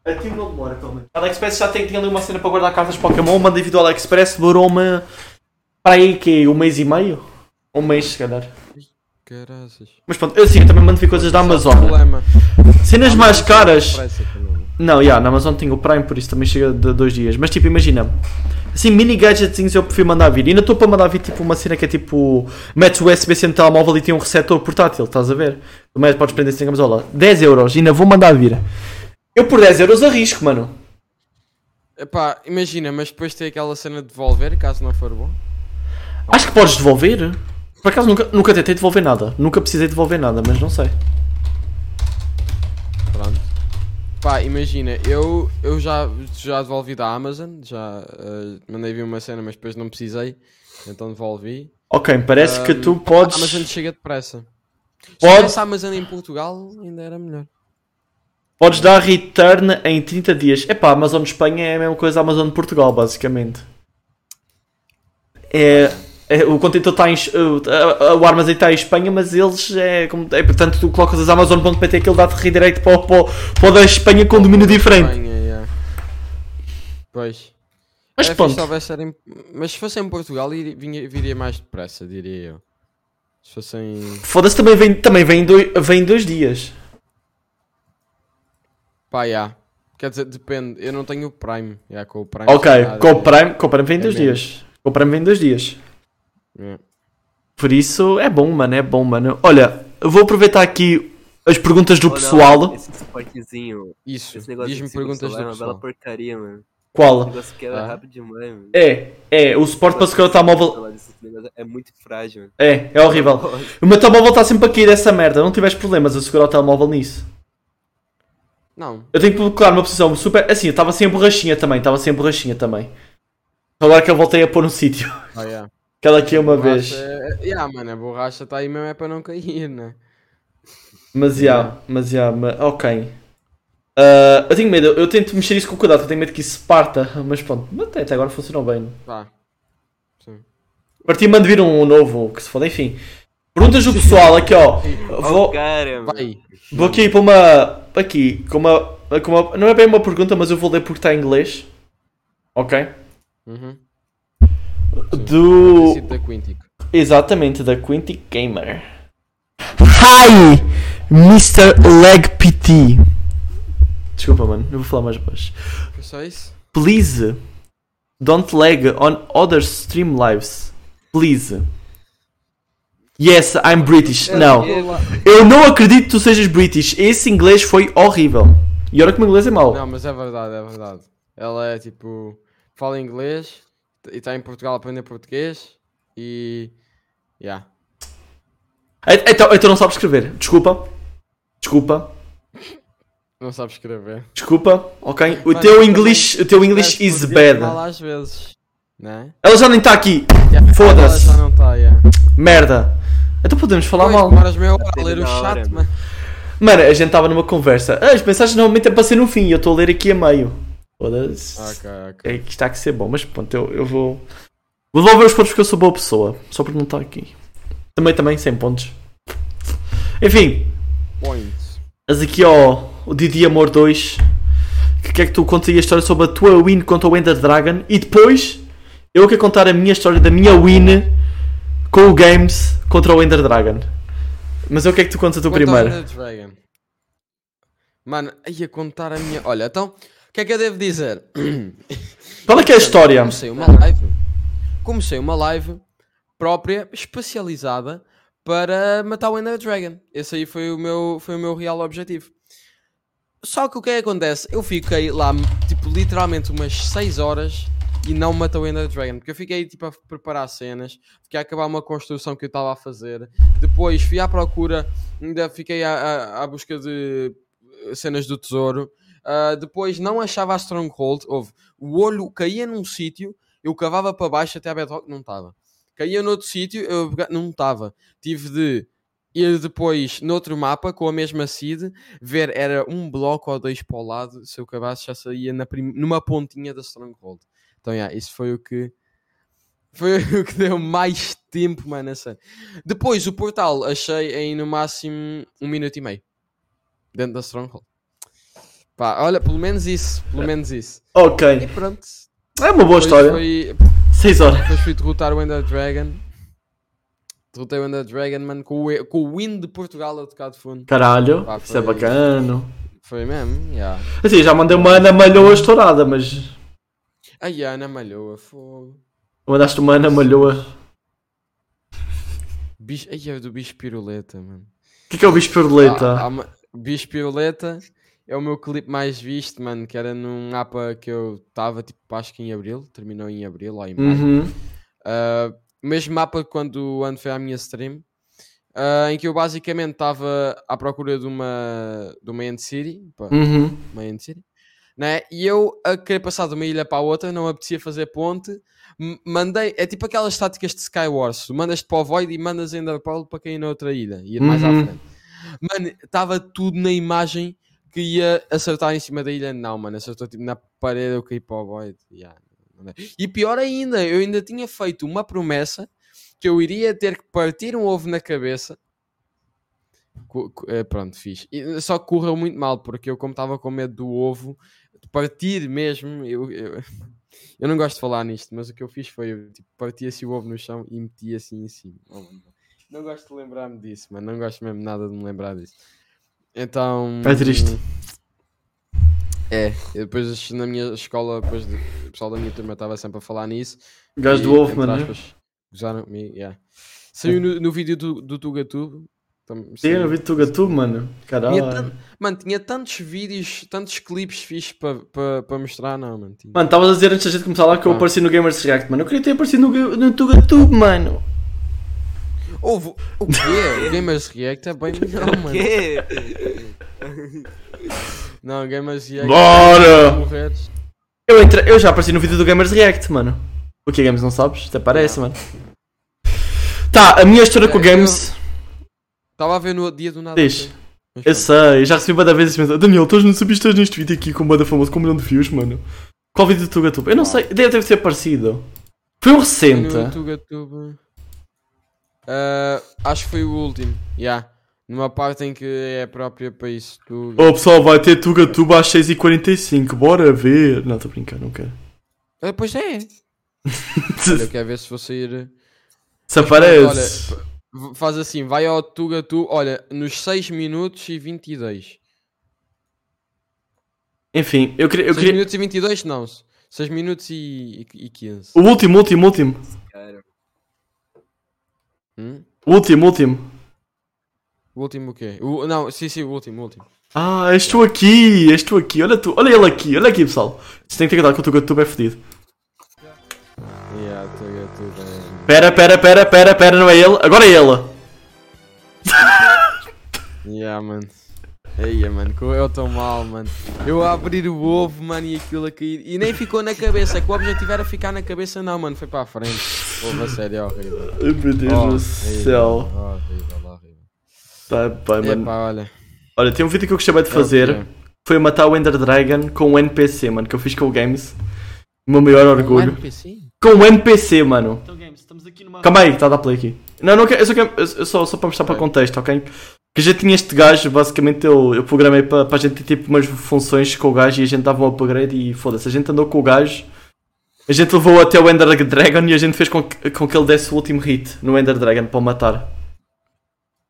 Speaker 1: A Timo não demora, pelo menos. AliExpress já tem, tinha ali uma cena para guardar cartas Pokémon, mandei vir do AliExpress, demorou-me para aí que um mês e meio? Um mês, se calhar.
Speaker 2: Caraças.
Speaker 1: Mas pronto, eu sim, eu também mando vir coisas da Amazon.
Speaker 2: Problema. é
Speaker 1: Cenas mais caras.
Speaker 2: Parece que não.
Speaker 1: Não, já, na Amazon tenho o Prime, por isso também chega de dois dias. Mas tipo, imagina. Assim, mini gadgetzinhos eu prefiro mandar vir. Ainda estou para mandar vir tipo uma cena que é tipo. Metes o USB-C no telemóvel e tem um receptor portátil, estás a ver? Mas podes prender sem camisola. 10 euros, ainda vou mandar vir. Eu por 10 euros arrisco, mano.
Speaker 2: Epá, imagina, mas depois tem aquela cena de devolver, caso não for bom.
Speaker 1: Acho que podes devolver. Por acaso nunca, nunca tentei devolver nada. Nunca precisei devolver nada, mas não sei.
Speaker 2: Pronto. Pá, imagina, eu, eu já, já devolvi da Amazon, já eh, mandei vir uma cena, mas depois não precisei, então devolvi.
Speaker 1: Ok, parece que
Speaker 2: Ahm,
Speaker 1: tu
Speaker 2: A Amazon
Speaker 1: podes.
Speaker 2: chega depressa. Se
Speaker 1: Pode-
Speaker 2: tivesse Amazon em Portugal, ainda era melhor.
Speaker 1: Podes dar return em 30 dias. Epá, Amazon de Espanha é a mesma coisa da Amazon de Portugal, basicamente. É, é- o contentor está em. Es- o- a- a- O armazém está em Espanha, mas eles. É, como- é, portanto, tu colocas as Amazon.pt que ele dá-te redirect para, o- para, o- para o da Espanha com domínio diferente.
Speaker 2: Espanha, yeah. é, Pois.
Speaker 1: Mas
Speaker 2: Era É, fixe se
Speaker 1: pronto.
Speaker 2: houvesse era em- Mas se fosse em Portugal, iri- vinha- viria mais depressa, diria eu. Se fosse em.
Speaker 1: Foda-se, também vem, também vem, dois, vem dois dias.
Speaker 2: Pá, yeah. Quer dizer, depende. Eu não tenho o Prime. Yeah, com o Prime.
Speaker 1: Ok,
Speaker 2: se calhar,
Speaker 1: com o Prime, com o Prime vem
Speaker 2: É
Speaker 1: dois
Speaker 2: menos.
Speaker 1: dias. Com o Prime vem dois dias.
Speaker 2: yeah.
Speaker 1: Por isso, é bom, mano, é bom, mano. Olha, eu vou aproveitar aqui as perguntas do
Speaker 3: Ou não,
Speaker 1: pessoal.
Speaker 3: esse suportezinho,
Speaker 2: Isso.
Speaker 3: esse negócio
Speaker 2: Diz-me
Speaker 3: de segundo
Speaker 2: perguntas
Speaker 3: celular é
Speaker 2: do
Speaker 3: uma bela
Speaker 2: pessoal.
Speaker 3: porcaria, mano. O
Speaker 1: Qual?
Speaker 3: negócio quebra
Speaker 2: Ah.
Speaker 3: rápido demais, mano.
Speaker 1: É, é, o suporte para segurar o telemóvel.
Speaker 3: Esse negócio É muito frágil, mano.
Speaker 1: É, é horrível. O meu telemóvel está sempre a cair dessa merda, não tiveste problemas a segurar o telemóvel nisso.
Speaker 2: Não.
Speaker 1: Eu tenho que colocar numa posição super. Assim, eu estava sem a borrachinha também, estava sem a borrachinha também. Agora que eu voltei a pôr no sítio.
Speaker 2: Pá, yeah.
Speaker 1: Aquela aqui é uma vez.
Speaker 2: Borracha- Yeah, mano, a borracha está aí mesmo é para não cair, né?
Speaker 1: Mas já, mas já, ma- ok. Ah, eu tenho medo, eu tento mexer isso com cuidado, eu tenho medo que isso parta, mas pronto, até, até agora funcionou bem.
Speaker 2: Pá.
Speaker 1: Partiu manda vir um novo, que se foda, enfim. Perguntas do pessoal aqui, ó.
Speaker 3: Ó o
Speaker 1: Vou,
Speaker 3: cara, mano.
Speaker 2: Vai.
Speaker 1: vou aqui para uma. Aqui, com uma, com uma. Não é bem uma pergunta, mas eu vou ler porque está em inglês. Ok?
Speaker 2: Uhum.
Speaker 1: Do.
Speaker 2: Sítio da Quintic.
Speaker 1: Exatamente, da Quinty Gamer. Hi, Mr. Leg PT. Desculpa, mano, não vou falar mais baixo.
Speaker 2: Foi só isso?
Speaker 1: Please, don't lag on other stream lives. Please. Yes, I'm British. Não. Eu não acredito que tu sejas British. Esse inglês foi horrível. E olha que o meu inglês é mau.
Speaker 2: Não, mas é verdade, é verdade. Ela é tipo. Fala inglês t- e está em Portugal a aprender português e. Yeah.
Speaker 1: E- Então, então não sabes escrever. Desculpa. Desculpa.
Speaker 2: Não sabe escrever.
Speaker 1: Desculpa. Ok. O
Speaker 2: Mano,
Speaker 1: teu
Speaker 2: também-
Speaker 1: inglês, o teu inglês
Speaker 2: Parece
Speaker 1: is
Speaker 2: português
Speaker 1: bad.
Speaker 2: mal às vezes. Né?
Speaker 1: Ela já nem está aqui.
Speaker 2: Yeah,
Speaker 1: Foda-se.
Speaker 2: Ela já não está, yeah.
Speaker 1: Merda. Então podemos falar
Speaker 2: Pois,
Speaker 1: mal.
Speaker 2: Demoras meia hora a ler
Speaker 3: Depende
Speaker 2: o
Speaker 3: da hora,
Speaker 2: chat,
Speaker 3: mano.
Speaker 2: mano.
Speaker 1: Mano, a gente estava numa conversa. Ah, As mensagens normalmente é para ser no fim. e Eu estou a ler aqui a meio. Foda-se.
Speaker 2: Ah, Ok, ok.
Speaker 1: É que está que ser bom, mas pronto, eu, eu vou. Vou devolver os pontos porque eu sou boa pessoa. Só por não estar aqui. Também, também, 100 pontos. Enfim,
Speaker 2: Point.
Speaker 1: mas aqui ó, o Didi Amor 2. Que quer que tu contes aí a história sobre a tua win contra o Ender Dragon? E depois, eu quero contar a minha história da minha win com o Games contra o Ender Dragon. Mas eu quero que tu contes a tua
Speaker 2: Quanto ao
Speaker 1: primeira.
Speaker 2: Under Dragon. Mano, ia contar a minha. Olha, então, o que é que eu devo dizer?
Speaker 1: Qual é que é a história?
Speaker 2: Comecei uma live. Comecei uma live própria, especializada para matar o Ender Dragon. Esse aí foi o meu, foi o meu real objetivo. Só que o que é que acontece? Eu fiquei lá, tipo, literalmente umas 6 horas e não matei o Ender Dragon. Porque eu fiquei, tipo, a preparar cenas, fiquei a acabar uma construção que eu estava a fazer. Depois fui à procura, ainda fiquei à, à- à busca de cenas do tesouro. Ah, depois não achava a Stronghold. Houve. O olho caía num sítio, eu cavava para baixo até a Bedrock, não estava. Caía noutro sítio, eu pega- não estava. Tive de ir depois noutro mapa com a mesma seed, ver era um bloco ou dois para o lado, se eu cavasse já saía na prim- numa pontinha da Stronghold. Então, yeah, isso foi o que. Foi o que deu mais tempo, mano. Essa. Depois o portal achei em no máximo um minuto e meio. Dentro da Stronghold. Pá, olha, pelo menos isso. Pelo menos isso. E
Speaker 1: Ok.
Speaker 2: pronto.
Speaker 1: É uma boa
Speaker 2: Depois
Speaker 1: história.
Speaker 2: Foi,
Speaker 1: 6 horas.
Speaker 2: depois fui derrotar o Ender Dragon. Derrotei o Ender Dragon, mano, com o, com o win de Portugal a tocar de fundo.
Speaker 1: Caralho,
Speaker 2: Pá,
Speaker 1: isso é
Speaker 2: Ah, foi-
Speaker 1: bacana.
Speaker 2: Foi mesmo? Yeah.
Speaker 1: Assim, já mandei uma Ana Malhoa estourada, mas.
Speaker 2: Ai, Ana Malhoa, fogo.
Speaker 1: Mandaste uma Ana Malhoa.
Speaker 2: Bicho, ai, é do bicho piruleta, mano.
Speaker 1: O que é que é o bicho
Speaker 2: Há- há
Speaker 1: piruleta?
Speaker 2: uma- Bicho Piruleta é o meu clipe mais visto, mano, que era num mapa que eu estava, tipo, acho que em Abril, terminou em Abril, lá em maio.
Speaker 1: Uhum.
Speaker 2: Ah, mesmo mapa que quando o foi à minha stream, ah, em que eu basicamente estava à procura de uma, de uma End City, pá,
Speaker 1: Uhum.
Speaker 2: uma End City, né? e eu a querer passar de uma ilha para a outra, não me apetecia fazer ponte, M- Mandei, é tipo aquelas táticas de Skywars. Tu mandas para o Void e mandas em Underpole para cair na outra ilha e ir mais à
Speaker 1: Uhum.
Speaker 2: frente. Mano, estava tudo na imagem que ia acertar em cima da ilha. Não, mano, acertou tipo na parede. Eu caí para o Void. Yeah, não dá. E pior ainda, eu ainda tinha feito uma promessa que eu iria ter que partir um ovo na cabeça Co- co- eh, pronto, fiz. E, Só que correu muito mal, porque eu, como estava com medo do ovo, de partir mesmo, eu, eu, eu não gosto de falar nisto, mas o que eu fiz foi eu tipo, parti assim o ovo no chão e meti assim em cima. Oh, mano. não gosto de lembrar-me disso, mano. Não gosto mesmo nada de me lembrar disso. Então.
Speaker 1: É triste.
Speaker 2: É, eu depois na minha escola, depois de- o pessoal da minha turma estava sempre a falar nisso.
Speaker 1: O gajo do
Speaker 2: E,
Speaker 1: ovo,
Speaker 2: entre
Speaker 1: mano. né?
Speaker 2: aspas, Gozaram comigo, yeah. Saiu no, no vídeo do, do Tugatube. Tam-
Speaker 1: Sim, eu
Speaker 2: saiu.
Speaker 1: não vi Tuga tu, mano. Caralho.
Speaker 2: Tinha tan- Mano, tinha tantos vídeos, tantos clipes fixos para pa, pa mostrar, não, mano. tinha.
Speaker 1: Mano, estavas a dizer antes da gente começar lá que eu
Speaker 2: Ah.
Speaker 1: apareci no Gamers React, mano. Eu queria ter aparecido no, Ga- no Tuga Tube, mano.
Speaker 2: Houve- o quê? O Gamers React é bem melhor, mano.
Speaker 3: Quê?
Speaker 2: Não, Gamers React. é
Speaker 1: Bora!
Speaker 2: Morreres.
Speaker 1: Eu, entre... eu já apareci no vídeo do Gamers React, mano. O que Games não sabes? Até parece, mano. Tá, a minha história com o
Speaker 2: É, eu-
Speaker 1: Games.
Speaker 2: Estava a ver no outro dia do nada.
Speaker 1: Diz. Eu
Speaker 2: Mas pronto.
Speaker 1: sei, eu já recebi bada vezes mas Daniel, tu não subiste hoje neste vídeo aqui com bada famoso com um milhão de views, mano. Qual vídeo do Tuga Tube? Eu não sei, deve deve ter parecido. Foi um
Speaker 2: Foi
Speaker 1: recente.
Speaker 2: No Tugatube. Ah, acho que foi o último, já. Numa parte em que é própria para isso. Tuga.
Speaker 1: Oh pessoal, vai ter Tuga Tube às 6h45, bora ver. Não, estou a brincar, não quero. Oh.
Speaker 2: Ah, pois é. Olha, eu quero ver se vou sair.
Speaker 1: Se aparece.
Speaker 2: V- Faz assim, vai ao Tuga Tu, olha, nos 6 minutos e 22.
Speaker 1: Enfim, eu queria. Eu
Speaker 2: 6
Speaker 1: queria...
Speaker 2: minutos e 22 não, 6 minutos e, e, e 15.
Speaker 1: O último, último, último.
Speaker 3: Cara,
Speaker 2: Hum?
Speaker 1: O último, último.
Speaker 2: O último o quê? O, não, sim, sim, o último, o último.
Speaker 1: Ah, estou aqui, estou aqui. Olha tu, olha ele aqui, olha aqui pessoal. Você tem que ter cuidado que o Tuga Tube é fedido.
Speaker 2: Yeah, Tuga Tu, é-
Speaker 1: Pera, pera, pera, pera, pera, não é ele, agora é ele.
Speaker 2: Yeah, mano. Eia, mano, co- eu estou mal, mano. Eu a abrir o ovo, mano, e aquilo a cair. E nem ficou na cabeça, que o objetivo era ficar na cabeça, não, mano, foi para a frente. Ovo a sério, é horrível.
Speaker 1: Ai, Meu Deus
Speaker 2: Horrível,
Speaker 1: do céu.
Speaker 2: Horrível, horrível.
Speaker 1: Tá bem, mano.
Speaker 2: Epá, olha.
Speaker 1: Olha, tem um vídeo que eu gostei bem de
Speaker 2: É o que
Speaker 1: fazer.
Speaker 2: é.
Speaker 1: Foi matar o Ender Dragon com um NPC, mano, que eu fiz com o Games. O meu maior orgulho.
Speaker 2: NPC?
Speaker 1: Com um NPC, mano.
Speaker 4: Então, Games, estamos aqui numa.
Speaker 1: Calma aí, está a dar play aqui. Não, não quero, eu só quero, eu- eu só, só para mostrar para
Speaker 2: Ok.
Speaker 1: contexto, ok? Que já tinha este gajo, basicamente eu, eu programei para, para a gente ter tipo umas funções com o gajo e a gente dava um upgrade e foda-se, a gente andou com o gajo, a gente levou até o Ender Dragon e a gente fez com que, com que ele desse o último hit no Ender Dragon para o matar.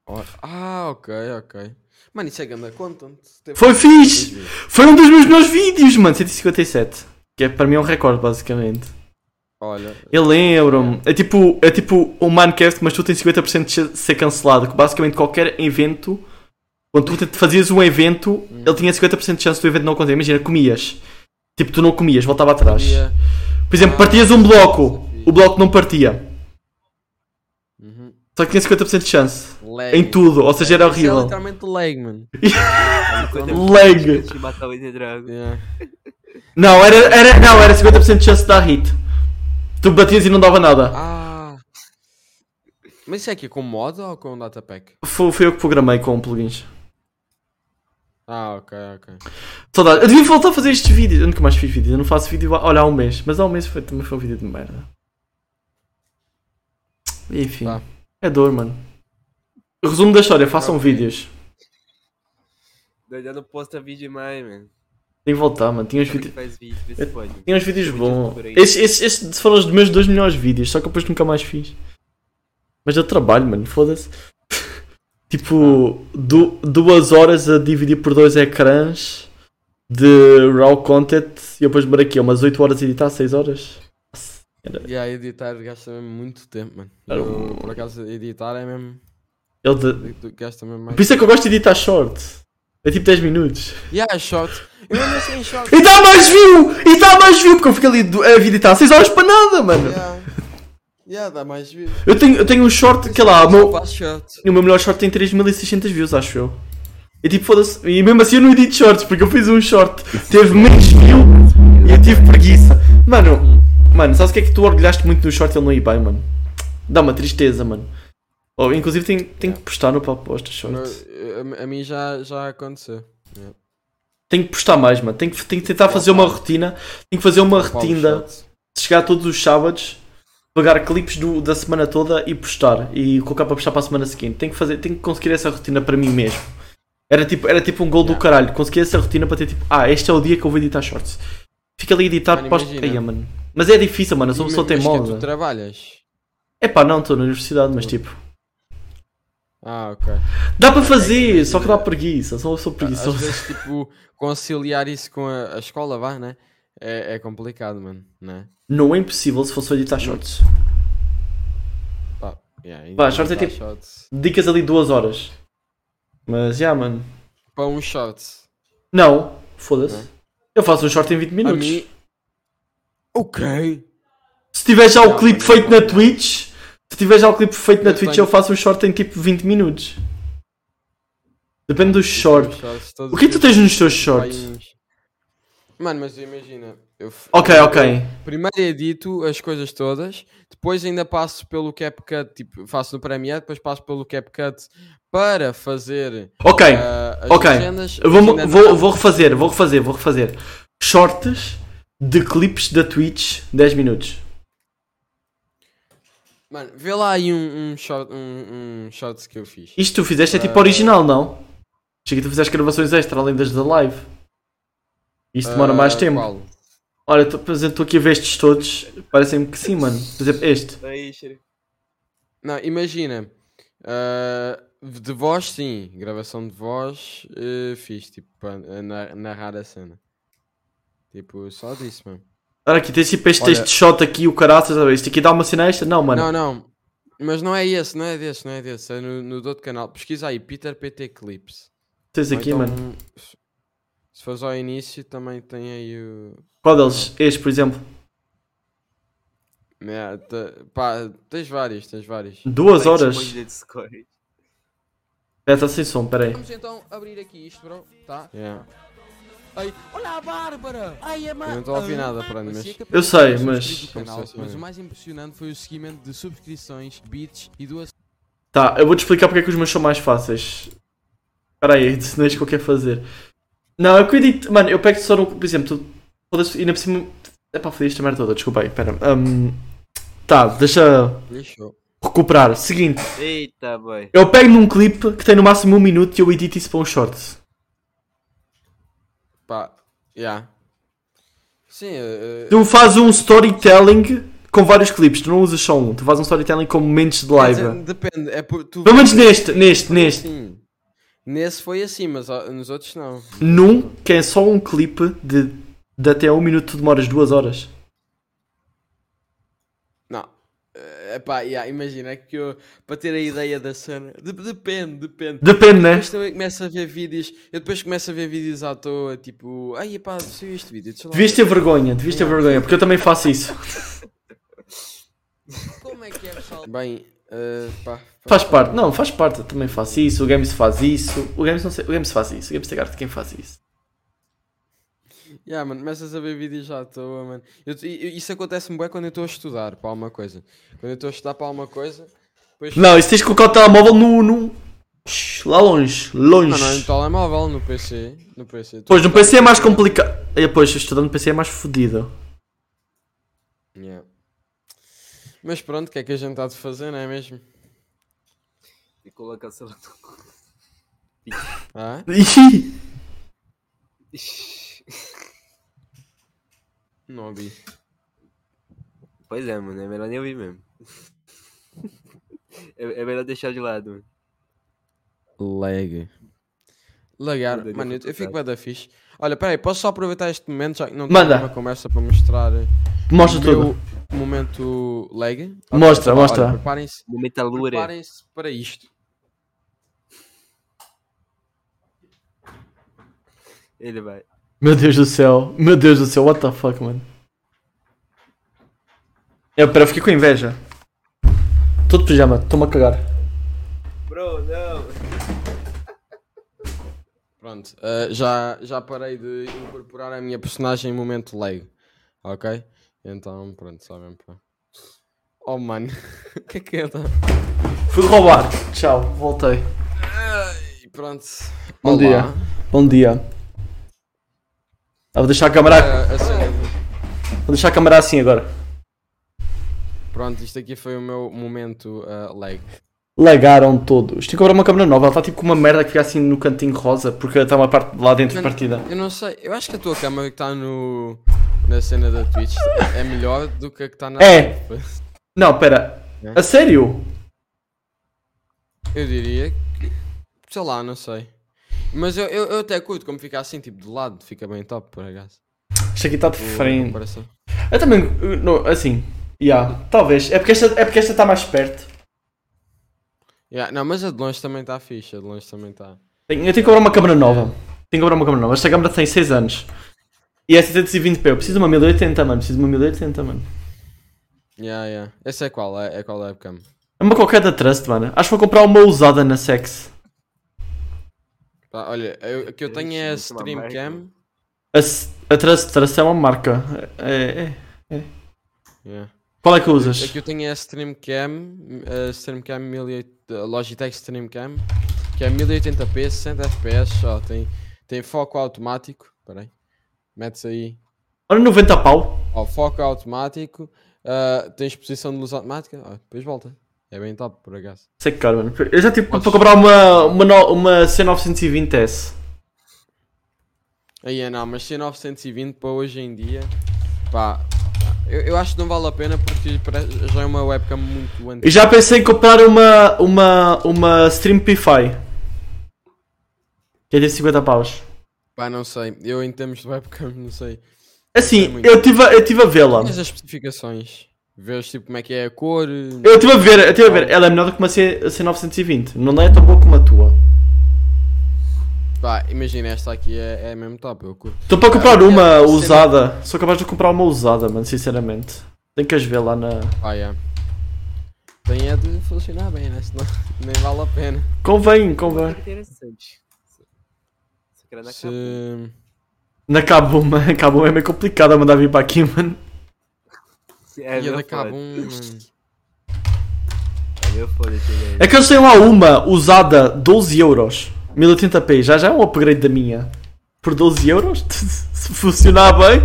Speaker 2: Ó- Ah, ok, ok. Mano, isso é ganda content. Teve-
Speaker 1: Foi fixe!
Speaker 2: Teve-
Speaker 1: Foi um dos meus melhores vídeos, mano, 157. Que é para mim é um recorde, basicamente.
Speaker 2: Olha,
Speaker 1: Eu lembro-me. É tipo, é tipo um Minecraft, mas tu tens 50% de che- ser cancelado. Que basicamente qualquer evento, quando tu te- fazias um evento,
Speaker 2: Hum.
Speaker 1: ele tinha 50% de chance do evento não acontecer. Imagina, comias. Tipo, tu não comias, voltava atrás.
Speaker 2: podia-
Speaker 1: Por exemplo,
Speaker 2: Ah,
Speaker 1: partias um bloco,
Speaker 2: sim.
Speaker 1: o bloco não partia.
Speaker 2: Uhum.
Speaker 1: Só que tinha 50% de chance.
Speaker 2: Lag.
Speaker 1: Em tudo, ou seja, era
Speaker 2: É. Isso é
Speaker 1: horrível.
Speaker 2: literalmente lag, mano.
Speaker 1: Lag.
Speaker 3: antes é de matar o Ender Dragon.
Speaker 2: Yeah.
Speaker 1: Não, era, era, não, era 50% de chance de dar hit. Tu batias e não dava nada.
Speaker 2: Ah. Mas isso é aqui com mod ou com datapack?
Speaker 1: Foi, foi eu que programei com plugins.
Speaker 2: Ah, ok, ok.
Speaker 1: Saudade. Eu devia voltar a fazer estes vídeos. Eu nunca mais fiz vídeos. Eu não faço vídeo há- olha, há um mês. Mas há um mês foi, também foi um vídeo de merda. Enfim.
Speaker 2: Tá.
Speaker 1: É dor, mano. Resumo da história. Façam
Speaker 2: Ok.
Speaker 1: vídeos.
Speaker 3: Doidão não posta vídeo mais, mano.
Speaker 1: Tem que voltar, mano. Tinha uns
Speaker 3: Como é que
Speaker 1: vídeos...
Speaker 3: faz vídeo? Vê se pode.
Speaker 1: Tinha uns vídeos
Speaker 3: Vídeos
Speaker 1: bons.
Speaker 3: por aí.
Speaker 1: Esses, esses, esses foram os meus dois melhores vídeos. Só que depois nunca mais fiz. Mas deu trabalho, mano. Foda-se.
Speaker 2: Ah.
Speaker 1: tipo, du- duas horas a dividir por dois ecrãs de raw content. E eu depois demorei aqui umas 8 horas a editar, 6 horas.
Speaker 2: E a editar gasta mesmo muito tempo, mano.
Speaker 1: Era
Speaker 2: Eu,
Speaker 1: um-
Speaker 2: por acaso, editar é mesmo.
Speaker 1: Eu de-
Speaker 2: Gasta mesmo mais.
Speaker 1: Por isso é que eu gosto de editar short. É tipo 10 minutos.
Speaker 2: Yeah, shot. Eu mesmo assim, shot.
Speaker 1: E dá mais view! E dá mais view! Porque eu fico ali do- a editar 6 horas para nada, mano!
Speaker 2: Yeah. Yeah, dá mais views.
Speaker 1: Eu tenho, eu tenho um short que lá, o
Speaker 2: Só
Speaker 1: meu,
Speaker 2: faço shot.
Speaker 1: o meu melhor short tem 3600 views, acho eu. E tipo, foda-se. E mesmo assim eu não edito shorts, porque eu fiz um short. Teve menos view e eu tive preguiça. Mano, Mano, sabes o que é que tu orgulhaste muito no short e ele no eBay, mano? Dá uma tristeza, mano. Oh, inclusive tenho, tenho que postar no proposta short.
Speaker 2: A, a mim já, já aconteceu.
Speaker 1: Tenho que postar mais, mano. Tenho que, tenho que tentar fazer uma rotina. Tenho que fazer uma
Speaker 2: Qual
Speaker 1: rotina
Speaker 2: shot?
Speaker 1: de chegar todos os sábados, pegar clipes do- da semana toda e postar. E colocar para postar para a semana seguinte. Tenho que, fazer, tenho que conseguir essa rotina para mim mesmo. Era tipo, era tipo um gol do
Speaker 2: Yeah.
Speaker 1: caralho. Consegui essa rotina para ter tipo, ah, este é o dia que eu vou editar shorts. Fica ali a editar,
Speaker 2: Mano,
Speaker 1: posta
Speaker 2: imagina.
Speaker 1: aí, mano. Mas é difícil, mano. Eu sou uma
Speaker 2: Mas
Speaker 1: pessoa
Speaker 2: que é,
Speaker 1: teimosa.
Speaker 2: Tu trabalhas?
Speaker 1: É pá, não, estou na universidade, mas tipo.
Speaker 2: Ah, ok.
Speaker 1: Dá para fazer, só que dá preguiça, só sou
Speaker 2: é Às
Speaker 1: preguiçoso.
Speaker 2: vezes, tipo, conciliar isso com a, a escola, vá, né? É, é complicado, mano, né?
Speaker 1: Não é impossível se fosse só
Speaker 2: Hum.
Speaker 1: editar shorts.
Speaker 2: Pá, yeah, ainda
Speaker 1: Vá, shorts é
Speaker 2: dá
Speaker 1: tipo-
Speaker 2: shots.
Speaker 1: Dedicas ali duas horas. Mas já, mano.
Speaker 2: Para um shot.
Speaker 1: Não, foda-se.
Speaker 2: Não.
Speaker 1: Eu faço um short em 20
Speaker 2: A
Speaker 1: minutos.
Speaker 2: mim. Ok.
Speaker 1: Se tiver já o
Speaker 2: Não, é
Speaker 1: clipe
Speaker 2: não,
Speaker 1: feito
Speaker 2: não,
Speaker 1: na
Speaker 2: não.
Speaker 1: Twitch, se tiver já o clipe feito na
Speaker 2: Eu
Speaker 1: Twitch,
Speaker 2: tenho-
Speaker 1: eu faço um short em tipo 20 minutos. Depende do
Speaker 2: é
Speaker 1: short. O que tu tens nos teus shorts?
Speaker 2: Mano, mas imagina. Eu, f-
Speaker 1: Ok,
Speaker 2: eu-
Speaker 1: ok.
Speaker 2: Primeiro edito as coisas todas, depois ainda passo pelo CapCut, tipo, faço no Premiere, depois passo pelo CapCut para fazer
Speaker 1: Ok.
Speaker 2: ah, as
Speaker 1: ok.
Speaker 2: legendas.
Speaker 1: Eu Vou,
Speaker 2: mas ainda
Speaker 1: vou,
Speaker 2: não-
Speaker 1: vou refazer, vou refazer, vou refazer. Shorts de clipes da Twitch, 10 minutos.
Speaker 2: Mano, vê lá aí um, um, short, um, um shorts que eu fiz.
Speaker 1: Isto que tu fizeste é tipo
Speaker 2: Ah.
Speaker 1: original, não? Achei que tu fizeste gravações extra além das da live. Isto demora
Speaker 2: Ah,
Speaker 1: mais tempo.
Speaker 2: qual?
Speaker 1: Olha, tô- por exemplo, estou aqui a ver estes todos. Parecem-me que sim, mano. Por exemplo, este.
Speaker 3: Aí, xerife.
Speaker 2: Não, imagina. ah, de voz, sim. Gravação de voz, eh, fiz, tipo, para na- narrar a cena. Tipo, só disso, mano.
Speaker 1: Olha aqui, tens tipo este,
Speaker 2: Olha.
Speaker 1: este shot aqui, o caraças. sabe? Este aqui dá uma cena extra? Não, mano.
Speaker 2: Não, não. Mas não é esse, não é desse, não é desse. É no, no do outro canal. Pesquisa aí, Peter PT Clips.
Speaker 1: Tens
Speaker 2: Ou
Speaker 1: aqui,
Speaker 2: então,
Speaker 1: mano.
Speaker 2: se- Se fores ao início, também tem aí o.
Speaker 1: Qual deles? Este, por exemplo.
Speaker 2: né, te- Pá, tens vários, tens vários.
Speaker 1: Duas
Speaker 3: Vai
Speaker 1: horas.
Speaker 3: esconde da Discord.
Speaker 1: É, tá sem som, peraí.
Speaker 4: Vamos então abrir aqui isto, bro. Tá?
Speaker 2: Yeah.
Speaker 4: Ai, olá, Bárbara! Ai, a ma...
Speaker 2: Eu não tô a ouvir nada, pronto, mas-
Speaker 4: Parecia que
Speaker 1: Eu sei,
Speaker 4: apenas
Speaker 1: mas-
Speaker 4: subscrevi o canal,
Speaker 2: Como se fosse
Speaker 4: mas
Speaker 2: mesmo.
Speaker 4: o mais impressionante foi o seguimento de subscrições, bits e doações.
Speaker 1: Tá, eu vou-te explicar porque é que os meus são mais fáceis. Espera aí, não é isso que eu quero fazer. Não, eu acredito. Mano, eu pego só no. Por exemplo, tu. foda-se, E ainda por cima. É pá, fodi esta merda toda, desculpa aí, pera. Hum, tá, deixa
Speaker 2: Lixou.
Speaker 1: recuperar. Seguinte,
Speaker 3: Eita, boy.
Speaker 1: eu pego num clipe que tem no máximo um minuto e eu edito isso para um short.
Speaker 2: Pá, yeah. Sim, eh, eh,
Speaker 1: Tu fazes um storytelling com vários clipes, tu não usas só um, tu fazes um storytelling com momentos de
Speaker 2: quer
Speaker 1: live.
Speaker 2: dizer, depende. É por, tu
Speaker 1: Pelo menos neste, neste, neste.
Speaker 2: Sim. assim. Nesse foi assim, mas ó, nos outros não.
Speaker 1: Num que é só um clipe de, de até um minuto, tu demoras duas horas.
Speaker 2: Não. É pá, yeah, imagina que eu, para ter a ideia da cena, de- depende, depende.
Speaker 1: Depende, né?
Speaker 2: Depois também começo a ver vídeos, eu depois começo a ver vídeos à toa, tipo, ai pá, saiu este vídeo, deixa lá
Speaker 1: Devias
Speaker 2: ver."
Speaker 1: ter vergonha, devias ter vergonha, porque eu também faço isso.
Speaker 4: Como é que é, pessoal?
Speaker 2: Bem, eh, pá,
Speaker 1: Faz parte, não, faz parte, eu também faço isso, o Games faz isso, o Games não sei, o Games faz isso, o Games tem arte de quem faz isso.
Speaker 2: Yeah, mano, começas a ver vídeos já à toa, mano. Eu- eu- isso acontece-me bem quando eu estou a estudar para alguma coisa. Quando eu estou a estudar para alguma coisa, depois.
Speaker 1: Não, isso tens que colocar o telemóvel no. no... lá longe, longe.
Speaker 2: não, não, no telemóvel, no PC. No PC.
Speaker 1: Pois, no PC é mais complicado. É, pois, estudando no PC é mais fodido.
Speaker 2: Yeah. Mas pronto, o que é que a gente está de fazer, não é mesmo?
Speaker 3: E coloca o celular.
Speaker 2: Ah?
Speaker 1: Ih,
Speaker 3: Ixi.
Speaker 2: Não ouvi.
Speaker 3: Pois é, mano. É melhor nem ouvir mesmo. É, é melhor deixar de lado, mano.
Speaker 2: Lag. Lagar,
Speaker 3: Muda de
Speaker 2: mano, eu, eu fico
Speaker 3: faculdade.
Speaker 2: bem da fixe. Olha, peraí, posso só aproveitar este momento, já que não
Speaker 1: Manda.
Speaker 2: tenho uma conversa para mostrar
Speaker 1: mostra
Speaker 2: o
Speaker 1: tudo.
Speaker 2: meu momento lag.
Speaker 1: Mostra,
Speaker 2: Olha,
Speaker 1: mostra.
Speaker 2: Preparem-se
Speaker 3: Momento alura.
Speaker 2: Preparem-se para isto.
Speaker 3: Ele vai.
Speaker 1: Meu Deus do céu, meu Deus do céu, what the fuck, mano. Eu, pera, eu fiquei com inveja. Todo pijama, estou-me a cagar.
Speaker 3: Bro, não.
Speaker 2: Pronto, ah, eh, já, já parei de incorporar a minha personagem em momento lag. Ok? Então, pronto, só mesmo para. Oh, mano. O que é que é? Tá?
Speaker 1: Fui roubar. Tchau, voltei.
Speaker 2: E pronto.
Speaker 1: Bom
Speaker 2: Olá.
Speaker 1: dia. Bom dia. Ah, vou deixar a câmera,
Speaker 2: Ah, a cena de-
Speaker 1: vou deixar a câmera assim agora.
Speaker 2: Pronto, isto aqui foi o meu momento ah, lag.
Speaker 1: Lagaram todos. Tenho que comprar uma câmera nova. Ela está tipo com uma merda que fica assim no cantinho rosa porque está uma parte lá dentro
Speaker 2: Mano,
Speaker 1: partida.
Speaker 2: Eu não sei, eu acho que a tua câmera que está no. na cena da Twitch é melhor do que a que está na.
Speaker 1: É. Não, pera.
Speaker 2: É?
Speaker 1: A sério?
Speaker 2: Eu diria que. sei lá, não sei. Mas eu, eu, eu até curto como fica assim, tipo de lado, fica bem top, por acaso.
Speaker 1: Isto aqui está de
Speaker 2: O- a
Speaker 1: frente.
Speaker 2: comparação.
Speaker 1: Eu também. eu não- assim. Yeah, talvez. É porque esta é porque esta está mais perto.
Speaker 2: Yeah, não, mas a de longe também está fixe, a de longe também tá. está.
Speaker 1: Tenho- Eu tenho que comprar uma câmera nova. Tenho que comprar uma câmera nova. Esta câmera tem 6 anos. E é 720p. Eu preciso de uma 1080, mano. Preciso de uma 1080, mano.
Speaker 2: Yeah, yeah. Essa é qual? É, é qual é a webcam?
Speaker 1: É uma qualquer da Trust, mano. Acho que vou comprar uma usada na Sex.
Speaker 2: Pá, olha, eu- a que eu tenho é a
Speaker 3: Isso, uma marca.
Speaker 2: Streamcam.
Speaker 1: A, S- a Trust, Trust é uma marca. É- é-
Speaker 2: Yeah.
Speaker 1: Qual é que
Speaker 2: A
Speaker 1: usas?
Speaker 2: que eu tenho é a Streamcam, a Streamcam 1008, a Logitech Streamcam, que é 1080p, 60 fps, só tem, tem foco automático, peraí, metes aí,
Speaker 1: Olha 90 pau.
Speaker 2: ó, foco automático, ah, tem exposição de luz automática, ó, depois volta, é bem top, por acaso.
Speaker 1: Sei que caro, mano. Eu já tive para
Speaker 2: Podes-
Speaker 1: comprar uma, uma, no- uma C920S.
Speaker 2: Aí é não, mas 1920 para hoje em dia, pá, eu, eu acho que não vale a pena porque pare- já é uma webcam muito
Speaker 1: E
Speaker 2: antiga.
Speaker 1: já pensei em comprar uma, uma, uma Streamify. Que é de 50 paus.
Speaker 2: Pá, não sei, eu em termos de webcam não sei. É
Speaker 1: Assim,
Speaker 2: muito.
Speaker 1: eu tive a, eu tive a vê-la.
Speaker 2: Mas as especificações. Vês tipo como é que é a cor.
Speaker 1: Eu estive a ver, eu estive a ver. Ela é melhor do que uma C, a C920. Não é tão boa como a tua.
Speaker 2: Pá, imagina, esta aqui é, é mesmo top, eu curto.
Speaker 1: Estou para comprar
Speaker 2: Ah,
Speaker 1: uma
Speaker 2: é, sim.
Speaker 1: usada. Sou capaz de comprar uma usada, mano, sinceramente. Tem que as ver lá na.
Speaker 2: Pá, é. Tem é de funcionar bem, né? Senão nem vale a pena.
Speaker 1: Convém,
Speaker 3: Olha
Speaker 1: convém.
Speaker 3: que interessante. Só que era na
Speaker 2: Se...
Speaker 3: capa.
Speaker 1: Na Cabo, mano. Cabo é meio complicado a mandar vir para aqui, mano.
Speaker 3: É
Speaker 2: e a
Speaker 3: meu
Speaker 2: da Cabo
Speaker 3: foda.
Speaker 2: um-
Speaker 3: É meu foda,
Speaker 1: É que eu sei lá uma usada 12 euros. 1080p. Já já é um upgrade da minha. Por 12 euros? Se funcionar bem.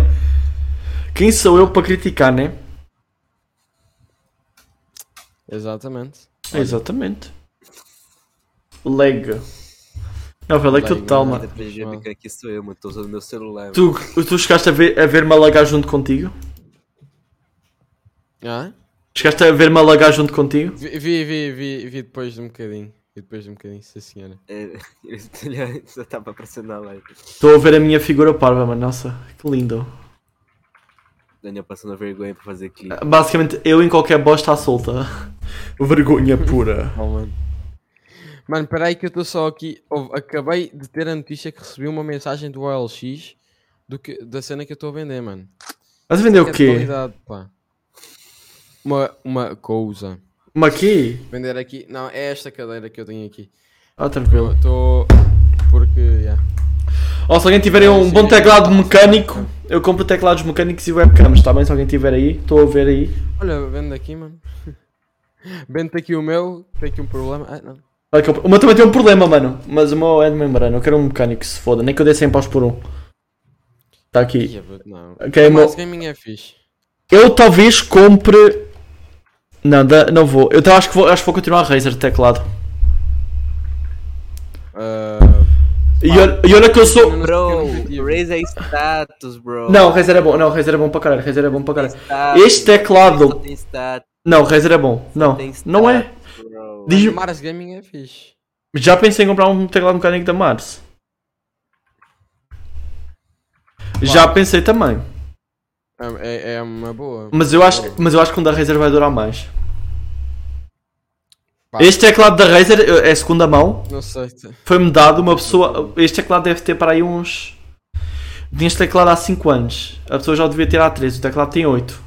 Speaker 1: Quem sou eu para criticar, né?
Speaker 2: um- Exatamente.
Speaker 1: Exatamente. Leg. Não, foi leg
Speaker 2: Lag,
Speaker 1: total,
Speaker 2: né?
Speaker 1: mano.
Speaker 3: que aqui tá sou eu, mano. Tô usando meu celular. mano.
Speaker 1: Tu, tu chegaste a ver, a ver-me alagar junto contigo?
Speaker 2: Ah?
Speaker 1: Chegaste a ver-me alagar junto contigo?
Speaker 2: Vi, vi, vi, vi, vi depois de um bocadinho. Vi depois de um bocadinho, sim senhora.
Speaker 3: É, Ele só tá pra pressionar lá.
Speaker 1: Estou a ver a minha figura parva, mano. Nossa, que lindo.
Speaker 3: Daniel passando vergonha pra fazer
Speaker 1: Ah,
Speaker 3: clipe.
Speaker 1: Basicamente, eu em qualquer bosta à solta. Vergonha pura.
Speaker 2: Oh, mano. Mano, peraí que eu estou só aqui. Houve- acabei de ter a notícia que recebi uma mensagem do OLX do que, da cena que eu estou a vender, mano.
Speaker 1: Mas vender
Speaker 2: É
Speaker 1: o
Speaker 2: de
Speaker 1: quê?
Speaker 2: qualidade, pá. Uma, uma coisa.
Speaker 1: Uma aqui?
Speaker 2: Vender aqui. Não, é esta cadeira que eu tenho aqui.
Speaker 1: Ah, tranquilo.
Speaker 2: Eu estou. Porque. yeah.
Speaker 1: Ou se alguém tiver um
Speaker 2: Sim.
Speaker 1: bom teclado mecânico, eu compro teclados mecânicos e webcams, tá bem? Se alguém tiver aí, estou a ver aí.
Speaker 2: Olha, vendo aqui, mano. Vendo aqui o meu. Tem aqui um problema. Ah, não.
Speaker 1: Olha que eu- O meu também tem um problema, mano. Mas o meu é de membrana. Eu quero um mecânico, se foda. Nem que eu dê 100 paus por um. Tá aqui.
Speaker 2: Ih, puto, não.
Speaker 1: Ok, meu-
Speaker 2: Mas gaming é fixe.
Speaker 1: Eu talvez compre. Não, da- não vou. Eu ta- acho que vou, acho que vou continuar a Razer de teclado.
Speaker 2: Ah,
Speaker 1: E olha, e olha que eu
Speaker 2: eu
Speaker 1: sou.
Speaker 2: não sei porque eu nunca tive.
Speaker 3: Bro, Razer é status, bro.
Speaker 1: Não, Razer é bom. Não, Razer é bom para caralho. Razer é bom para caralho.
Speaker 3: Status,
Speaker 1: Este teclado-
Speaker 3: só Tem status,
Speaker 1: Não, Razer é bom. Não,
Speaker 3: tem
Speaker 1: não é.
Speaker 3: status, bro.
Speaker 1: Diz-
Speaker 2: Mano, Mars Gaming é fixe.
Speaker 1: Já pensei em comprar um teclado mecânico da Mars. Já pensei também.
Speaker 2: É- É, é uma boa.
Speaker 1: Mas eu acho, mas eu acho que um da Razer vai durar mais.
Speaker 2: Pá,
Speaker 1: Este teclado da Razer eh, é segunda mão.
Speaker 2: Não sei. se-
Speaker 1: Foi-me dado uma pessoa. Este teclado deve ter para aí uns. Tinha este teclado há 5 anos. A pessoa já o devia ter há 3. O teclado tem 8.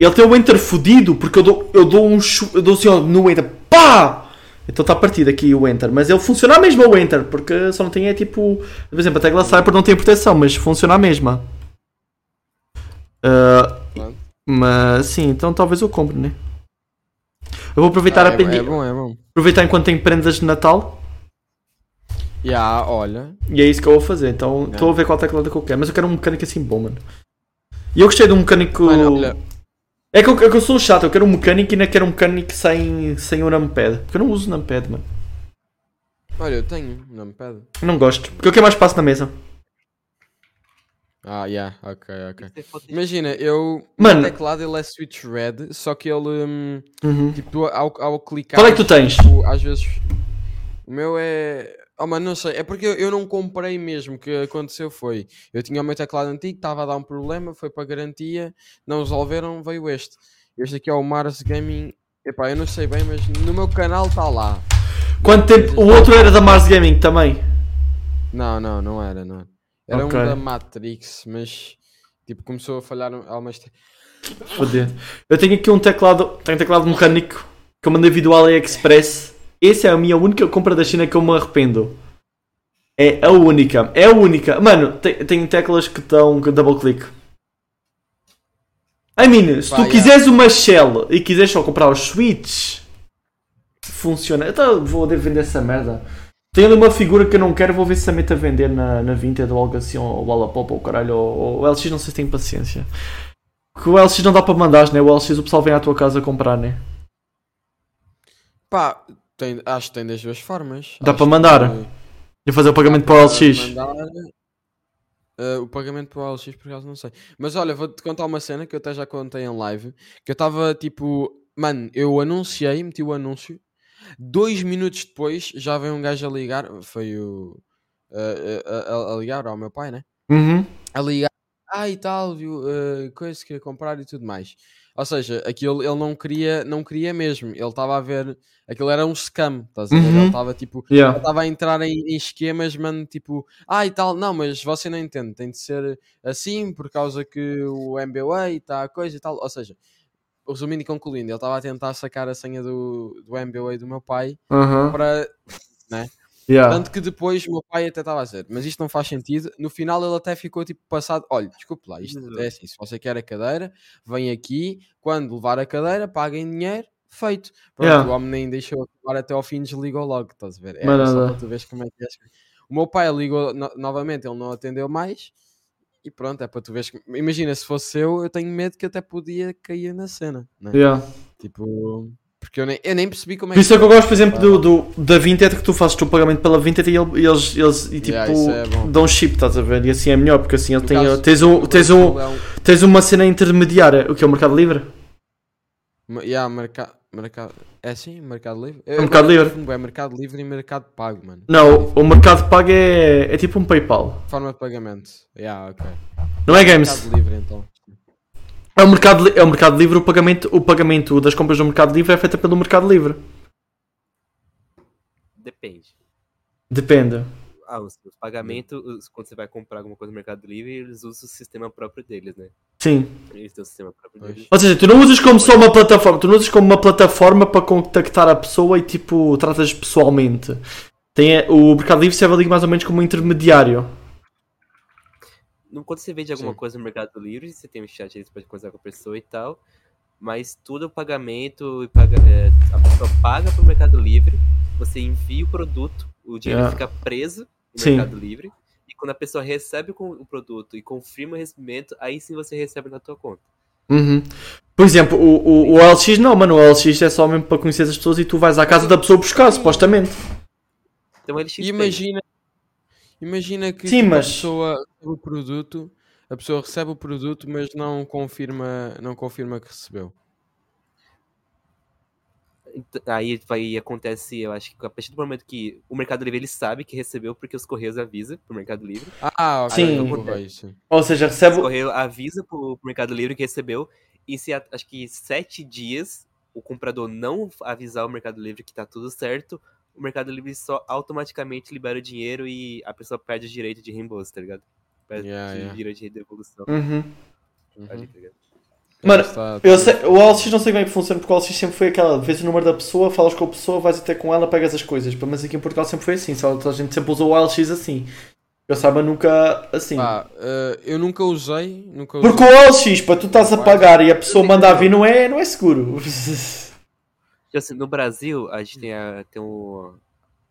Speaker 1: Ele tem o enter fodido porque eu dou, eu dou um. chu- Eu dou assim ó, no enter. Pá! Então está partido aqui o enter. Mas ele funciona a mesma o enter. Porque só não tem é tipo. Por exemplo, a tecla Cyber não tem proteção, mas funciona a mesma. Ah,
Speaker 2: Pronto.
Speaker 1: Mas sim, então talvez eu compre, né? Eu vou aproveitar,
Speaker 2: Ah,
Speaker 1: a
Speaker 2: é,
Speaker 1: prendi-
Speaker 2: é bom, é bom.
Speaker 1: aproveitar enquanto tem prendas de Natal
Speaker 2: Yeah, olha.
Speaker 1: e é isso que eu vou fazer. Então estou a ver qual teclado que eu quero, mas eu quero um mecânico assim bom, mano. E eu gostei de um mecânico.
Speaker 2: Olha, olha.
Speaker 1: É que, eu, é que eu sou chato, eu quero um mecânico e não quero um mecânico sem, sem o numpad. Porque eu não uso numpad, mano.
Speaker 2: Olha, eu tenho. Não me pede.
Speaker 1: Eu não gosto. Porque eu quero mais espaço na mesa.
Speaker 2: Ah, yeah, ok, ok.
Speaker 3: Isso é falta de-
Speaker 2: Imagina, eu.
Speaker 1: Mano.
Speaker 2: O teclado ele é switch red, só que ele. hum,
Speaker 1: Uhum.
Speaker 2: Tipo, tu ao, ao clicar.
Speaker 1: Qual é que tu tens?
Speaker 2: tipo, às vezes. O meu é. Oh, mano, não sei. É porque eu, eu não comprei mesmo. O que aconteceu foi. Eu tinha o meu teclado antigo, estava a dar um problema, foi para garantia, não resolveram, veio este. Este aqui é o Mars Gaming. Epá, eu não sei bem, mas no meu canal está lá.
Speaker 1: Quanto tempo? O outro era da Mars Gaming também.
Speaker 2: Não, não, não era, não era. Era
Speaker 1: Ok.
Speaker 2: um da Matrix, mas. Tipo, começou a falhar algumas. te-
Speaker 1: Foder. Eu tenho aqui um teclado, tenho um teclado mecânico que eu mandei vir do AliExpress. Essa é a minha única compra da China que eu me arrependo. É a única, é a única. Mano, te- tenho teclas que estão com double click. I mean, se
Speaker 2: Pá,
Speaker 1: tu
Speaker 2: yeah.
Speaker 1: quiseres uma shell e quiseres só comprar os switches, funciona. Então vou de- vender essa merda. Tenho ali uma figura que eu não quero, vou ver se a meta vender na, na Vinted ou algo assim, ou Wallapop ou caralho, ou, ou LX, não sei se tem paciência. Que o LX não dá para mandar, né? O LX o pessoal vem à tua casa comprar, né?
Speaker 2: Pá, tem, acho que tem das duas formas.
Speaker 1: Dá
Speaker 2: Acho
Speaker 1: para mandar?
Speaker 2: que-
Speaker 1: E fazer o pagamento para o
Speaker 2: para
Speaker 1: LX.
Speaker 2: mandar, eh, o pagamento para o LX, por acaso, não sei. Mas olha, vou-te contar uma cena que eu até já contei em live. Que eu estava tipo, mano, eu anunciei, meti o anúncio. Dois minutos depois já veio um gajo a ligar. Foi o. eh, eh, a- a- a ligar ao meu pai, né?
Speaker 1: Uhum.
Speaker 2: a ligar. Ah, e tal, viu? eh, coisa que queria comprar e tudo mais. Ou seja, aquilo ele não queria, não queria mesmo. Ele estava a ver. Aquilo era um scam, estás a ver?
Speaker 1: Uhum.
Speaker 2: Ele estava tipo.
Speaker 1: Yeah.
Speaker 2: Ele estava a entrar em, em esquemas, mano, tipo, ah e tal, não, mas você não entende, tem de ser assim por causa que o MBA está a coisa e tal. Ou seja, resumindo e concluindo, ele estava a tentar sacar a senha do, do MBA do meu pai
Speaker 1: Uhum.
Speaker 2: para
Speaker 1: Yeah.
Speaker 2: tanto que depois o meu pai até estava a dizer, mas isto não faz sentido. No final ele até ficou tipo passado: olha, desculpe lá, isto é assim, se você quer a cadeira, vem aqui, quando levar a cadeira, paguem dinheiro, feito. Pronto,
Speaker 1: Yeah.
Speaker 2: o homem nem deixou acabar até ao fim, desligou logo, estás a ver? É
Speaker 1: Mas
Speaker 2: só
Speaker 1: nada.
Speaker 2: para tu veres como é que é. as coisas. O meu pai ligou no- novamente, ele não atendeu mais. E pronto, é para tu veres. que- Imagina, se fosse eu, eu tenho medo que até podia cair na cena, né?
Speaker 1: Yeah.
Speaker 2: Tipo, porque eu nem, eu nem percebi como é Ah.
Speaker 1: Por isso é que eu gosto, por exemplo, do, do- da Vinted, que tu fazes o pagamento pela Vinted e ele- eles, eles e, tipo,
Speaker 2: Yeah, isso é bom.
Speaker 1: dão chip, estás a ver? E assim é melhor, porque assim ele
Speaker 2: No
Speaker 1: tem,
Speaker 2: caso,
Speaker 1: tens,
Speaker 2: no
Speaker 1: um, tens, um,
Speaker 2: Brasil é um-
Speaker 1: tens uma cena intermediária, o que é o Mercado Livre?
Speaker 2: Ma- Yeah, merca... mercado. É assim? Mercado Livre? É
Speaker 1: Mercado um Livre.
Speaker 2: É Mercado Livre e Mercado Pago, mano.
Speaker 1: Não, o o Mercado Pago é, é tipo um PayPal.
Speaker 2: Forma de pagamento. Yeah, ok.
Speaker 1: Não é Games?
Speaker 2: Mercado Livre então.
Speaker 1: É o Mercado, Li- é o mercado Livre, o pagamento, o pagamento das compras do Mercado Livre é feito pelo Mercado Livre.
Speaker 3: Depende.
Speaker 1: Depende.
Speaker 3: Ah, os, os pagamentos, os- quando você vai comprar alguma coisa no Mercado Livre, eles usam o sistema próprio deles, né?
Speaker 1: Sim.
Speaker 3: Eles têm o sistema próprio
Speaker 2: Pois.
Speaker 3: deles.
Speaker 1: Ou seja, tu não usas como só uma plataforma, tu não usas como uma plataforma para contactar a pessoa e tipo, tratas pessoalmente. Tem, a- o Mercado Livre serve ali mais ou menos como um intermediário.
Speaker 3: No- Quando você vende alguma
Speaker 2: Sim.
Speaker 3: coisa no Mercado Livre, você tem um chat, eles podem conversar com a pessoa e tal. Mas todo o pagamento, e paga- é, a pessoa paga pro Mercado Livre, você envia o produto, o dinheiro
Speaker 2: É.
Speaker 1: Yeah.
Speaker 3: fica preso no
Speaker 1: Sim.
Speaker 3: Mercado Livre. E quando a pessoa recebe o con- o produto e confirma o recebimento, aí sim você recebe na tua conta.
Speaker 1: Por exemplo, o, o, o LX não, mano, o LX é só mesmo para conhecer as pessoas e tu vais à casa da pessoa buscar, supostamente.
Speaker 3: Então ele te
Speaker 2: E
Speaker 3: entende.
Speaker 2: imagina. Imagina que
Speaker 1: Sim,
Speaker 2: tipo,
Speaker 1: mas-
Speaker 2: a pessoa recebe o produto. A pessoa recebe o produto, mas não confirma, não confirma que recebeu.
Speaker 3: Ent- Então, Aí vai acontece, eu acho que a partir do momento que o Mercado Livre ele sabe que recebeu porque os correios avisa pro Mercado Livre.
Speaker 2: Ah, ok.
Speaker 1: Sim.
Speaker 2: eu vejo, sim.
Speaker 1: Ou seja,
Speaker 3: O
Speaker 1: recebe.
Speaker 3: correio avisa pro, pro Mercado Livre que recebeu. E se a- acho que sete dias o comprador não avisar o Mercado Livre que tá tudo certo, o Mercado Livre só automaticamente libera o dinheiro e a pessoa perde o direito de reembolso, tá ligado? Perde
Speaker 2: Yeah,
Speaker 3: o
Speaker 2: yeah.
Speaker 3: direito de devolução.
Speaker 1: Uhum.
Speaker 3: ali,
Speaker 2: Uhum.
Speaker 3: tá ligado?
Speaker 1: Mano,
Speaker 2: Está-
Speaker 1: Eu sei, o LX não sei como é que funciona, porque o LX sempre foi aquela, vês o número da pessoa, falas com a pessoa, vais até com ela, pegas as coisas. Pelo menos aqui em Portugal sempre foi assim, só a gente sempre usou o LX assim. Eu saiba nunca assim.
Speaker 2: Pá, eh, eu nunca usei, nunca usei.
Speaker 1: Porque o OLX, para tu estás a pagar e a pessoa mandar vir, não é, não é seguro.
Speaker 3: Tipo assim, no Brasil, a gente tem,
Speaker 2: Uhum.
Speaker 3: a, tem o,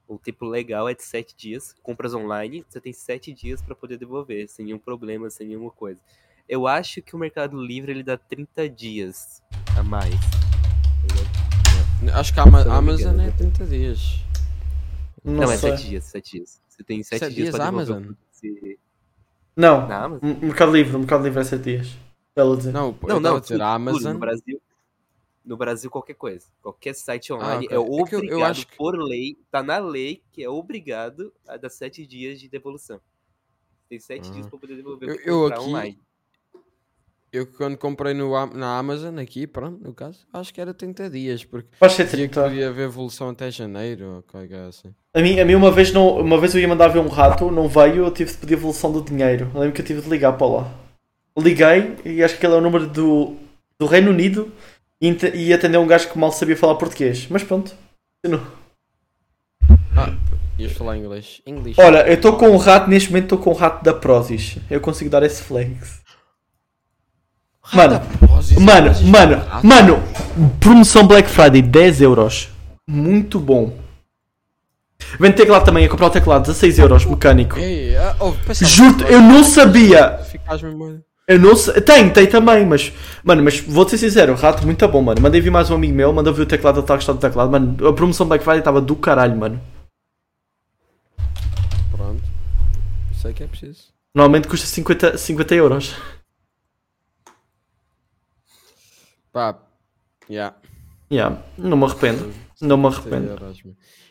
Speaker 3: o tempo legal é de sete dias. Compras online, você tem sete dias pra poder devolver, sem nenhum problema, sem nenhuma coisa. Eu acho que o Mercado Livre ele dá 30 dias a mais. entendeu?
Speaker 2: Acho que a Ama-
Speaker 3: Se eu não me
Speaker 2: Amazon
Speaker 3: engano,
Speaker 2: é 30 dias.
Speaker 1: Não,
Speaker 3: Não, é
Speaker 1: sei.
Speaker 3: sete dias, sete dias. Você tem sete,
Speaker 2: Sete
Speaker 3: dias,
Speaker 2: dias Ah,
Speaker 3: pra devolver
Speaker 2: Amazon?
Speaker 3: o produto se-
Speaker 1: Não,
Speaker 3: na Amazon.
Speaker 1: M- Mercado Livre, Mercado Livre é 7 dias. Ela dizer.
Speaker 2: Não, pô,
Speaker 3: Não,
Speaker 2: eu estava
Speaker 3: não,
Speaker 2: a dizer,
Speaker 3: tudo,
Speaker 2: a
Speaker 3: tudo
Speaker 2: Amazon.
Speaker 3: no Brasil. No Brasil, qualquer coisa. Qualquer site
Speaker 2: ok. É
Speaker 3: online é
Speaker 2: que eu- eu
Speaker 3: obrigado
Speaker 2: acho que-
Speaker 3: por lei. Tá na lei que é obrigado a dar sete dias de devolução. Tem sete
Speaker 2: Ah.
Speaker 3: dias pra poder devolver.
Speaker 2: Eu-
Speaker 3: pra
Speaker 2: eu
Speaker 3: comprar um
Speaker 2: aqui-
Speaker 3: online.
Speaker 2: Eu quando comprei no, Am- na Amazon, aqui, pronto, no caso, acho que era 30 dias, porque
Speaker 1: Faz ser tipo,
Speaker 2: dizia que
Speaker 1: 30.
Speaker 2: podia haver evolução até janeiro ou qualquer coisa assim.
Speaker 1: A mim, a mim uma, vez não, uma vez eu ia mandar ver um rato, não veio, eu tive de pedir a devolução do dinheiro. Eu lembro que eu tive de ligar para lá. Liguei e acho que ele é o número do, do Reino Unido e, ent- e atendeu um gajo que mal sabia falar português. Mas pronto.
Speaker 2: Ah, Ias falar inglês. Inglês.
Speaker 1: Olha, eu estou com um rato, neste momento estou com um rato da Prozis. Eu consigo dar esse flex. Mano, mano, mano,
Speaker 2: Ah.
Speaker 1: mano, promoção Black Friday 10 euros. Muito bom. Vende teclado também, a comprar o teclado 16 euros mecânico.
Speaker 2: Ei, ah, oh, pensava que
Speaker 1: Juro, eu não sabia.
Speaker 2: Ficas mesmo.
Speaker 1: Eu não sei. Tem, tem também, mas. Mano, mas vou-te ser sincero, um rato muito bom, mano. Mandei vir mais um amigo meu, mandou vir o teclado, ele está a gostar do teclado. Mano, a promoção Black Friday estava do caralho, mano.
Speaker 2: Pronto. Sei que é preciso.
Speaker 1: Normalmente custa 50, 50 euros.
Speaker 2: Pá, yeah.
Speaker 1: Yeah, não me arrependo. Não me arrependo.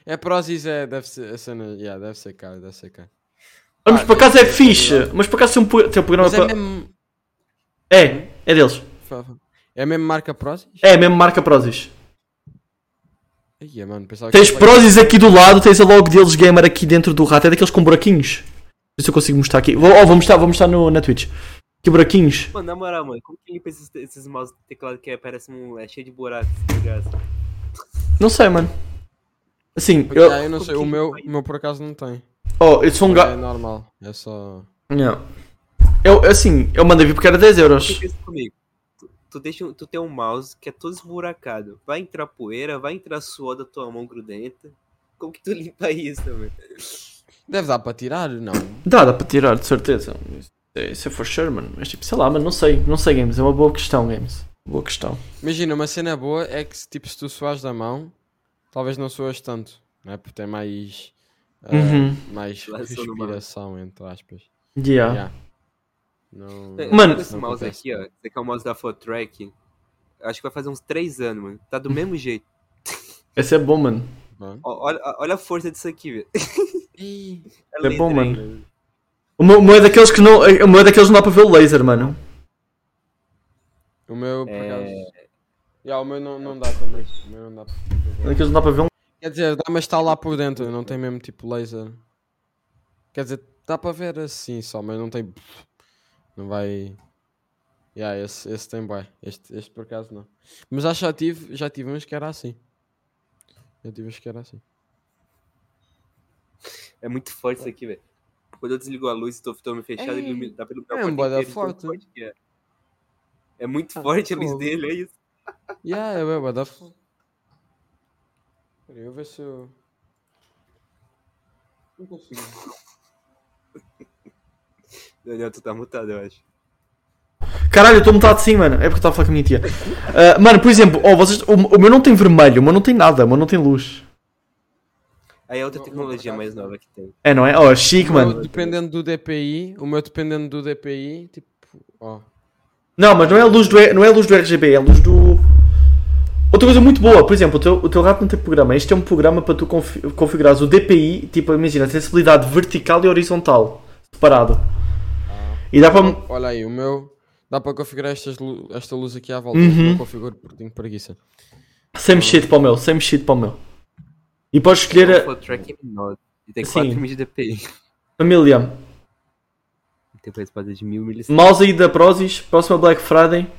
Speaker 2: É Prozis, é, deve ser a cena. Yeah, deve ser caro, deve ser caro. Ah,
Speaker 1: Mas por acaso é fixe. Mas por acaso tem um, pro- tem um programa
Speaker 2: Mas é
Speaker 1: para.
Speaker 2: mesmo.
Speaker 1: É, é deles.
Speaker 2: fa- É mesmo marca Prozis?
Speaker 1: É a mesma marca Prozis.
Speaker 2: Ia, é, mano, pensava que
Speaker 1: Tens
Speaker 2: era-
Speaker 1: Prozis aqui é do lado, tens a logo deles gamer aqui dentro do rato. É daqueles com buraquinhos. Vê se eu consigo mostrar aqui. Vou, oh, vou mostrar, vou mostrar no, na Twitch. Que buraquinhos.
Speaker 3: Mano, na moral, mano, como que limpa esses, esses mouse teclado que é, parece um. é cheio de buracos, tá ligado?
Speaker 1: Não sei, mano. Assim,
Speaker 2: Pois
Speaker 1: eu,
Speaker 2: é, eu não sei, o meu, o meu por acaso não tem.
Speaker 1: Oh, eu sou um
Speaker 2: É
Speaker 1: gajo.
Speaker 2: normal, é só.
Speaker 1: Não. Eu, assim, eu mandei vir porque era 10
Speaker 3: Tu
Speaker 1: euros.
Speaker 3: pensa é comigo. Tu, tu deixa, um- tu tem um mouse que é todo esburacado. Vai entrar poeira, vai entrar suor da tua mão grudenta. Como que tu limpa isso, mano?
Speaker 2: Deve dar para tirar, não.
Speaker 1: Dá, dá para tirar, de certeza. Isso é for sure, mano. Mas tipo, sei lá, mano, não sei. Não sei, Games. É uma boa questão, Games. Boa questão.
Speaker 2: Imagina, uma cena boa é que se, tipo, se tu suas da mão, talvez não suas tanto, não é? Porque tem mais. ah,
Speaker 1: Uhum.
Speaker 2: Mais
Speaker 3: Relação no mar. Ah.
Speaker 2: respiração, entre aspas.
Speaker 1: Yeah.
Speaker 2: Yeah. Não-
Speaker 1: Mano-
Speaker 3: Com esse
Speaker 2: não
Speaker 3: mouse
Speaker 2: acontece.
Speaker 3: aqui, ó. Esse aqui é o mouse da Fotrack. Acho que vai fazer uns 3 anos, mano. Tá do mesmo jeito.
Speaker 1: Esse é bom, mano.
Speaker 2: Bom.
Speaker 3: Ó, Olha, olha a força disso aqui, velho.
Speaker 2: Ih,
Speaker 1: É bom,
Speaker 3: laser
Speaker 1: mano.
Speaker 3: ainda.
Speaker 1: O meu, o meu é daqueles que não. O meu é daqueles que não dá para ver o laser, mano.
Speaker 2: O meu, por
Speaker 3: É.
Speaker 2: acaso. Yeah, o meu não, não dá também. O meu não dá
Speaker 1: É daqueles que não dá para ver um.
Speaker 2: Quer dizer, dá, mas está lá por dentro, não tem mesmo tipo laser. Quer dizer, dá para ver assim só, mas não tem. Não vai. Yeah, esse, esse tem bué. Este, este por acaso não. Mas acho que já tive, já tive uns que era assim. Já tive uns que era assim.
Speaker 3: É muito forte isso aqui, velho. Quando eu desligo a luz e tô me fechado, ele ilumi- dá pra iluminar
Speaker 2: é
Speaker 3: o
Speaker 2: um
Speaker 3: quarto
Speaker 2: bada
Speaker 3: inteiro, de tão
Speaker 2: forte.
Speaker 3: forte que é. É muito
Speaker 2: Ah,
Speaker 3: forte a luz
Speaker 2: fogo.
Speaker 3: dele, é isso.
Speaker 2: Yeah, é bué, bué da f- Espera aí, eu ver se eu. Não consigo.
Speaker 3: Daniel, tu tá mutado, eu acho.
Speaker 1: Caralho, eu estou metade sim, mano. É porque eu estava a falar com a minha tia. Ah, mano, por exemplo, oh, vocês, o, o meu não tem vermelho, o meu não tem nada, o meu não tem luz.
Speaker 3: Aí é outra
Speaker 2: Não- tá, não, por
Speaker 3: tecnologia
Speaker 2: acaso,
Speaker 3: mais
Speaker 2: não.
Speaker 3: nova que tem.
Speaker 1: É, não é? Oh, é chique,
Speaker 2: O meu
Speaker 1: mano.
Speaker 2: dependendo do DPI, o meu dependendo do DPI, tipo. Ó.
Speaker 1: Não, mas não é a luz do, não é a luz do RGB, é a luz do. Outra coisa muito boa, por exemplo, o teu, o teu rato não tem programa. Este é um programa para tu confi- configurares o DPI, tipo, imagina, sensibilidade vertical e horizontal, separado. E dá para.
Speaker 2: Olha aí, o meu. Dá para configurar estas lu- esta luz aqui à volta.
Speaker 1: Uhum.
Speaker 2: Eu configuro porque tenho preguiça.
Speaker 1: Sem mexer para o meu, sem mexer para o meu. E podes
Speaker 3: O
Speaker 1: escolher a,
Speaker 3: Fotrack é menor. E tem
Speaker 1: Sim.
Speaker 3: 4 mil de DPI.
Speaker 1: a Milliam.
Speaker 3: Tem pra espada de mil milis.
Speaker 1: Mouse aí da Prozis, próxima Black Friday.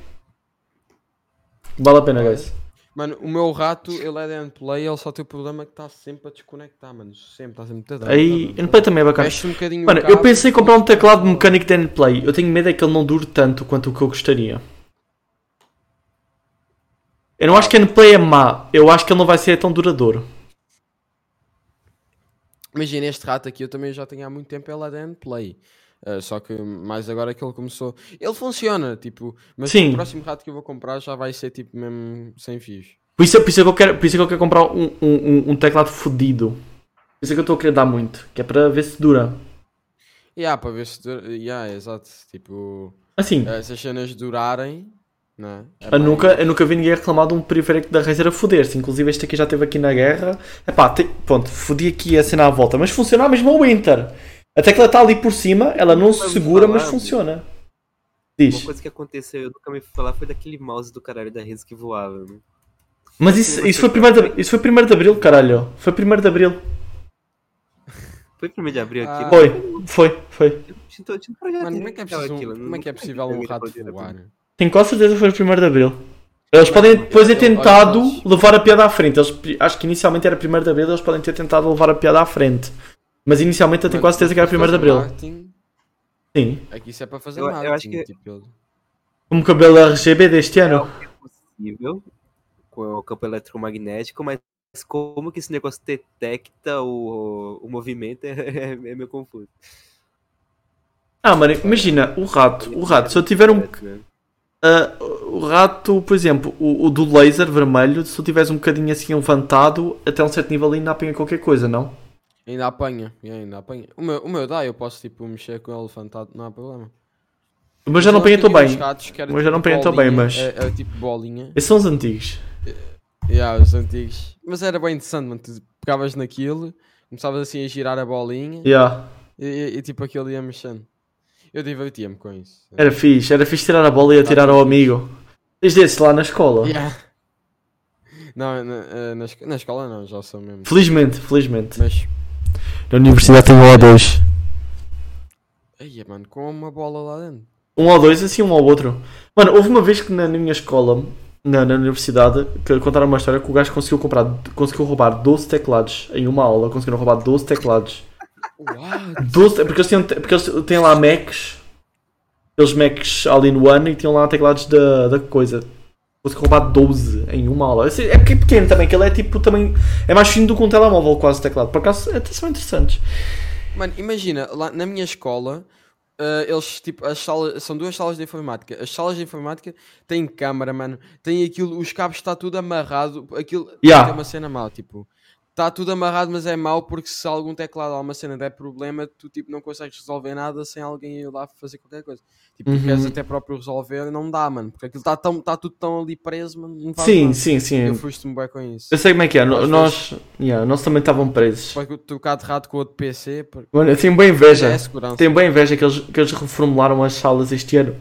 Speaker 1: Vale a pena, guys.
Speaker 2: Mano, o meu rato, ele é de endplay, ele só tem o problema que está sempre a desconectar, mano. Sempre, está sempre. Tá, tá, tá,
Speaker 1: Aí,
Speaker 2: tá, tá.
Speaker 1: Endplay também é bacana.
Speaker 2: Mexe um bocadinho
Speaker 1: Mano,
Speaker 2: o
Speaker 1: eu
Speaker 2: cabo.
Speaker 1: pensei em comprar um teclado mecânico de Endplay. Eu tenho medo é que ele não dure tanto quanto o que eu gostaria. Eu não acho que a Endplay é má. Eu acho que ele não vai ser tão duradouro. um-
Speaker 2: Imagina este rato aqui, eu também já tenho há muito tempo ele é de endplay. Uh, só que mais agora que ele começou. Ele funciona, tipo, mas
Speaker 1: Sim.
Speaker 2: o próximo rato que eu vou comprar já vai ser tipo mesmo sem fios.
Speaker 1: Por isso, por isso é que eu quero, por isso é que eu quero comprar um, um, um- um teclado fodido. Por isso é que eu estou a querer dar muito. Que é para ver se dura.
Speaker 2: E yeah, para ver se. dura- Yeah, exato. Tipo,
Speaker 1: Assim,
Speaker 2: eh, se as cenas durarem, né? é
Speaker 1: eu
Speaker 2: bem-
Speaker 1: nunca, eu nunca vi ninguém reclamar de um periférico da Razer a foder-se. Inclusive este aqui já esteve aqui na guerra. Epá, te, pronto, fodi aqui a cena à volta. Mas funciona mesmo ao Inter. A tecla está ali por cima, ela não se
Speaker 3: Vamos
Speaker 1: segura,
Speaker 3: falar,
Speaker 1: mas
Speaker 3: meu.
Speaker 1: funciona. Diz.
Speaker 3: Uma coisa que aconteceu, eu nunca me fui falar, foi daquele mouse do caralho da Reza que voava, né?
Speaker 1: Mas isso, isso foi 1 de, abri- isso foi 1 de Abril, caralho. Foi 1 de Abril.
Speaker 3: Foi primeiro de abril
Speaker 2: Ah.
Speaker 3: aquilo?
Speaker 1: Foi, foi, foi.
Speaker 3: Então, eu tinha um projeto
Speaker 2: Mano, como é
Speaker 3: de
Speaker 2: que é,
Speaker 3: aquela-
Speaker 2: preciso um-
Speaker 3: aquilo,
Speaker 2: como é, que é
Speaker 3: não-
Speaker 2: possível
Speaker 3: não
Speaker 2: um
Speaker 3: tem
Speaker 2: rato
Speaker 3: poder,
Speaker 2: voar?
Speaker 1: Tenho quase certeza que foi 1 de Abril. Eles podem depois ter
Speaker 2: eu- olha,
Speaker 1: tentado
Speaker 2: eles-
Speaker 1: levar a piada à frente. Eles, acho que inicialmente era 1 de Abril, eles podem ter tentado levar a piada à frente. Mas inicialmente eu tenho
Speaker 2: Mano,
Speaker 1: quase certeza que era 1 de
Speaker 2: fazer
Speaker 1: Abril.
Speaker 2: marketing-
Speaker 1: Sim.
Speaker 2: Aqui isso é para fazer
Speaker 3: Eu- eu
Speaker 2: marketing.
Speaker 3: acho que-
Speaker 2: tipo, ele-
Speaker 1: Como um cabelo RGB deste ano.
Speaker 3: É possível com o campo eletromagnético, mas como que esse negócio detecta o, o movimento é, é meio confuso.
Speaker 1: Ah, mano, imagina, o rato, o rato, se eu tiver um.
Speaker 3: né?
Speaker 1: ah, o rato, por exemplo, o, o do laser vermelho, se eu tivesse um bocadinho assim levantado, até um certo nível ainda apanha qualquer coisa, não?
Speaker 2: Ainda apanha, e ainda apanha. O meu, o meu dá, eu posso tipo mexer com ele levantado, não há problema.
Speaker 1: Mas já não apanha tão
Speaker 2: tenho uns
Speaker 1: bem.
Speaker 2: ratos que era
Speaker 1: Mas já não
Speaker 2: tipo
Speaker 1: apanha tão bem,
Speaker 2: bolinha,
Speaker 1: mas-
Speaker 2: É, é tipo bolinha.
Speaker 1: Esses são os antigos.
Speaker 2: Yeah, os antigos. Mas era bem interessante, mano. Tu pegavas naquilo, começavas assim a girar a bolinha
Speaker 1: Yeah.
Speaker 2: e, e- e, tipo aquilo ia mexendo. Eu divertia-me com isso.
Speaker 1: Era fixe, era fixe tirar a bola e atirar ao amigo. Desde esse lá na escola.
Speaker 2: Yeah. Não, na, eh, na, esco- na escola não, já sou mesmo.
Speaker 1: Felizmente, felizmente.
Speaker 2: Mas,
Speaker 1: Na universidade tem um ou dois.
Speaker 2: aí, mano, com uma bola lá dentro.
Speaker 1: Um ou dois, assim um ao outro. Mano, houve uma vez que na, na minha escola, na, na universidade, que contaram uma história que o gajo conseguiu comprar, conseguiu roubar 12 teclados em uma aula, conseguiram roubar 12 teclados.
Speaker 2: What?
Speaker 1: 12, te- porque eles tinham, te- porque eles têm lá Macs, aqueles Macs all in one e tinham lá teclados da, da coisa. Conseguiu roubar 12 em uma aula. Esse- É porque é pequeno também, que ele é tipo também. É mais fino do que um telemóvel quase o teclado. Por acaso é até são interessantes.
Speaker 2: Mano, imagina, lá na minha escola, eh, eles, tipo, as salas, são duas salas de informática. As salas de informática têm câmara, mano, tem aquilo, os cabos está tudo amarrado, aquilo
Speaker 1: Yeah.
Speaker 2: tem uma cena mal, tipo, está tudo amarrado, mas é mau porque se algum teclado ou uma cena der problema, tu, tipo, não consegues resolver nada sem alguém ir lá fazer qualquer coisa. Tipo, tu
Speaker 1: Uhum.
Speaker 2: queres até próprio resolver, não dá, mano, porque aquilo está tão, tá tudo tão ali preso, mano, não faz
Speaker 1: Sim,
Speaker 2: nada.
Speaker 1: sim,
Speaker 2: Eu
Speaker 1: sim.
Speaker 2: fusto-me bem com isso.
Speaker 1: Eu sei como é que é. No-
Speaker 2: Às
Speaker 1: Nós, yeah, nós também estavam presos.
Speaker 2: Depois que eu tocar de rato com outro PC, porque
Speaker 1: Mano, eu tenho bem
Speaker 2: já
Speaker 1: inveja.
Speaker 2: é segurança.
Speaker 1: Tenho bem inveja que eles, que eles reformularam as salas este ano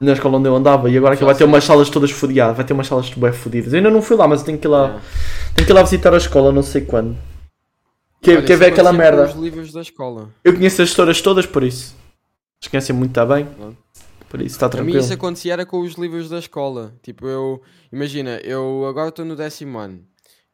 Speaker 1: na escola onde eu andava e agora que
Speaker 2: Já
Speaker 1: vai ter
Speaker 2: sei.
Speaker 1: umas salas todas fodiadas, vai ter umas salas bem fodidas. Eu ainda não fui lá, mas eu tenho que ir lá,
Speaker 2: Yeah.
Speaker 1: tenho que ir lá visitar a escola, não sei quando. Quer,
Speaker 2: É. Olha,
Speaker 1: quer
Speaker 2: isso
Speaker 1: ver aquela
Speaker 2: acontecia com
Speaker 1: merda?
Speaker 2: Os livros da escola.
Speaker 1: Eu conheço as histórias todas por isso. Eles conhecem muito, está bem?
Speaker 2: Pronto.
Speaker 1: Por isso está
Speaker 2: Para mim
Speaker 1: tranquilo.
Speaker 2: isso acontecia era com os livros da escola. Tipo, eu. Imagina, eu agora estou no décimo ano.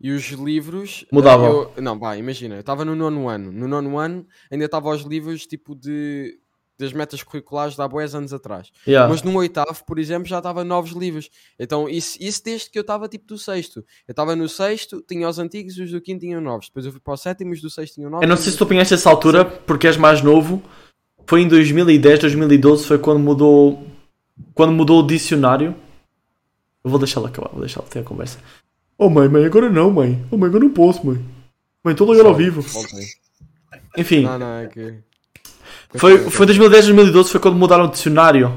Speaker 2: E os livros. eh,
Speaker 1: Mudavam.
Speaker 2: eu- não, pá, imagina, eu estava no nono ano. No nono ano ainda estava aos livros tipo de. das metas curriculares de há boés anos atrás.
Speaker 1: Yeah.
Speaker 2: Mas no oitavo, por exemplo, já estava novos livros. Então, isso, isso desde que eu estava tipo do sexto. Eu estava no sexto, tinha os antigos, os do quinto tinham novos. Depois eu fui para o sétimo, os do sexto tinham novos.
Speaker 1: Eu não sei se tu apanhaste essa altura, porque és mais novo. Foi em 2010, 2012, foi quando mudou. Quando mudou o dicionário. Eu vou deixá-la acabar, vou deixá-la ter a conversa. Oh mãe, mãe, agora não, mãe. Oh mãe, agora não posso, mãe. Mãe, estou a ligar ao vivo.
Speaker 2: Voltei.
Speaker 1: Enfim,
Speaker 2: Não, não, é que. é.
Speaker 1: foi, foi 2010, 2012, foi quando mudaram o dicionário.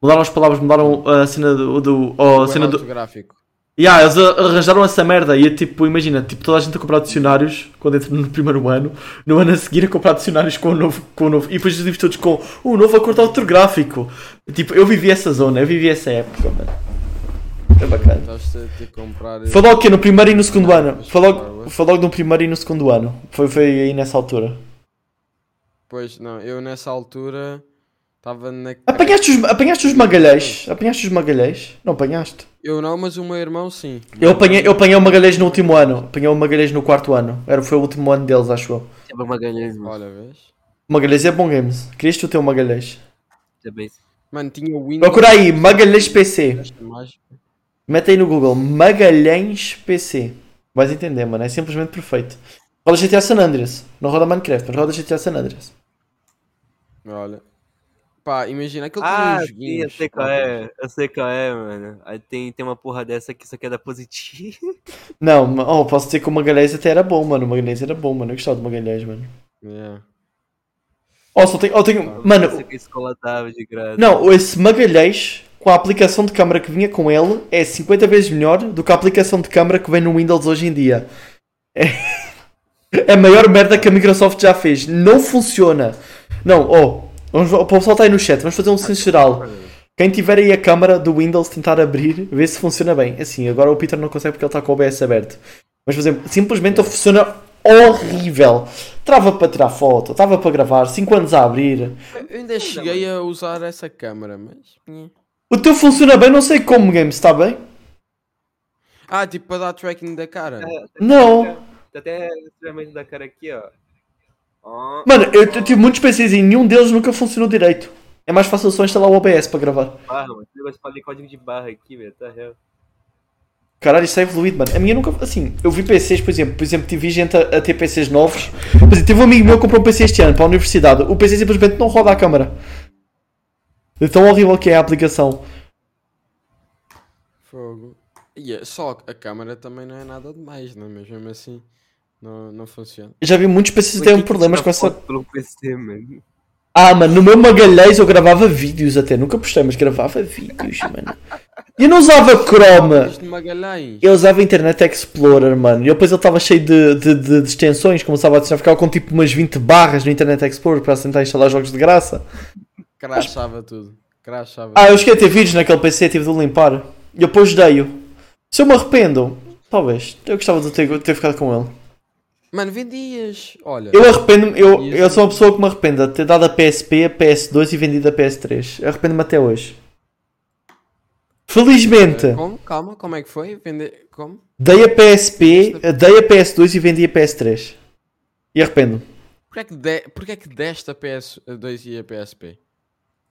Speaker 1: Mudaram as palavras, mudaram a cena do. do oh, a
Speaker 2: Erro
Speaker 1: cena do,
Speaker 2: ortográfico.
Speaker 1: Yeah, eles a- arranjaram essa merda e é tipo, imagina, tipo, toda a gente a comprar dicionários quando entra no primeiro ano, no ano a seguir a comprar dicionários com o novo, com o novo e depois os livros todos com o novo acordo ortográfico. Tipo, eu vivi essa zona, eu vivi essa época, mano. É bacana.
Speaker 2: Estás a te comprar.
Speaker 1: Foi logo que no primeiro e no segundo ano. Foi logo, foi logo no primeiro e no segundo ano. Foi, foi aí nessa altura.
Speaker 2: Pois não, eu nessa altura Estava na.
Speaker 1: Apanhaste os, apanhaste os magalhães? Apanhaste os magalhães? Não apanhaste?
Speaker 2: Eu não, mas o meu irmão sim.
Speaker 1: Eu apanhei, eu apanhei o magalhães no último ano. Apanhei o magalhães no quarto ano. Era, foi o último ano deles, acho eu.
Speaker 3: Teve uma galhães, mano.
Speaker 2: Olha, vês?
Speaker 1: O Magalhães é bom games. Querias tu ter o Magalhães?
Speaker 3: Também.
Speaker 2: Mano, tinha o Windows.
Speaker 1: Procura aí, Magalhães PC.
Speaker 2: esta mágica.
Speaker 1: Mete aí no Google, Magalhães PC. Vais entender, mano. É simplesmente perfeito. Roda GTA San Andreas. Não roda Minecraft, mas roda GTA San Andreas.
Speaker 2: Olha. Pá, imagina aquele
Speaker 3: Ah,
Speaker 2: tinha uns
Speaker 3: sim, eu
Speaker 2: joguinhos.
Speaker 3: sei qual é. Eu sei qual é, mano. Aí tem, tem uma porra dessa que é só quer dar positivo.
Speaker 1: Não, ma- oh, posso dizer que o Magalhães até era bom, mano. O Magalhães era bom, mano. Eu gostava do Magalhães, mano.
Speaker 2: Yeah.
Speaker 1: Oh, só tenho. Oh, tenho mano,
Speaker 3: Essa que a escola dava de graça.
Speaker 1: não, esse Magalhães, com a aplicação de câmara que vinha com ele, é 50 vezes melhor do que a aplicação de câmara que vem no Windows hoje em dia. É a maior merda que a Microsoft já fez. Não funciona. Não, oh, vamos, o pessoal está aí no chat, vamos fazer um senso geral. Quem tiver aí a câmara do Windows tentar abrir, ver se funciona bem. Assim, agora o Peter não consegue porque ele está com o OBS aberto. Mas, por exemplo, simplesmente ele funciona horrível. Trava para tirar foto, estava para gravar, 5 anos a abrir.
Speaker 2: Eu
Speaker 3: é,
Speaker 2: ainda cheguei a usar essa câmera, mas. nhé.
Speaker 1: O teu funciona bem, não sei como, Games, está bem?
Speaker 2: Ah, tipo para dar tracking da cara.
Speaker 3: É.
Speaker 1: Não.
Speaker 3: Tá até extremamente da cara aqui, ó. Ó.
Speaker 1: Mano, eu t- tive muitos PCs e nenhum deles nunca funcionou direito. É mais fácil só instalar o OBS para gravar.
Speaker 3: barra, mano. Esse negócio de falar de código de barra aqui, velho. Tá real.
Speaker 1: Caralho, isso é evoluído, mano. A minha nunca. Assim, eu vi PCs, por exemplo. Por exemplo, tive gente a, a ter PCs novos. Por exemplo, teve um amigo meu que comprou um PC este ano para a universidade. O PC simplesmente não roda a câmara. É tão horrível que é a aplicação.
Speaker 2: Fogo. E é- só a câmera também não é nada demais, né? Mas mesmo assim não, não funciona.
Speaker 1: Eu já vi muitos PCs que
Speaker 3: Por que é
Speaker 1: têm
Speaker 3: que
Speaker 1: problemas um com
Speaker 3: tira
Speaker 1: essa.
Speaker 3: foto Pelo PC, mano.
Speaker 1: Ah, mano, no meu Magalhães eu gravava vídeos até. Nunca postei, mas gravava vídeos, mano. E eu não usava Chrome.
Speaker 2: Mas de Magalhães.
Speaker 1: Eu usava Internet Explorer, mano. E depois ele estava cheio de, de, de, de extensões. Começava a adicionar. Ficava com tipo umas 20 barras no Internet Explorer para tentar instalar jogos de graça.
Speaker 2: Crashava tudo. Crashava.
Speaker 1: Ah, eu esqueci de ter vídeos naquele PC, tive de o limpar. E eu depois dei-o. Se eu me arrependo, talvez. Eu gostava de ter, de ter ficado com ele.
Speaker 2: Mano, vendias. Olha. eh,
Speaker 1: Eu arrependo-me, eu, eu sou uma pessoa que me arrependo de ter dado a PSP, a PS2 e vendido a PS3. Arrependo-me até hoje. Felizmente,
Speaker 2: Como? Calma, como é que foi? Vender. Como?
Speaker 1: dei a PSP, dei a PS2 e vendi a PS3. E arrependo-me.
Speaker 2: Porquê é que, de... Porquê é que deste a PS2 e a PSP?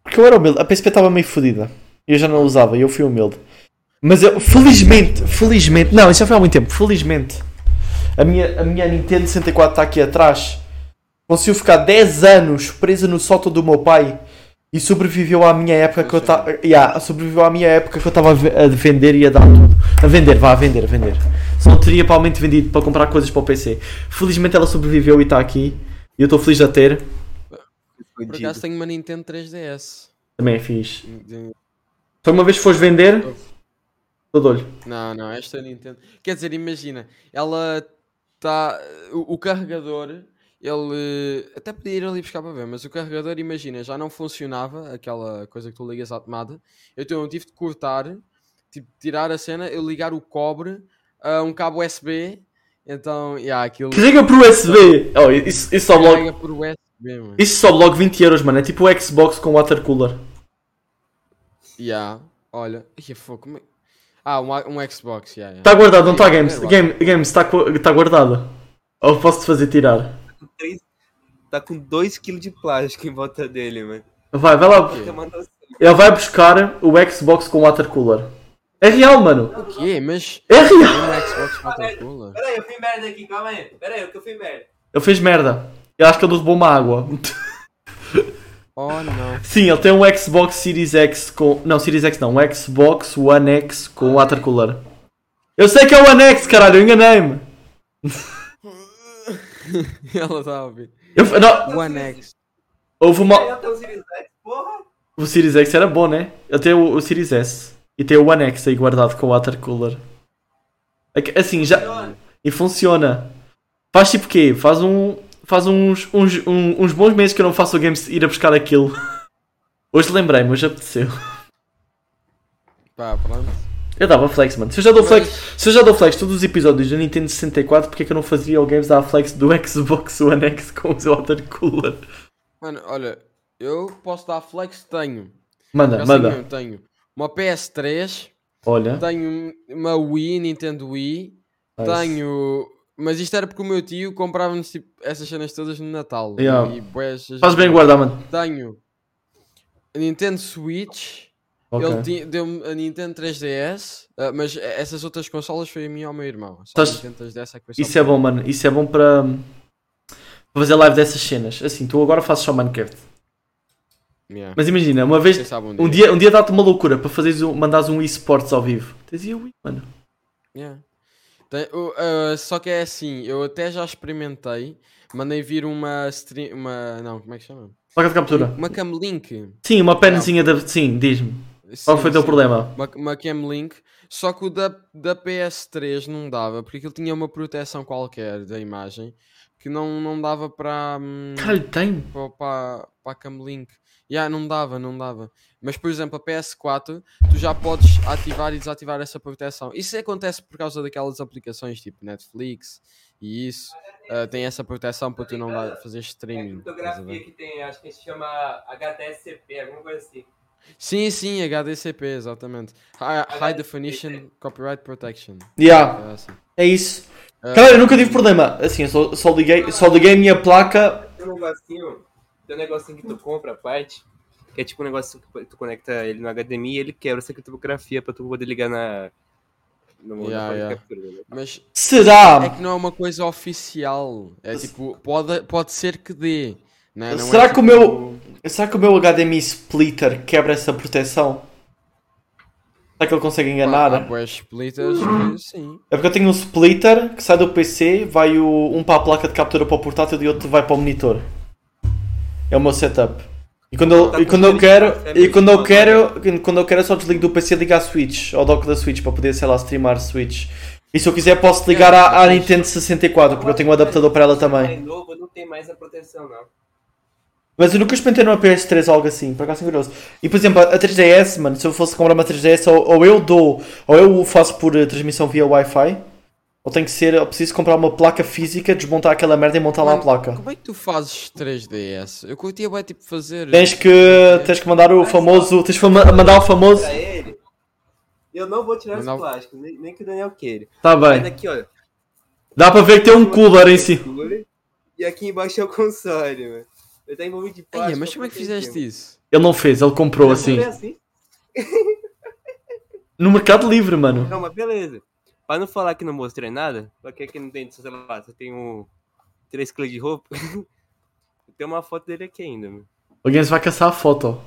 Speaker 1: Porque eu era humilde. A PSP estava meio fodida. Eu já não a usava, e eu fui humilde. Mas eu, felizmente, felizmente. Não, isso já foi há muito tempo. Felizmente. A minha, a minha Nintendo 64 está aqui atrás. Conseguiu ficar 10 anos presa no sótão do meu pai. E sobreviveu à minha época que eu estava. Yeah, sobreviveu à minha época que eu estava a ve- a vender e a dar tudo. A vender, vá, a vender, a vender. Senão teria provavelmente vendido para comprar coisas para o PC. Felizmente ela sobreviveu e está aqui. E eu estou feliz de a ter.
Speaker 2: Por acaso tenho uma Nintendo 3DS.
Speaker 1: Também é fixe.
Speaker 2: De-
Speaker 1: Só uma vez que fores vender, eu dou-lhe.
Speaker 2: Não, não, esta Nintendo. Quer dizer, imagina, ela está. O, o carregador, ele. Até podia ir ali buscar para ver, mas o carregador, imagina, já não funcionava aquela coisa que tu ligas à tomada. Então eu tive de cortar, tipo, tirar a cena, eu ligar o cobre a um cabo USB. Então, yeah, aquilo.
Speaker 1: Que liga pro USB! Oh, isso, isso, sobe logo,
Speaker 2: Carrega por USB, mano.
Speaker 1: isso sobe logo 20 euros, mano. É tipo o Xbox com watercooler.
Speaker 2: Yeah, olha. Ia, fogo, como é- Ah, um, a- um Xbox, yeah, yeah.
Speaker 1: Está Tá guardado, não está, Games? Game, games, está tá guardado. Ou posso-te fazer tirar?
Speaker 3: Tá com 2kg de plástico em volta dele, mano.
Speaker 1: Vai, vai lá.
Speaker 3: Tem uma noção.
Speaker 1: Ele vai buscar o Xbox com watercooler. É real, mano.
Speaker 2: O quê? Mas.
Speaker 1: É real.
Speaker 2: Um Xbox Motorola?
Speaker 3: Pera aí, eu fui merda aqui, calma aí. Pera aí, eu que eu fui merda.
Speaker 1: Ele fez merda. Eu acho que ele derrubou uma água.
Speaker 2: Oh, não.
Speaker 1: Sim, ele tem um Xbox Series X com. Não, Series X não. Um Xbox One X com watercooler. Eu sei que é o One X, caralho. Eu enganei-me.
Speaker 2: Ela está a ouvir.
Speaker 1: Eu, não,
Speaker 2: One X.
Speaker 1: houve uma.
Speaker 3: eu tenho um Series X, porra.
Speaker 1: O Series X era bom, né? Eu tenho o, o Series S. E tenho o One X aí guardado com o watercooler. É que- Assim, já. E funciona. Faz tipo quê? Faz um. Faz uns, uns, um- uns bons meses que eu não faço o game ir a buscar aquilo. Hoje lembrei-me, hoje apeteceu.
Speaker 2: Pá, pronto.
Speaker 1: Eu dava flex, mano. Se eu já dou flex, se eu já dou flex todos os episódios do Nintendo 64, porque é que eu não fazia o games dar flex do Xbox One X com o watercooler?
Speaker 2: Mano, olha, Eu posso dar flex, tenho.
Speaker 1: Manda,
Speaker 2: Já sei
Speaker 1: manda.
Speaker 2: mesmo, tenho uma PS3,
Speaker 1: Olha.
Speaker 2: tenho uma Wii, Nintendo Wii,
Speaker 1: nice.
Speaker 2: tenho. Mas isto era porque o meu tio comprava-nos tipo, essas cenas todas no Natal.
Speaker 1: Yeah.
Speaker 2: E, bués, essas-
Speaker 1: Faz bem guardar, mano.
Speaker 2: Tenho a Nintendo Switch.
Speaker 1: Ok.
Speaker 2: Ele ti- deu-me a Nintendo 3DS, ah, mas essas outras consolas foi a mim e ao meu irmão. Só
Speaker 1: Estás-
Speaker 2: a Nintendo 3DS é que foi só
Speaker 1: Isso é bom, mano. Isso é bom para para fazer live dessas cenas. Assim, tu agora fazes só Minecraft.
Speaker 2: Yeah.
Speaker 1: Mas imagina, uma vez.
Speaker 2: Quem sabe
Speaker 1: Um dia, um dia dá-te uma loucura para fazeres um, mandares um eSports ao vivo. Tens e o Wii, mano.
Speaker 2: Yeah. É. Tem- o- ah, só que é assim, eu até já experimentei, mandei vir uma stream, uma, não, como é que chama?
Speaker 1: Placa de captura.
Speaker 2: Uma cam link.
Speaker 1: Sim, uma penzinha da. Sim, diz-me. Qual
Speaker 2: Sim,
Speaker 1: foi o teu
Speaker 2: sim.
Speaker 1: problema?
Speaker 2: Uma, uma cam link, só que o da, da PS3 não dava, porque aquilo tinha uma proteção qualquer da imagem que não, não dava para hum,
Speaker 1: Caralho, tem?
Speaker 2: para, para, para a cam link. Yeah, não dava, não dava. Mas, por exemplo, a PS4, tu já podes ativar e desativar essa proteção. Isso acontece por causa daquelas aplicações tipo Netflix e isso. ah, tem essa proteção para tu não dar- fazer streaming. estás
Speaker 1: né?
Speaker 2: a ver?
Speaker 3: criptografia que tem, acho que se chama HTSCP, alguma coisa assim.
Speaker 2: Sim, sim, HDCP, exatamente. Hi- High, Definition Copyright Protection.
Speaker 1: Yeah,
Speaker 2: É assim.
Speaker 1: é isso.
Speaker 2: Ah,
Speaker 1: Caralho, eu nunca tive problema. Assim, eu só, só liguei, só liguei a minha placa.
Speaker 3: Tem um negocinho, tem um negocinho que tu compra à parte, que é tipo um negócio que tu conecta ele no HDMI e ele quebra essa criptografia pra tu poder ligar na. No, na
Speaker 2: Yeah,
Speaker 3: placa de
Speaker 2: yeah.
Speaker 3: captura, né?
Speaker 2: Mas é
Speaker 1: Será?
Speaker 2: que não é uma coisa oficial. É tipo, pode, pode ser que dê. né? Não é
Speaker 1: Será que o
Speaker 2: tipo-
Speaker 1: meu- Será que o meu HDMI splitter quebra essa proteção? Será que ele consegue
Speaker 2: Pá, Há
Speaker 1: enganar?
Speaker 2: boas splitters, que sim.
Speaker 1: É porque eu tenho um splitter que sai do PC, vai o, um para a placa de captura para o portátil e outro vai para o monitor. É o meu setup. E quando eu, e quando eu quero, e quando eu quero, quando eu quero eu só desligo do PC e ligo à Switch, ao dock da Switch para poder, sei lá, streamar Switch. E se eu quiser posso ligar à, à Nintendo 64, porque eu tenho um adaptador para ela também.
Speaker 3: tá Mais novo não tem mais a proteção, não.
Speaker 1: Mas eu nunca experimentei numa PS3 ou algo assim, por acaso é curioso. E por exemplo, a 3DS, mano, se eu fosse comprar uma 3DS, ou, ou eu dou, ou eu o faço por eh, transmissão via Wi-Fi, ou tem que ser, eu preciso comprar uma placa física, desmontar aquela merda e montar lá a
Speaker 2: Mano,
Speaker 1: placa.
Speaker 2: Como é que tu fazes 3DS? Eu curtia bem tipo fazer.
Speaker 1: Tens que, tens que mandar o famoso, tens que fama- mandar o famoso.
Speaker 3: Pra ele, eu não vou tirar
Speaker 2: Mas
Speaker 3: os
Speaker 2: não-
Speaker 3: plásticos, nem, nem que o Daniel queira.
Speaker 1: Tá
Speaker 3: Mas
Speaker 1: bem.
Speaker 3: aqui, olha.
Speaker 1: Dá para ver que tem um cooler em si.
Speaker 3: E aqui embaixo é o console, mano. Eu tenho envolvido de plástico.
Speaker 2: Ai, mas como é que fizeste isso?
Speaker 1: Ele não fez, ele comprou assim.
Speaker 3: Não, é assim.
Speaker 1: No Mercado Livre, mano.
Speaker 3: Não, mas beleza. Pra não falar que não mostrei nada, pra que aqui não tem, sei lá, só tem um 3 kg de roupa. tem uma foto dele aqui ainda, mano.
Speaker 1: Alguém vai caçar a foto.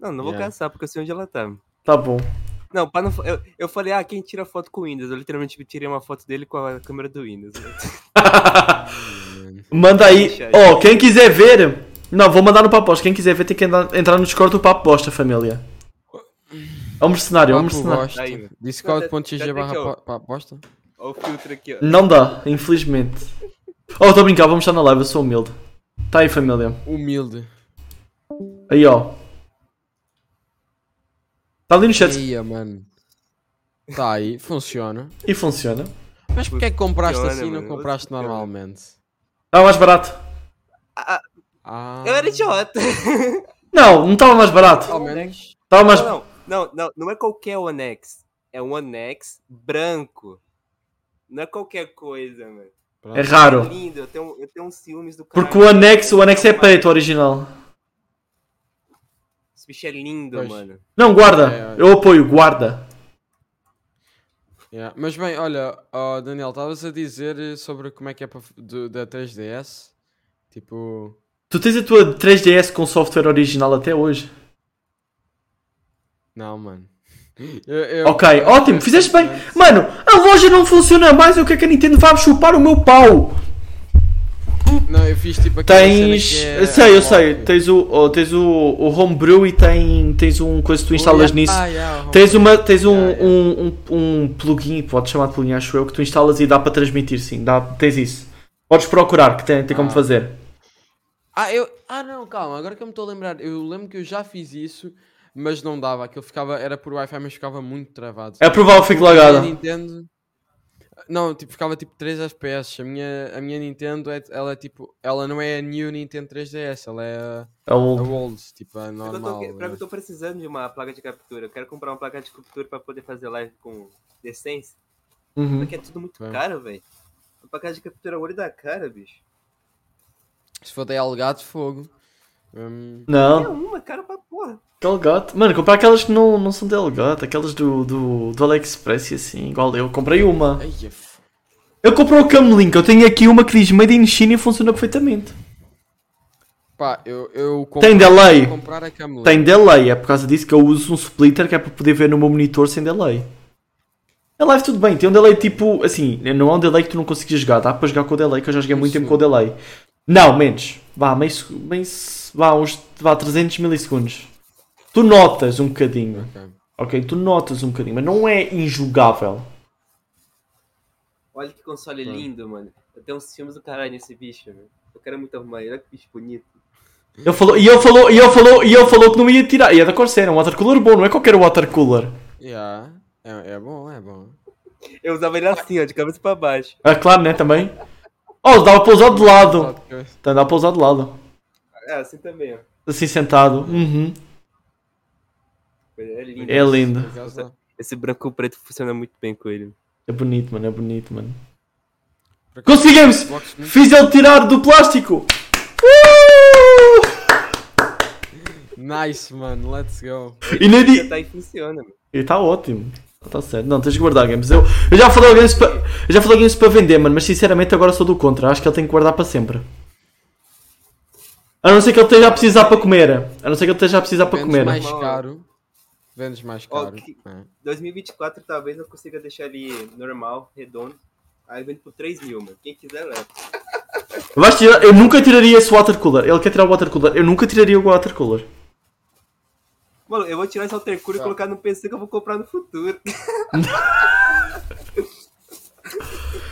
Speaker 3: Não, não vou
Speaker 2: Yeah.
Speaker 3: caçar, porque eu sei onde ela tá. mano.
Speaker 1: Tá bom.
Speaker 3: Não, pra não. fa- Eu, eu falei, ah, quem tira foto com o Windows? Eu literalmente tirei uma foto dele com a câmera do Windows. mano.
Speaker 1: Manda aí.
Speaker 3: Deixa aí.
Speaker 1: Ó, quem quiser ver. Não, vou mandar no Papo Bosta. Quem quiser ver tem que andar- entrar no Discord do Papo Bosta, família. É um mercenário, é um
Speaker 2: Papo
Speaker 1: mercenário.
Speaker 2: bosta.
Speaker 3: Aí, mano.
Speaker 2: é Discord.gg
Speaker 3: Não, até- até
Speaker 2: barra
Speaker 3: aqui,
Speaker 2: pa- pa- bosta.
Speaker 3: Olha o filtro aqui, ó.
Speaker 1: Não dá, infelizmente. Oh, estou a brincar, vamos estar na live, eu sou humilde. Tá aí, família.
Speaker 2: Humilde.
Speaker 1: Aí, ó. Tá ali no chat
Speaker 2: Ia, mano. Tá aí, funciona.
Speaker 1: e funciona.
Speaker 2: Mas porquê é que compraste
Speaker 3: Funciona,
Speaker 2: assim e não
Speaker 3: mano.
Speaker 2: compraste
Speaker 3: Funciona.
Speaker 2: normalmente?
Speaker 1: Tá mais barato.
Speaker 2: Ah.
Speaker 3: Eu era tipo idiota.
Speaker 1: Não, não estava mais barato.
Speaker 2: Ao menos.
Speaker 1: Estava mais.
Speaker 3: Não, não, não, não é qualquer Onex. É um Onex branco. Não é qualquer coisa, mano.
Speaker 1: É raro.
Speaker 3: Lindo, eu tenho, eu tenho uns ciúmes do cara.
Speaker 1: Porque o anexo, o anexo é preto, o original.
Speaker 3: Esse bicho é lindo,
Speaker 2: Pois.
Speaker 3: mano.
Speaker 1: Não,
Speaker 2: É,
Speaker 1: guarda. Eu apoio, guarda.
Speaker 2: Yeah. Mas bem, olha, ó, Daniel, estavas a dizer eh, sobre como é que é pra f- do- da 3DS. Tipo.
Speaker 1: Tu tens a tua 3DS com software original até hoje.
Speaker 2: Não, mano. Eu- eu-
Speaker 1: Ok,
Speaker 2: eu-
Speaker 1: ótimo, fizeste bem. Mano, a loja não funciona mais, o que é que a Nintendo vai chupar o meu pau?
Speaker 2: Não, eu fiz tipo aquela cena
Speaker 1: Tens.
Speaker 2: que é
Speaker 1: Eu sei, eu
Speaker 2: unlock.
Speaker 1: sei. Tens o, oh, tens o, o homebrew e tem, tens um coisa que tu instalas
Speaker 2: Oh, yeah,
Speaker 1: nisso.
Speaker 2: ah, yeah,
Speaker 1: Tens, uma, tens um,
Speaker 2: Yeah, yeah.
Speaker 1: Um, um, um plugin, pode chamar de plugin, acho eu, que tu instalas e dá para transmitir, sim. Dá, tens isso. Podes procurar, que tem, tem como
Speaker 2: Ah.
Speaker 1: fazer.
Speaker 2: Ah, eu... ah, não, calma, agora que eu me estou a lembrar, eu lembro que eu já fiz isso, mas não dava, aquilo ficava, era por Wi-Fi, mas ficava muito travado.
Speaker 1: É provável que fique
Speaker 2: A minha
Speaker 1: lagado.
Speaker 2: Nintendo... Não, tipo, ficava tipo 3 FPS. A minha, a minha Nintendo, é, ela é tipo. Ela não é a New Nintendo 3DS, ela é a,
Speaker 1: É
Speaker 2: a
Speaker 1: um...
Speaker 2: Old, tipo, a
Speaker 3: Porque eu tô-
Speaker 2: normal.
Speaker 3: pior que eu tô precisando de uma placa de captura. Eu quero comprar uma placa de captura pra poder fazer live com decência.
Speaker 1: Uhum.
Speaker 3: Porque é tudo muito
Speaker 2: Claro.
Speaker 3: caro, velho. Uma placa de captura é o olho da cara, bicho.
Speaker 2: Se for da Elgato, fogo. Hum,
Speaker 3: É
Speaker 1: Não,
Speaker 3: uma, cara pra porra.
Speaker 1: Delgato. Mano, comprar aquelas que não, não são Delgato, aquelas do, do, do AliExpress e assim, igual eu. Comprei uma.
Speaker 2: ai, é f-
Speaker 1: Eu comprei o Camlink, eu tenho aqui uma que diz Made in China e funciona perfeitamente.
Speaker 2: Pá, eu, eu
Speaker 1: Tem delay?
Speaker 2: vou comprar a Camelot.
Speaker 1: Tem delay, é por causa disso que eu uso um splitter que é para poder ver no meu monitor sem delay. A live tudo bem, tem um delay tipo, assim, não é um delay que tu não consegues jogar, dá para jogar com o delay, que eu já joguei
Speaker 2: Um
Speaker 1: muito tempo com o
Speaker 2: segundo.
Speaker 1: delay. Não, menos, vá, meio, seg- meio, se- vá, uns, vá, 300 milissegundos. Tu notas um bocadinho,
Speaker 2: Ok.
Speaker 1: ok? Tu notas um bocadinho, mas não é injogável.
Speaker 3: Olha que console
Speaker 2: Claro.
Speaker 3: lindo, mano. Eu tenho uns filmes do caralho nesse bicho, velho. Eu quero muito arrumar ele. Olha que bicho bonito.
Speaker 1: Ele falou, e ele falou, e ele falou, e ele falou que não ia tirar, e é da Corsair, é um watercooler bom, não é qualquer watercooler.
Speaker 2: Yeah. É, é bom, é bom.
Speaker 3: Eu usava ele assim, ó, de cabeça pra baixo.
Speaker 1: É claro, né, também? Oh, dava para usar de lado, então dá para usar de lado.
Speaker 3: É, assim também, ó.
Speaker 1: Assim sentado. Uhum.
Speaker 3: É lindo.
Speaker 1: É lindo.
Speaker 2: Por causa-
Speaker 3: Esse branco e preto funciona muito bem com ele.
Speaker 1: É bonito, mano. É bonito, mano.
Speaker 2: por acaso-
Speaker 1: Conseguimos!
Speaker 2: Xbox muito-
Speaker 1: Fiz ele tirar do plástico!
Speaker 2: Nice, mano, let's go.
Speaker 1: E nem
Speaker 3: Já
Speaker 1: di...
Speaker 3: tá aí funciona, mano.
Speaker 1: E tá ótimo. Tá certo. Não, tens de guardar games. Eu, eu já falei games para eu já falei games para vender, mano, mas sinceramente agora sou do contra. Acho que ele tem que guardar para sempre. A não ser que ele esteja a precisar para comer. A não ser que ele esteja a precisar para
Speaker 2: Vendes
Speaker 1: comer.
Speaker 2: mais
Speaker 3: Mal.
Speaker 2: caro. Vendes mais
Speaker 3: Ó,
Speaker 2: caro.
Speaker 3: que-
Speaker 2: é.
Speaker 3: 2024 talvez eu consiga deixar ele normal, redondo. Aí eu vendo por 3 mil, mano. Quem quiser leva.
Speaker 1: Vais tirar... Eu nunca tiraria esse watercooler. Ele quer tirar o watercooler. Eu nunca tiraria o watercooler.
Speaker 3: Mano, eu vou tirar esse alter cura e
Speaker 2: Tá.
Speaker 3: colocar no PC que eu vou comprar no futuro.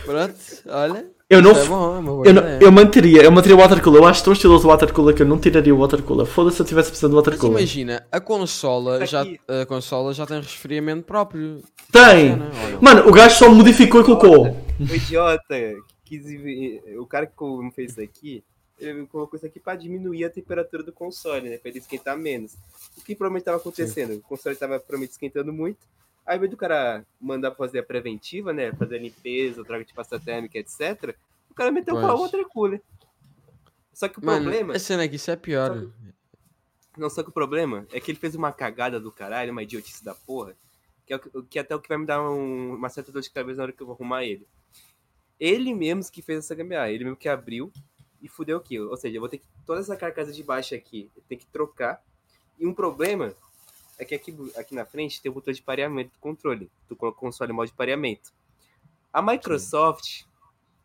Speaker 2: Pronto, olha.
Speaker 1: Eu não,
Speaker 2: É bom, é uma boa
Speaker 1: Eu, não-
Speaker 2: ideia.
Speaker 1: eu manteria, eu manteria o watercooler. Eu acho tão estiloso o watercooler que eu não tiraria o watercooler. Foda-se se eu tivesse precisando do
Speaker 2: Mas
Speaker 1: watercooler.
Speaker 2: imagina, a consola,
Speaker 3: Aqui.
Speaker 2: já, a consola já tem resfriamento próprio. É, né?
Speaker 1: Tem!
Speaker 2: Não, olha.
Speaker 1: Mano, o gajo só modificou e colocou.
Speaker 3: O idiota que quis inve- O cara que co- fez isso aqui, ele colocou isso aqui pra diminuir a temperatura do console, né? Pra ele esquentar menos. O que provavelmente tava acontecendo? O console tava provavelmente esquentando muito. Aí, ao invés do cara mandar fazer a preventiva, né? Fazer a limpeza, troca de pasta térmica, etc. O cara meteu com a
Speaker 2: Pois.
Speaker 3: outra cooler. Só que o
Speaker 2: Mano,
Speaker 3: problema.
Speaker 2: a cena é que isso é pior.
Speaker 3: Não, só que o problema é que ele fez uma cagada do caralho, uma idiotice da porra, que, é o que, o que até o que vai me dar um- uma certa dor de cabeça na hora que eu vou arrumar ele. Ele mesmo que fez essa gambiarra, ele mesmo que abriu e fudeu aquilo. Ou seja, eu vou ter que. Toda essa carcaça de baixo aqui, eu tenho que trocar. E um problema é que aqui, aqui na frente tem o botão de pareamento do controle. Tu coloca o console em modo de pareamento. A Microsoft,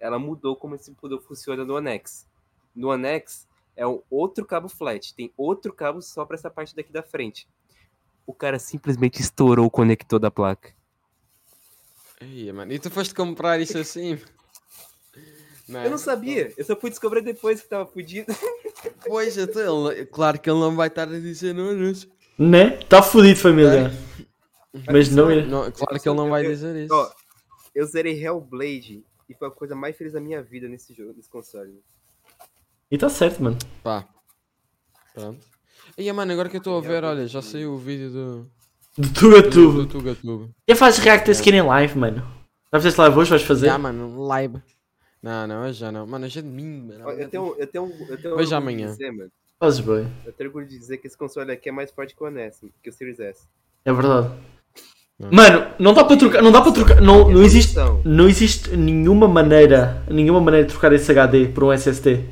Speaker 3: ela mudou como esse botão funciona no One X. No One X, é um outro cabo flat. Tem outro cabo só pra essa parte daqui da frente. O cara simplesmente estourou o conector da placa.
Speaker 2: Ai, mano. E tu foste comprar isso assim?
Speaker 3: Eu não sabia. Eu só fui descobrir depois que tava fudido.
Speaker 2: Pois, então, ele- claro que ele não vai estar a dizer no anúncio.
Speaker 1: Né? Tá fudido, família. Mas não é.
Speaker 2: Não, claro que ele não vai dizer isso.
Speaker 3: Ó, eu zerei Hellblade e foi a coisa mais feliz da minha vida nesse jogo, nesse console.
Speaker 1: E tá certo, mano.
Speaker 2: Pá. Pronto. E mano, agora que eu estou a ver, olha, já saiu o vídeo do,
Speaker 1: De tu a
Speaker 2: do, do
Speaker 1: tu.
Speaker 2: Tuga Tube.
Speaker 1: Eu faço react a skin em live, mano. Já fizeste live hoje? Vais fazer?
Speaker 2: Já, mano, live. Não, não, hoje já não. Mano, hoje é de mim, mano.
Speaker 3: Ó, Eu tenho, eu tenho, um, eu tenho
Speaker 2: Veja
Speaker 3: orgulho de
Speaker 2: amanhã.
Speaker 3: dizer, mano.
Speaker 1: Fazes bem.
Speaker 3: Eu tenho orgulho de dizer que esse console aqui é mais forte que o NES, que o Series S.
Speaker 1: É verdade.
Speaker 2: Não.
Speaker 1: Mano, não dá para trocar. Não dá para trocar. Não, não existe.
Speaker 3: Evolução.
Speaker 1: Não existe nenhuma maneira. Nenhuma maneira de trocar esse HD por um SSD.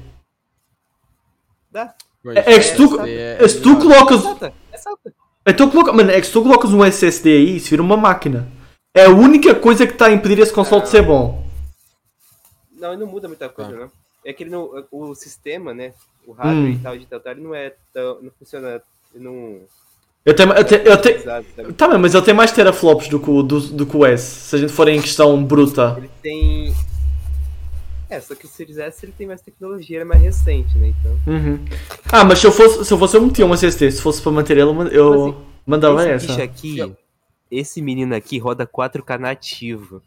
Speaker 3: Dá.
Speaker 2: Pois,
Speaker 1: É, é que se tu,
Speaker 2: é-
Speaker 1: é, se tu colocas.
Speaker 3: Salta. É salta.
Speaker 1: Então coloca, mano, é que se tu colocas um SSD aí, isso vira uma máquina. É a única coisa que está a impedir esse console de ser bom.
Speaker 3: Não, ele não muda muita coisa,
Speaker 2: Tá.
Speaker 3: não. É que ele não, o sistema, né? O hardware
Speaker 1: Hum.
Speaker 3: e tal de tratar, ele não é tão. não funciona. ele Não. é
Speaker 1: Eu tenho, eu tenho, eu tenho,
Speaker 3: sabe?
Speaker 1: tá bem, mas ele tem mais teraflops do que, o- do, do que o S, se a gente for em questão bruta.
Speaker 3: Ele tem. É, só que o Series S ele tem mais tecnologia, ele é mais recente, né? Então.
Speaker 1: Uhum. Ah, mas se eu fosse, se eu, fosse eu metia um SSD, se fosse para manter ele, eu man- eu mandava
Speaker 3: esse
Speaker 1: Então, é essa.
Speaker 3: Então- bicho aqui. Esse menino aqui roda 4K nativo.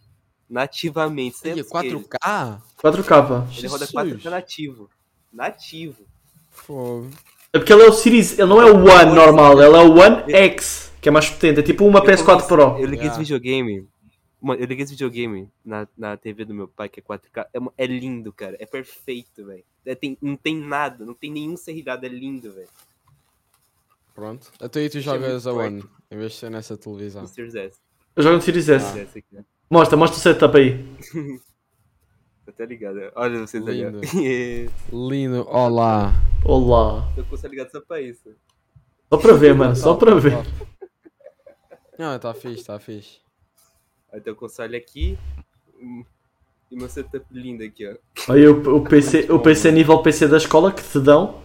Speaker 3: nativamente.
Speaker 2: Ih,
Speaker 3: 100 quilos.
Speaker 2: 4K?
Speaker 1: 4K.
Speaker 3: Ele roda 4K nativo. Nativo.
Speaker 2: Fogo.
Speaker 1: É porque ele é o Series, ele não é o One normal, ele é o One X, que é mais potente, é tipo uma
Speaker 3: Eu
Speaker 1: PS4 Pro.
Speaker 3: Eu liguei
Speaker 2: Yeah.
Speaker 3: esse videogame. Mano, eu liguei esse videogame na, na TV do meu pai, que é 4K. É, mo- é lindo, cara. É perfeito, velho. É, tem- não tem nada, não tem nenhum serrilhado. É lindo, velho.
Speaker 2: Pronto. Até aí tu
Speaker 3: Achei
Speaker 2: jogas a
Speaker 3: muito
Speaker 2: One, em vez de ser nessa televisão.
Speaker 3: O Series S.
Speaker 1: Eu jogo no Series
Speaker 3: Series
Speaker 1: S.
Speaker 3: S aqui, né?
Speaker 1: Mostra, mostra o setup aí.
Speaker 3: Tô até ligado. Olha vocês ali. ó.
Speaker 2: Lindo. Lindo, olá.
Speaker 1: Olá.
Speaker 3: Eu consigo ligar só pra isso.
Speaker 1: Só para ver, mano, só para ver.
Speaker 2: Não, tá fixe, tá fixe.
Speaker 3: Aí tem o console aqui. hum, E meu setup lindo aqui, ó.
Speaker 1: Aí o, o PC, o PC nível PC da escola que te dão.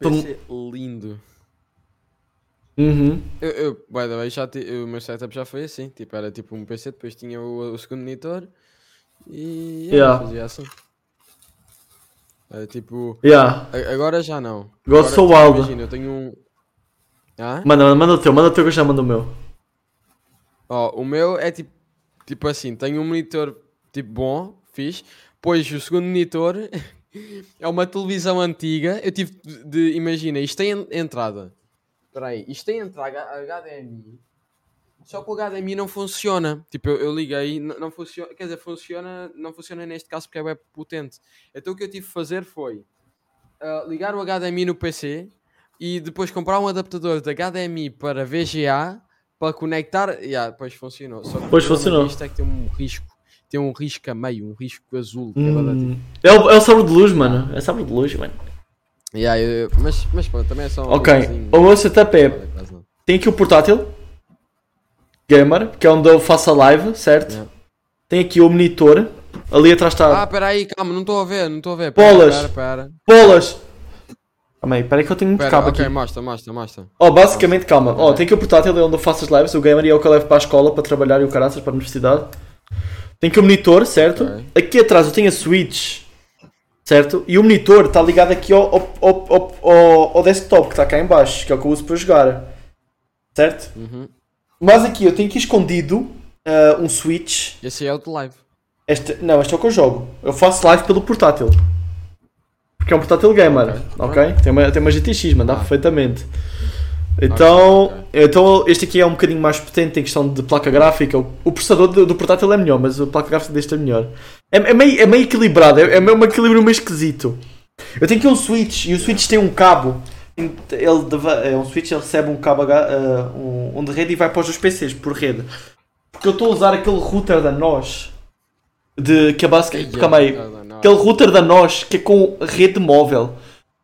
Speaker 1: Tom-
Speaker 2: PC lindo.
Speaker 1: Uhum.
Speaker 2: Eu, eu, by the way, já ti- o meu setup já foi assim. Tipo, era tipo um PC, depois tinha o, o segundo monitor e
Speaker 1: Yeah.
Speaker 2: yeah. fazia assim. Era tipo.
Speaker 1: Yeah.
Speaker 2: a- Agora já não.
Speaker 1: Agora
Speaker 2: Agora,
Speaker 1: sou
Speaker 2: tipo,
Speaker 1: Aldo.
Speaker 2: Imagina, eu tenho um. Ah?
Speaker 1: Manda, manda, manda o teu, manda o teu que eu já mando o meu.
Speaker 2: Ó, o meu é tipo, tipo assim, tenho um monitor tipo bom, fixe, pois o segundo monitor é uma televisão antiga, eu tive de, de- imagina, isto tem en- entrada. Espera aí, isto tem entrada H- HDMI. Só que o HDMI não funciona. Tipo, eu, eu liguei, n- não funciona, quer dizer, funciona, não funciona neste caso porque é web potente. Então o que eu tive de fazer foi ah, ligar o HDMI no PC e depois comprar um adaptador de HDMI para VGA para conectar. Yeah, depois funcionou. Só que o
Speaker 1: Pois
Speaker 2: problema
Speaker 1: funcionou.
Speaker 2: disto é que tem um risco. Tem um risco a meio, um risco azul. que é bastante
Speaker 1: Hum. É, o, é o sabre de luz, mano. É sabre de luz, mano.
Speaker 2: Yeah, eu- mas, mas pronto, também é só um
Speaker 1: Ok,
Speaker 2: videozinho.
Speaker 1: o meu setup é.
Speaker 2: Nada, quase nada.
Speaker 1: Tem aqui o portátil. Gamer, que é onde eu faço a live, certo?
Speaker 2: Yeah.
Speaker 1: Tem aqui o monitor. Ali atrás está.
Speaker 2: Ah, peraí, calma, não estou a ver, não estou a ver.
Speaker 1: Bolas.
Speaker 2: Pera, pera,
Speaker 1: Bolas! Calma aí, peraí que eu tenho muito
Speaker 2: pera.
Speaker 1: cabo
Speaker 2: ok,
Speaker 1: aqui.
Speaker 2: mostra, mostra, mostra.
Speaker 1: Oh, basicamente, calma. Oh, tem aqui o portátil, é onde eu faço as lives. O gamer e é o que eu levo para a escola, para trabalhar e o caraças, para a universidade. Tem aqui o monitor, certo?
Speaker 2: Ok.
Speaker 1: Aqui atrás eu tenho a Switch, certo? E o monitor está ligado aqui ao, ao, ao, ao, ao- ao desktop, que está cá em baixo, que é o que eu uso para jogar. Certo?
Speaker 2: Uhum.
Speaker 1: Mas aqui eu tenho aqui escondido ah, um Switch.
Speaker 2: Esse é o de live.
Speaker 1: Este, não, este é o que eu jogo. Eu faço live pelo portátil. Porque é um portátil gamer, ok? Tem, uma, tem uma GTX, mano, dá
Speaker 2: Ah.
Speaker 1: perfeitamente. Então,
Speaker 2: Ok,
Speaker 1: então, este aqui é um bocadinho mais potente em questão de placa gráfica. O, o processador do, do portátil é melhor, mas a placa gráfica deste é melhor. É, é meio, é meio equilibrado, é, é meio- um equilíbrio meio esquisito. Eu tenho aqui um Switch e o Switch tem um cabo. Tem- Ele deva- é um Switch ele recebe um cabo H- ah, um, um de rede e vai para os dois PCs por rede. Porque eu estou a usar aquele router da NOS de que é basicamente.
Speaker 2: Yeah,
Speaker 1: Calma aí.
Speaker 2: não, não, não.
Speaker 1: Aquele router da NOS que é com rede móvel.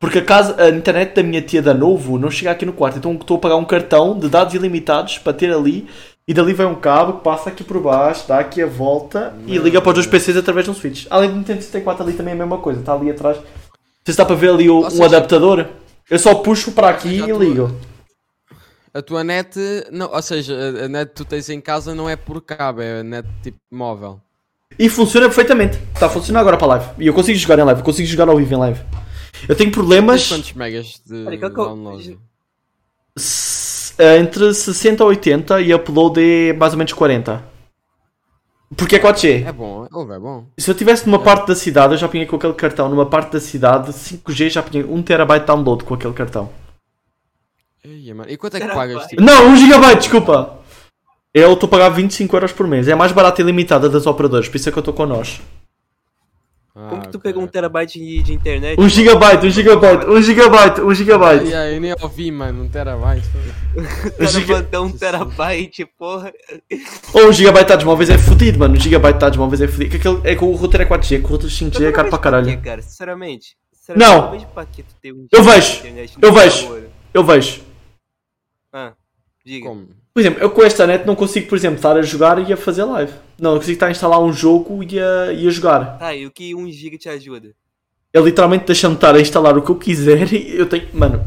Speaker 1: Porque a, casa, a internet da minha tia da Novo não chega aqui no quarto. Então estou a pagar um cartão de dados ilimitados para ter ali. E dali vai um cabo que passa aqui por baixo, dá aqui a volta e liga para os dois PCs através de um switch. Além do Nintendo 64 ali também é a mesma coisa. Está ali atrás. Não sei se dá para ver ali o-
Speaker 2: Ou
Speaker 1: um
Speaker 2: seja,
Speaker 1: adaptador. Eu só puxo para aqui
Speaker 2: já
Speaker 1: e
Speaker 2: tô-
Speaker 1: ligo.
Speaker 2: A tua net, não, ou seja, a- a net que tu tens em casa não é por cabo, é a net tipo móvel.
Speaker 1: E funciona perfeitamente. Está a funcionar agora para live. E eu consigo jogar em live. Eu consigo jogar ao vivo em live. Eu tenho
Speaker 2: Mas
Speaker 1: problemas.
Speaker 2: quantos megas de
Speaker 3: Olha, qual que é o-
Speaker 2: download?
Speaker 1: S- eh, entre 60 a 80 e upload é mais ou menos 40. Porque é 4G.
Speaker 2: É bom, é é bom.
Speaker 1: Se eu tivesse numa parte da cidade, eu já pinha com aquele cartão. Numa parte da cidade, 5G já pinha 1 terabyte de download com aquele cartão.
Speaker 2: Ei, mano, E quanto é que pagas? Tipo,
Speaker 1: Não, 1 GB, desculpa! Eu estou a pagar 25 euros por mês. É a mais barata e limitada das operadoras, por isso é que eu estou com nós.
Speaker 3: Como que tu
Speaker 2: Ah,
Speaker 3: pegou um
Speaker 2: ok.
Speaker 3: terabyte de, de internet?
Speaker 1: 1 GB, 1 GB, 1 GB, 1
Speaker 2: Ai,
Speaker 1: GB.
Speaker 2: ai, eu nem ouvi, mano, um terabyte.
Speaker 3: O cara
Speaker 1: giga-
Speaker 3: mandou um terabyte, porra.
Speaker 1: Ou 1 GB está de móveis é fodido, mano. 1 GB está de móveis é fodido. Que aquele- É que o router é 4G, que o router 5G é caro para caralho.
Speaker 3: Quê, cara, sinceramente.
Speaker 1: Não.
Speaker 3: Eu vejo pra que tu tem um
Speaker 1: Eu
Speaker 3: giga de
Speaker 1: vejo.
Speaker 3: internet
Speaker 1: Eu
Speaker 3: no
Speaker 1: vejo.
Speaker 3: teu olho.
Speaker 1: Eu vejo.
Speaker 3: Ah, diga.
Speaker 2: Como?
Speaker 1: Por exemplo, eu com esta net não consigo, por exemplo, estar a jogar e a fazer live. Não, eu consigo estar a instalar um jogo e a, e a jogar.
Speaker 3: Tá, e o que um giga te ajuda?
Speaker 1: Ele literalmente deixa-me estar a instalar o que eu quiser e eu tenho. Mano.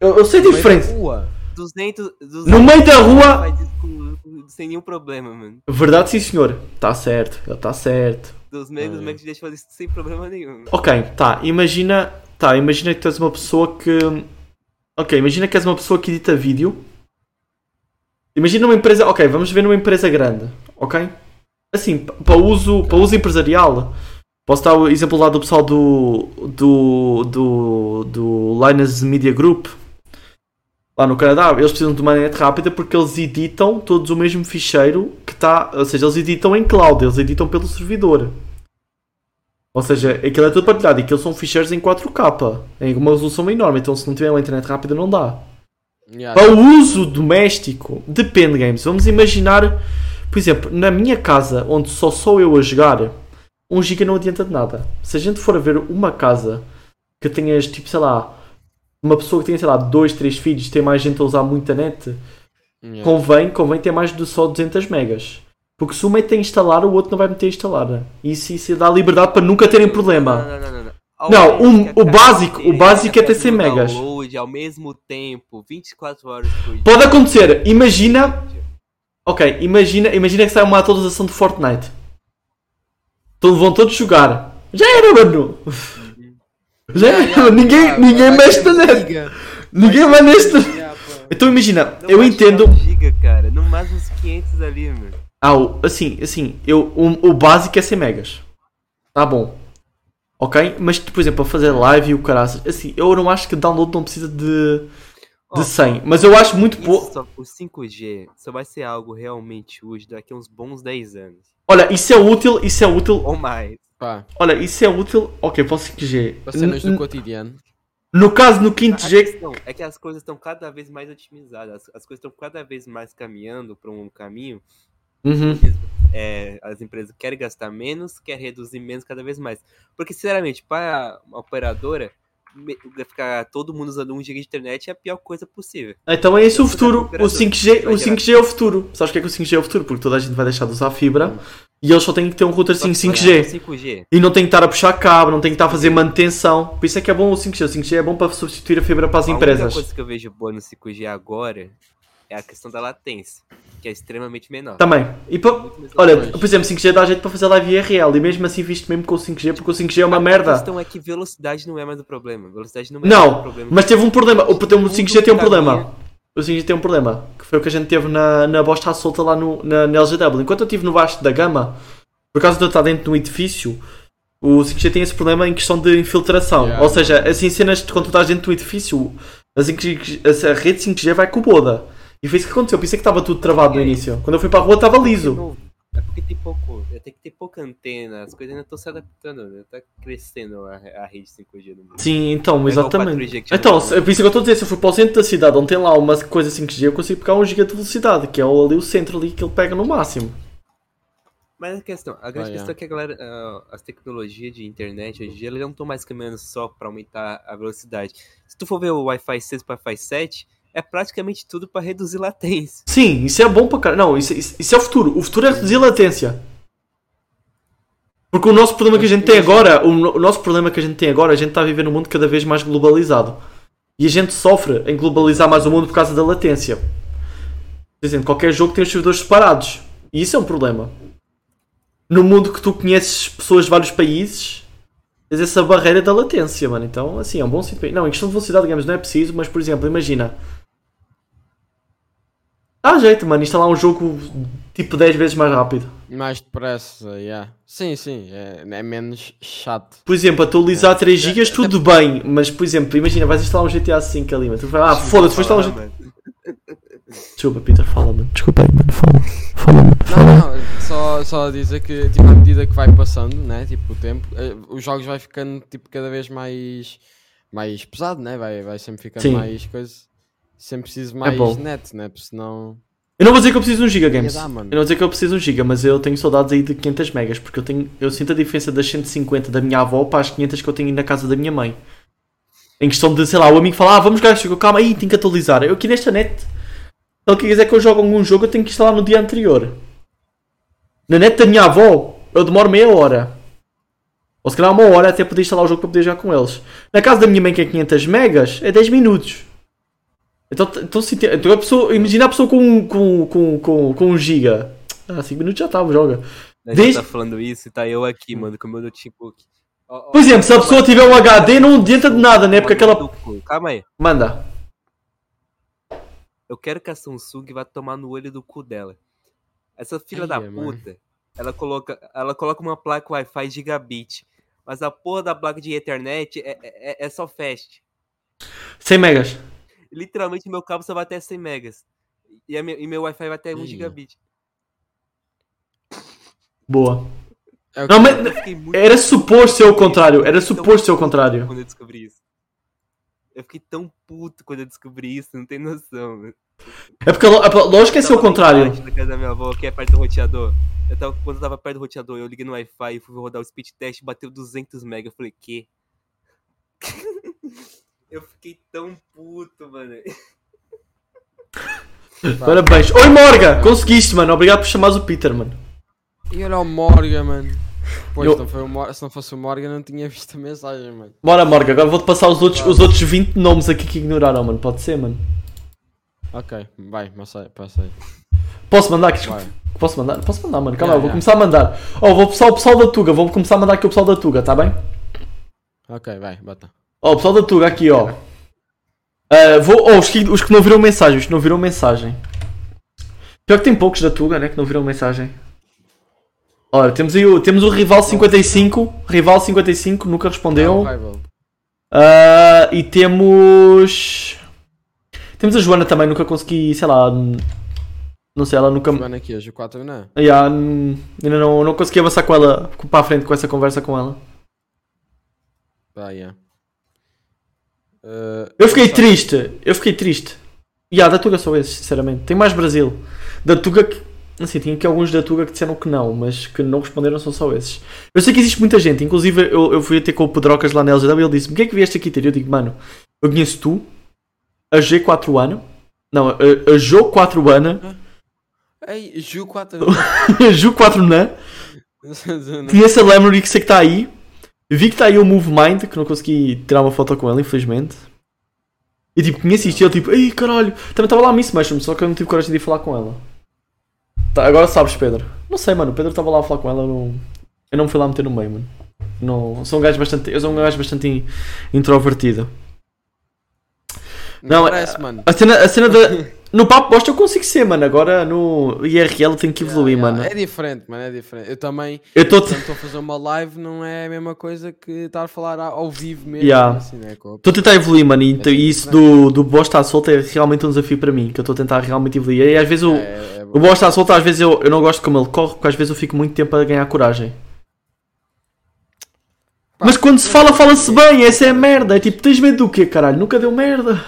Speaker 1: Eu, eu sei a diferença.
Speaker 2: Ua.
Speaker 3: 200, 200
Speaker 1: No meio da rua-
Speaker 3: Faz isso com- com- sem nenhum problema, mano.
Speaker 1: Verdade, sim, senhor. Tá certo, ele tá certo.
Speaker 3: Dos megas, os
Speaker 2: É.
Speaker 3: megas te deixam fazer isso sem problema nenhum.
Speaker 1: Ok, tá, imagina. Tá, imagina que tu és uma pessoa que. Ok, imagina que és uma pessoa que edita vídeo. Imagina uma empresa. Ok, vamos ver numa empresa grande, ok? Assim, pa- para uso, para uso empresarial. Posso dar o exemplo lá do pessoal do, do, do, do Linus Media Group, lá no Canadá. Eles precisam de uma net rápida porque eles editam todos o mesmo ficheiro que está. Ou seja, eles editam em cloud, eles editam pelo servidor. Ou seja, aquilo é tudo partilhado e aquilo são ficheiros em 4K, em uma resolução enorme. Então, se não tiver uma internet rápida, não dá.
Speaker 2: Yeah,
Speaker 1: Para o uso doméstico, depende, games. Vamos imaginar, por exemplo, na minha casa, onde só sou eu a jogar, 1 giga não adianta de nada. Se a gente for a ver uma casa que tenhas, tipo, sei lá, uma pessoa que tenha, sei lá, 2, 3 filhos, tem mais gente a usar muita net,
Speaker 2: yeah.
Speaker 1: convém, convém ter mais de só 200 megas. Porque se um metem a instalar, o outro não vai meter a instalar. né? Isso, isso dá liberdade para nunca terem um problema.
Speaker 3: Não, não, não, não. Ao
Speaker 1: Não,
Speaker 3: menos
Speaker 1: um-
Speaker 3: que a
Speaker 1: o
Speaker 3: cada
Speaker 1: básico- o
Speaker 3: internet
Speaker 1: básico é ter
Speaker 3: faça
Speaker 1: 100
Speaker 3: um
Speaker 1: megas.
Speaker 3: download ao mesmo tempo, 24 horas por dia.
Speaker 1: Pode acontecer, imagina. Ok, imagina, imagina que sai uma atualização de Fortnite. Então vão todos jogar. Já era, mano! Já era, ninguém, ninguém mexe na net! Ninguém vai neste. Então imagina,
Speaker 3: Não
Speaker 1: eu
Speaker 3: bate
Speaker 1: entendo.
Speaker 3: um giga, cara. No máximo uns 500 ali, mano.
Speaker 1: Ah, o- assim, assim, eu, o, o básico é 100 megas. Tá bom. Ok? Mas, por exemplo, a fazer live e o caraças. Assim, eu não acho que download não precisa de,
Speaker 3: Ó,
Speaker 1: de 100. Mas eu acho muito pouco.
Speaker 3: Isso só- o 5G só vai ser algo realmente útil daqui a uns bons 10 anos.
Speaker 1: Olha, isso é útil, isso é útil
Speaker 3: Ou mais.
Speaker 2: Pá,
Speaker 1: Olha, isso é útil. Ok, posso 5G.
Speaker 2: para cenas do
Speaker 1: N-
Speaker 2: cotidiano.
Speaker 1: No caso, no
Speaker 3: A- a
Speaker 1: 5G.
Speaker 3: questão é que as coisas estão cada vez mais otimizadas. As, as coisas estão cada vez mais caminhando para um caminho.
Speaker 1: Uhum.
Speaker 3: É, as empresas querem gastar menos, querem reduzir menos cada vez mais. Porque, sinceramente, para uma operadora, me- ficar todo mundo usando 1 GB de internet é a pior coisa possível.
Speaker 1: Então é esse o
Speaker 3: Eu sou
Speaker 1: futuro. O
Speaker 3: operador.
Speaker 1: 5G, o
Speaker 3: Vai gerar.
Speaker 1: 5G é o futuro. Sabes o que é que o 5G é o futuro? Porque toda a gente vai deixar de usar fibra e eles só têm que ter um router sim
Speaker 3: Só que, é, por
Speaker 1: 5G.
Speaker 3: exemplo, 5G.
Speaker 1: E não tem que estar a puxar cabo, não tem que estar a fazer manutenção. Por isso é que é bom o 5G. O 5G é bom para substituir a fibra para as
Speaker 3: A única
Speaker 1: empresas.
Speaker 3: coisa que eu vejo boa no 5G agora é a questão da latência, que é extremamente menor.
Speaker 1: Também. E pa-
Speaker 3: Muito mais
Speaker 1: Olha,
Speaker 3: latência.
Speaker 1: por exemplo, 5G dá jeito para fazer live IRL e mesmo assim visto mesmo com o 5G, porque o 5G é uma
Speaker 3: A
Speaker 1: merda.
Speaker 3: questão é que velocidade não é mais o problema. Velocidade não é mais o
Speaker 1: Não,
Speaker 3: problema.
Speaker 1: mas teve um problema. O, o
Speaker 3: Tudo
Speaker 1: 5G tem um
Speaker 3: caminha-
Speaker 1: problema. O 5G tem um problema. Que foi o que a gente teve na, na bosta à solta lá no, na, na LGW. Enquanto eu estive no baixo da gama, por causa de eu estar dentro de um edifício, o 5G tem esse problema em questão de infiltração.
Speaker 2: Yeah.
Speaker 1: Ou seja, assim, cenas de quando tu estás dentro do edifício, a, 5G a rede 5G vai com boda. E foi isso que aconteceu. Por isso é que estava tudo travado no
Speaker 3: Ok.
Speaker 1: início. Quando eu fui para a rua, estava liso.
Speaker 3: Não, É porque tem pouco. é, Tem que ter pouca antena. As coisas ainda estão se adaptando, né? Tá crescendo a, a rede 5G no mundo.
Speaker 1: Sim, então,
Speaker 3: É igual o
Speaker 1: exatamente.
Speaker 3: 4G que já
Speaker 1: Então,
Speaker 3: não-
Speaker 1: se- por isso que eu estou a dizer, se eu for para o centro da cidade onde tem lá uma coisa 5G, eu consigo pegar um giga de velocidade, que é o- ali o centro ali que ele pega no máximo.
Speaker 3: Mas a questão, a grande
Speaker 2: Ah, é.
Speaker 3: questão é que a galera, ah, as tecnologias de internet hoje em dia elas não estão mais caminhando só para aumentar a velocidade. Se tu for ver o Wi-Fi 6 para Wi-Fi 7, é praticamente tudo para reduzir latência.
Speaker 1: Sim, isso é bom para caralho. Não, isso, isso, isso é o futuro. O futuro é reduzir latência. Porque o nosso problema que a gente tem agora, o, no- o nosso problema que a gente tem agora, a gente está a viver num mundo cada vez mais globalizado. E a gente sofre em globalizar mais o mundo por causa da latência. Por exemplo, qualquer jogo tem os servidores separados. E isso é um problema. No mundo que tu conheces pessoas de vários países, tens essa barreira da latência, mano. Então, assim, é um bom sítio. para ir. Não, em questão de velocidade, digamos, não é preciso, mas, por exemplo, imagina. Dá jeito, mano, instalar um jogo tipo 10 vezes mais rápido.
Speaker 2: Mais depressa, yeah. Sim, sim, é, é menos chato.
Speaker 1: Por exemplo, atualizar 3 GB, tudo bem, mas por exemplo, imagina, vais instalar um GTA V ali, mas tu vai, ah,
Speaker 3: tá
Speaker 1: foda-se, vou instalar um GTA.
Speaker 3: Mano,
Speaker 1: Desculpa, Peter, fala, mano. Desculpa aí, mano, fala. Fala, mano,
Speaker 2: Não, não, só, só dizer que tipo, à medida que vai passando, né, tipo, o tempo, eh, os jogos vai ficando tipo, cada vez mais, mais pesado, né? vai, vai sempre ficando
Speaker 1: Sim. É
Speaker 2: mais coisa. Sempre preciso mais
Speaker 1: bom.
Speaker 2: net, né? Porque senão.
Speaker 1: Eu não vou dizer que eu preciso de 1 GB games.
Speaker 2: Ia dar,
Speaker 1: Eu
Speaker 2: mano.
Speaker 1: não vou dizer que eu preciso de 1 GB, mas eu tenho saudades aí de 500 megas, porque eu tenho, eu sinto a diferença das 150 da minha avó para as 500 que eu tenho aí na casa da minha mãe. Em questão de, sei lá, o amigo fala, ah, vamos jogar, chegou, calma aí, tenho que atualizar. Eu aqui nesta net, se ele quiser que eu jogue algum jogo, eu tenho que instalar no dia anterior. Na net da minha avó, eu demoro meia hora. Ou se calhar uma hora até poder instalar o jogo para poder jogar com eles. Na casa da minha mãe, que é 500 megas, é 10 minutos. Então, t- então, se tem- então a pessoa, imagina a pessoa com, um- com, com, com, com um giga. Ah, 5 minutos já tá, joga.
Speaker 3: a gente
Speaker 1: Desde- Hum.
Speaker 3: tá falando isso e tá eu aqui, mano, com o meu notebook. Ó, ó,
Speaker 1: Por exemplo, se a pessoa tiver um HD, não adianta de nada, né? Porque aquela.
Speaker 3: cu. Calma aí.
Speaker 1: Manda.
Speaker 3: Eu quero que a Samsung vá tomar no olho do cu dela. Essa filha
Speaker 2: Ai,
Speaker 3: da
Speaker 2: mano.
Speaker 3: puta Ela coloca, ela coloca uma placa Wi-Fi gigabit. Mas a porra da placa de Ethernet é, é, é só fast.
Speaker 1: 100 megas.
Speaker 3: Literalmente, meu cabo só vai até 100 megas. E, a minha- e meu Wi-Fi vai até 1
Speaker 2: Ih.
Speaker 3: gigabit.
Speaker 1: Boa.
Speaker 2: É o
Speaker 1: Não,
Speaker 2: que-
Speaker 1: mas
Speaker 3: Eu fiquei muito
Speaker 1: era suposto ser o contrário. Era
Speaker 3: Então,
Speaker 1: suposto ser o contrário.
Speaker 3: Quando eu descobri isso. Eu fiquei tão puto quando eu descobri isso, não tem noção. mano.
Speaker 1: É porque a lo- a lógica é ser o
Speaker 3: Tava lá
Speaker 1: contrário.
Speaker 3: embaixo Na casa da minha avó, que é perto do roteador. Eu tava, quando eu tava perto do roteador, eu liguei no Wi-Fi e fui rodar o speed test, bateu 200 mega. Eu falei, que? eu fiquei tão puto, mano.
Speaker 1: Parabéns. Oi, Morga! Conseguiste, mano. Obrigado por chamares o Peter, mano.
Speaker 2: E era o Morgan, mano. Pois,
Speaker 1: Eu-
Speaker 2: não foi o Mor- se não fosse o Morgan, eu não tinha visto a mensagem, mano.
Speaker 1: Bora, Morga. Agora vou-te passar os outros, os outros 20 nomes aqui que ignoraram, mano. Pode ser, mano.
Speaker 2: Ok, vai, mas sai- passa aí.
Speaker 1: Posso mandar? Que-
Speaker 2: Vai.
Speaker 1: Posso mandar? Posso mandar, mano. Calma,
Speaker 2: Yeah,
Speaker 1: eu vou
Speaker 2: yeah.
Speaker 1: começar a mandar. Oh, vou pessoal, o pessoal da Tuga. Vou começar a mandar aqui o pessoal da Tuga, tá bem?
Speaker 2: Ok, vai, bota.
Speaker 1: Ó, o pessoal da Tuga aqui, ó. Ah, vou, ó, os, que, os que não viram mensagem, os que não viram mensagem. Pior que tem poucos da Tuga, né, que não viram mensagem. Ora, temos aí o, temos o Rival 55, Rival 55, nunca respondeu.
Speaker 2: Ah, rival.
Speaker 1: Ah, e temos... Temos a Joana também, nunca consegui, sei lá... n- Não sei, ela nunca...
Speaker 2: Mano, aqui, hoje o 4 não.
Speaker 1: Yeah, n- ainda não, não consegui avançar com ela, com- para a frente com essa conversa com ela.
Speaker 2: Pá, yeah. Eh,
Speaker 1: Eu fiquei triste, eu fiquei triste. E yeah, da Tuga só esses, sinceramente. Tem mais Brasil. Da Tuga que. Assim, tinha aqui alguns da Tuga que disseram que não, mas que não responderam são só esses. Eu sei que existe muita gente, inclusive eu, eu fui ter com o Pedrocas lá na LGW e ele disse-me: O que é que vieste aqui ter? Eu digo: Mano, eu conheço tu, a G4 Ana. Não, a, a Jo 4 Ana,
Speaker 2: Ei, Ju né? 4
Speaker 1: a Ju 4 Nan, conheço a Lemery que sei que está aí. Vi que está aí o Move Mind, que não consegui tirar uma foto com ela, infelizmente. E tipo, conheci isto e ele tipo, ei caralho, também estava lá a Miss Mushroom, só que eu não tive coragem de ir falar com ela. Tá, agora sabes, Pedro. Não sei, mano, o Pedro estava lá a falar com ela, eu não, eu não me fui lá meter no meio, mano. Não, sou um gajo bastante, eu sou um gajo bastante in- introvertido. Não,
Speaker 2: Não,
Speaker 1: é-
Speaker 2: parece, mano.
Speaker 1: A cena, a cena da. No papo bosta eu consigo ser, mano, agora no IRL tenho que evoluir,
Speaker 2: Yeah,
Speaker 1: mano.
Speaker 2: yeah. É diferente, mano, é diferente. Eu também,
Speaker 1: Eu estou.
Speaker 2: quando estou a fazer uma live, não é a mesma coisa que estar a falar a- ao vivo mesmo.
Speaker 1: Yeah.
Speaker 2: Assim, né? com a-
Speaker 1: Estou a tentar evoluir, mano,
Speaker 2: É
Speaker 1: e,
Speaker 2: tipo,
Speaker 1: então- e
Speaker 2: né?
Speaker 1: isso do, do bosta à solta é realmente um desafio para mim, que eu estou a tentar realmente evoluir. E às vezes o,
Speaker 2: É, é
Speaker 1: o
Speaker 2: bom.
Speaker 1: bosta à solta, às vezes eu, eu não gosto como ele corre, porque às vezes eu fico muito tempo a ganhar coragem.
Speaker 2: Pá,
Speaker 1: Mas quando se fala, fala-se bem, essa é a merda. É tipo, tens medo do quê, caralho? Nunca deu merda.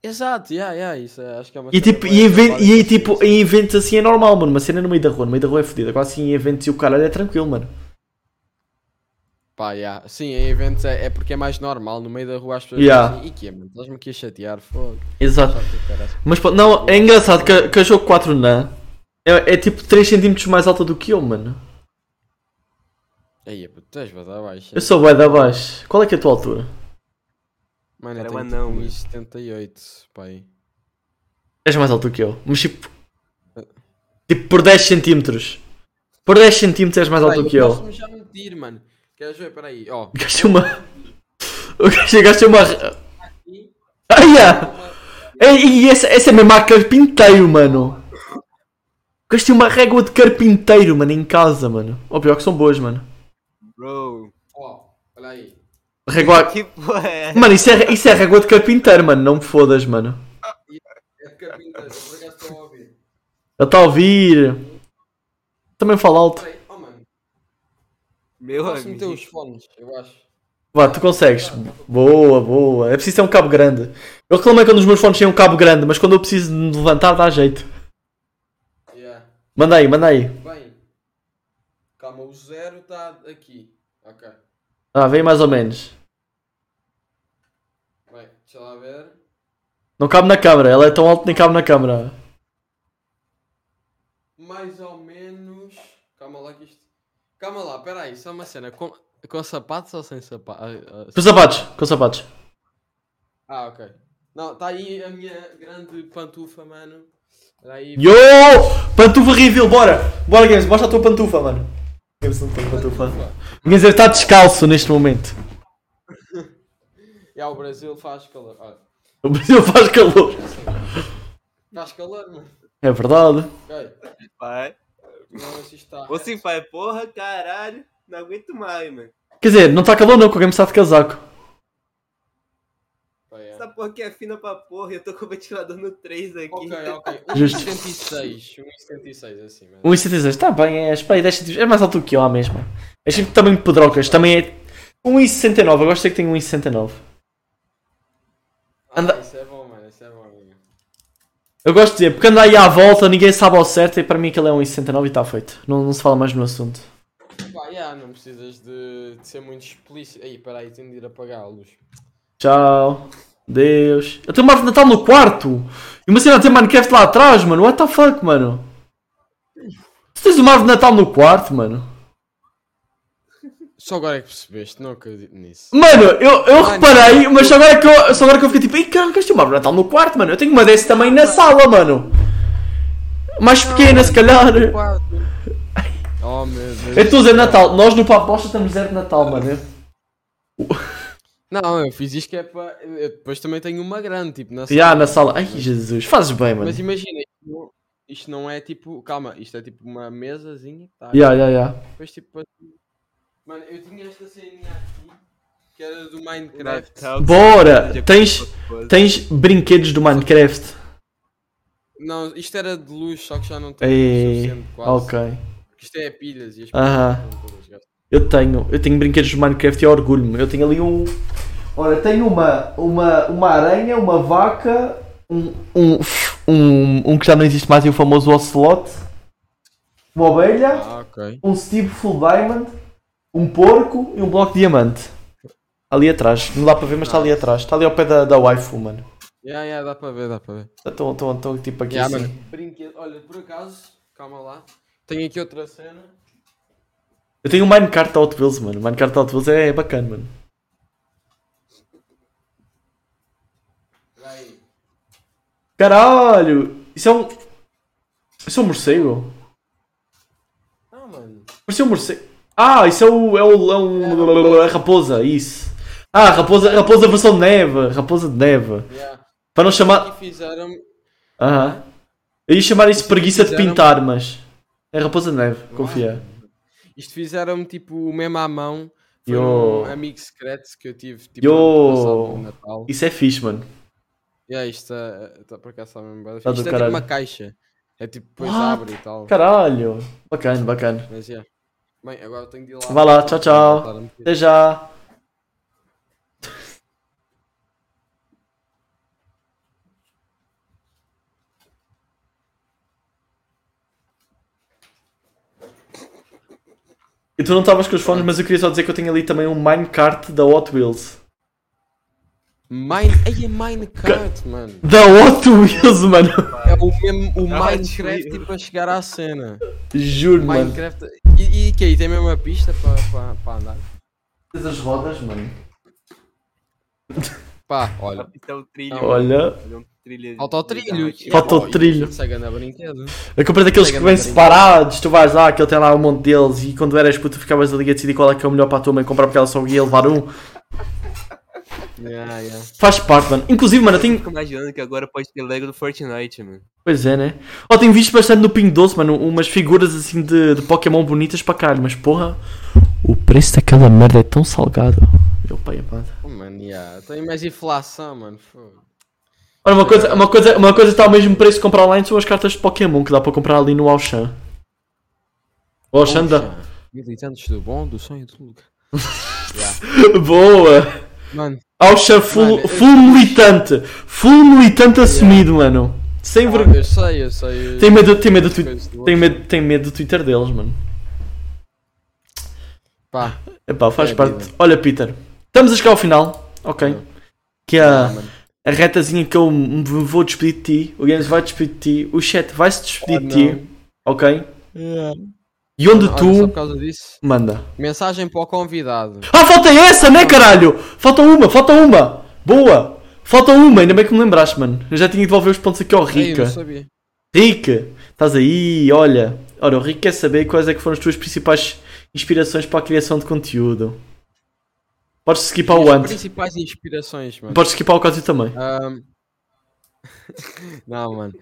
Speaker 2: Exato, yeah, yeah, isso é- acho que é uma
Speaker 1: E
Speaker 2: cena
Speaker 1: tipo,
Speaker 2: boa,
Speaker 1: e, em ve-
Speaker 2: agora
Speaker 1: e em,
Speaker 2: que eu
Speaker 1: tipo,
Speaker 2: sei isso.
Speaker 1: em eventos assim é normal, mano. Uma cena no meio da rua, no meio da rua é fodida. Agora assim em eventos e o caralho é tranquilo, mano.
Speaker 2: Pá, yeah. Sim, em eventos é, é porque é mais normal. No meio da rua as pessoas
Speaker 1: Yeah.
Speaker 2: dizem, e que é, mano? Estás-me aqui a chatear, fogo.
Speaker 1: Exato.
Speaker 2: Sabe o que é que parece?
Speaker 1: Mas pô, não, é engraçado que, a- que a jogo 4 Nan é, é tipo 3 cm mais alta do que eu, mano.
Speaker 2: Aí, puto, tu és badar baixo.
Speaker 1: Eu sou bué de abaixo. Qual é que é a tua altura?
Speaker 2: Mano, eu
Speaker 3: Era
Speaker 2: tenho
Speaker 3: um anão,
Speaker 2: tipo,
Speaker 3: meu.
Speaker 2: 78, pai.
Speaker 1: És mais alto do que eu. Mas tipo. Tipo por 10 centímetros. Por 10 centímetros és mais alto do que eu.
Speaker 2: Posso-me já mentir, mano. Queres ver? Peraí, ó.
Speaker 1: O gajo tem uma. O gajo o gajo tem uma.
Speaker 2: Aqui,
Speaker 1: Ai, ah! Ei, E essa, essa é mesmo a carpinteiro, mano. O gajo tem uma régua de carpinteiro, mano, em casa, mano. Ou pior que são boas, mano.
Speaker 3: Bro.
Speaker 2: ó. Olha aí.
Speaker 1: Régua.
Speaker 3: Que porra é essa?
Speaker 1: Mano, isso é, isso é régua de carpinteiro, mano. Não me fodas, mano.
Speaker 2: É de capinta, eu por acaso estou a ouvir.
Speaker 1: Ele está a ouvir. Também fala alto.
Speaker 2: Peraí, ó, mano.
Speaker 3: Meu
Speaker 2: Posso meter
Speaker 3: amigo.
Speaker 2: os fones, eu acho.
Speaker 1: Vá, tu consegues. Boa, boa. É preciso ter um cabo grande. Eu reclamei quando os meus fones têm um cabo grande, mas quando eu preciso de me levantar dá jeito.
Speaker 2: Yeah.
Speaker 1: Manda aí, manda aí.
Speaker 2: Bem. Calma, o zero está aqui. Ok.
Speaker 1: Ah, vem mais ou menos.
Speaker 2: Bem, deixa lá ver.
Speaker 1: Não cabe na câmara, ela é tão alta que nem cabe na câmara.
Speaker 2: Mais ou menos. Calma lá que isto. Calma lá, peraí, só uma cena. Com, com sapatos ou sem ah, sapatos?
Speaker 1: Com sapatos, com sapatos.
Speaker 2: Ah, ok. Não, tá aí a minha grande pantufa, mano. Espera aí.
Speaker 1: Yo! Pantufa reveal, bora! Bora, Games, mostra a tua pantufa, mano. Games não tem pantufa. Games está descalço neste momento.
Speaker 2: Já, o Brasil faz calor. Olha,
Speaker 1: O Brasil faz calor.
Speaker 2: faz calor, mano.
Speaker 1: É verdade.
Speaker 2: Ok.
Speaker 3: Vai.
Speaker 2: Não, isso está.
Speaker 3: Ou sim, pai, porra, caralho, não aguento mais, mano.
Speaker 1: Quer dizer, não está calor não, que alguém me está de casaco.
Speaker 2: Pá, é.
Speaker 3: Essa porra aqui é fina pra porra, eu tô com o ventilador no 3 aqui.
Speaker 2: Ok,
Speaker 1: é?
Speaker 2: ok.
Speaker 1: Justo.
Speaker 2: 1,76. 1,76 assim, mano.
Speaker 1: 1,76, está bem, é, espera aí, 10 centímetros. É mais alto que eu à mesma. É sempre também pedrocas, também é 1,69, eu gosto é que tem 1,69.
Speaker 2: Ah,
Speaker 1: Anda-
Speaker 2: Isso é bom, mano. Isso é bom, mano.
Speaker 1: Eu gosto de dizer, porque anda aí à volta, ninguém sabe ao certo, e para mim aquele é 1,69 e está feito. Não, não se fala mais no assunto.
Speaker 2: Pá, yeah, não precisas de, de ser muito explícito. Aí, peraí, tenho de ir apagar a luz.
Speaker 1: Tchau. Deus. Eu tenho uma árvore de Natal no quarto. E uma cena tem Minecraft lá atrás, mano. What the fuck, mano? Tu tens uma árvore de Natal no quarto, mano?
Speaker 2: Só agora é que percebeste, não acredito nisso.
Speaker 1: Mano, eu, eu
Speaker 2: Mano.
Speaker 1: reparei, mas só agora, que eu, só agora que eu fiquei tipo, ei caralho, que eu tenho uma árvore de Natal no quarto, mano. Eu tenho uma desse também na sala, mano. Mais pequena, se calhar.
Speaker 2: Oh meu Deus.
Speaker 1: Eu estou a dizer Natal. Nós no Papo Bosta estamos zero de Natal, mano.
Speaker 2: Não, eu fiz isto que é para. Eu depois também tenho uma grande, tipo, na
Speaker 1: Já, yeah, na sala. Ai, Jesus. Fazes bem, mano.
Speaker 2: Mas imagina, isto não, isto não é tipo. Calma, isto é tipo uma mesazinha. Tá?
Speaker 1: Já, já, já.
Speaker 2: Depois tipo. assim- Mano, eu tinha esta ceninha aqui que era do Minecraft.
Speaker 3: Natal,
Speaker 1: Bora,
Speaker 3: de acordo
Speaker 1: tens-
Speaker 3: com as coisas.
Speaker 1: Tens brinquedos do Minecraft?
Speaker 2: Não, isto era de luz, só que já não tem luz
Speaker 1: Ei,
Speaker 2: suficiente quase.
Speaker 1: ok. Ah.
Speaker 2: Porque isto é pilhas e as pilhas
Speaker 1: Aham.
Speaker 2: estão todas gastadas.
Speaker 1: Eu tenho, eu tenho brinquedos de Minecraft e eu orgulho-me. Eu tenho ali um. Olha, tenho uma, uma, uma aranha, uma vaca, um, um, um, um que já não existe mais e o famoso Ocelot, uma ovelha,
Speaker 2: Ah, ok.
Speaker 1: um Steve Full Diamond, um porco e um bloco de diamante. Ali atrás, não dá para ver, mas está ali atrás. Está ali ao pé da, da waifu, mano.
Speaker 2: Yeah, yeah, dá para ver, dá para ver.
Speaker 1: Estão, estão, estão tipo aqui.
Speaker 2: Yeah,
Speaker 1: assim.
Speaker 2: mano. Brinquedo. Olha, por acaso, calma lá. Tenho aqui outra cena.
Speaker 1: Eu tenho um Minecart Hot Wheels, mano. Minecart Hot Wheels é bacana, mano.
Speaker 2: Peraí.
Speaker 1: Caralho! Isso é um. Isso é um morcego?
Speaker 2: Não, Ah, mano.
Speaker 1: Parecia um morcego. Ah, isso é o. É, o, é um. A raposa, isso. Ah, raposa, raposa versão neve. Raposa de neve.
Speaker 2: Yeah.
Speaker 1: Para não chamar.
Speaker 2: Aqui fizeram.
Speaker 1: Aham. Eu ia chamar isso preguiça de pintar, mas. É raposa de neve, confia.
Speaker 2: Isto fizeram tipo o mesmo à mão. Foi
Speaker 1: Yo.
Speaker 2: um amigo secreto que eu tive tipo
Speaker 1: Yo.
Speaker 2: no ano passado, no Natal.
Speaker 1: Isso é fixe, mano.
Speaker 2: Yeah, isto está tá para cá está mesmo bué da
Speaker 1: Tá do
Speaker 2: fixe. Isto é
Speaker 1: caralho.
Speaker 2: tipo uma caixa. É tipo depois
Speaker 1: What?
Speaker 2: abre e tal.
Speaker 1: Caralho. Bacana, bacana.
Speaker 2: Mas yeah. Bem, agora tenho de ir lá.
Speaker 1: Vá lá, tchau, tchau.
Speaker 2: Voltar a meter.
Speaker 1: Até já. E tu não estavas com os fones, mas eu queria só dizer que eu tenho ali também um minecart da Hot Wheels.
Speaker 2: Mine... Ai, é Minecraft, mano.
Speaker 1: Da Hot Wheels, mano!
Speaker 2: É o mesmo o
Speaker 3: Ah,
Speaker 2: Minecraft
Speaker 3: tio.
Speaker 2: tipo, a chegar à cena.
Speaker 1: Juro, mano.
Speaker 2: Minecraft. E, e que aí tem mesmo a pista para para andar?
Speaker 1: Tens as rodas, mano.
Speaker 2: Pá, olha.
Speaker 3: Isso é um trilho.
Speaker 1: Olha,
Speaker 3: Fazer um trilho.
Speaker 2: Falta o trilho.
Speaker 3: bizarro aqui.
Speaker 1: Falta o trilho.
Speaker 2: Segue a brinquedo.
Speaker 1: eu comprei daqueles É que vêm separados, tu vais lá, que ele tem lá um monte deles, e quando eras puto, tu ficavas ali a decidir qual é que é o melhor para a tua mãe comprar, porque ela só ia levar um.
Speaker 2: Yeah, yeah.
Speaker 1: Faz parte, mano. Inclusive, mano, eu tenho,
Speaker 3: Fico imaginando que agora pode ter Lego do Fortnite, mano.
Speaker 1: Pois é, né? Ó, tenho visto bastante no Pingo Doce, mano, umas figuras assim de, de Pokémon bonitas para caralho, mas porra, o preço daquela merda é tão salgado. Meu pai amado.
Speaker 2: Oh, mano, yeah. Tem mais inflação, mano. Fogo.
Speaker 1: Olha, uma coisa, uma coisa, uma coisa está ao mesmo preço que comprar online são as cartas de Pokémon que dá para comprar ali no Auchan. O Auchan dá.
Speaker 2: Poxa, Militantes do bom, do sonho e do lugar.
Speaker 1: Boa!
Speaker 2: Mano,
Speaker 1: Auchan full,
Speaker 2: Mano, eu-
Speaker 1: full militante! Full militante assumido, mano. Sem
Speaker 2: ah,
Speaker 1: vergonha.
Speaker 2: eu sei, eu sei. eu-
Speaker 1: Tem medo, tem medo do Twitter.
Speaker 2: coisas do
Speaker 1: Tem medo, tem medo do Twitter deles, mano.
Speaker 2: Pá,
Speaker 1: Epá, faz
Speaker 2: É a
Speaker 1: parte.
Speaker 2: vida.
Speaker 1: Olha, Peter, estamos a chegar ao final. Ok.
Speaker 2: Não.
Speaker 1: Que é a,
Speaker 2: mano.
Speaker 1: a retazinha que eu me me vou despedir de ti. O Games vai despedir de ti. O chat vai se despedir
Speaker 2: Ah,
Speaker 1: de ti. Ok?
Speaker 2: não.
Speaker 1: E onde
Speaker 2: Olha, só
Speaker 1: tu
Speaker 2: por causa disso,
Speaker 1: manda.
Speaker 2: mensagem para o convidado.
Speaker 1: Ah, falta essa, né, caralho? Falta uma, falta uma. Boa. Falta uma, ainda bem que me lembraste, mano. Eu já tinha de devolver os pontos aqui ao
Speaker 2: Ei, eu
Speaker 1: Rica.
Speaker 2: não sabia.
Speaker 1: Rica, estás aí, olha. Ora, o Rica quer saber quais é que foram as tuas principais inspirações para a criação de conteúdo. Podes skipar o
Speaker 2: As
Speaker 1: antes.
Speaker 2: principais inspirações, mano.
Speaker 1: Podes skipar o caso também.
Speaker 2: Ahm, Não, mano.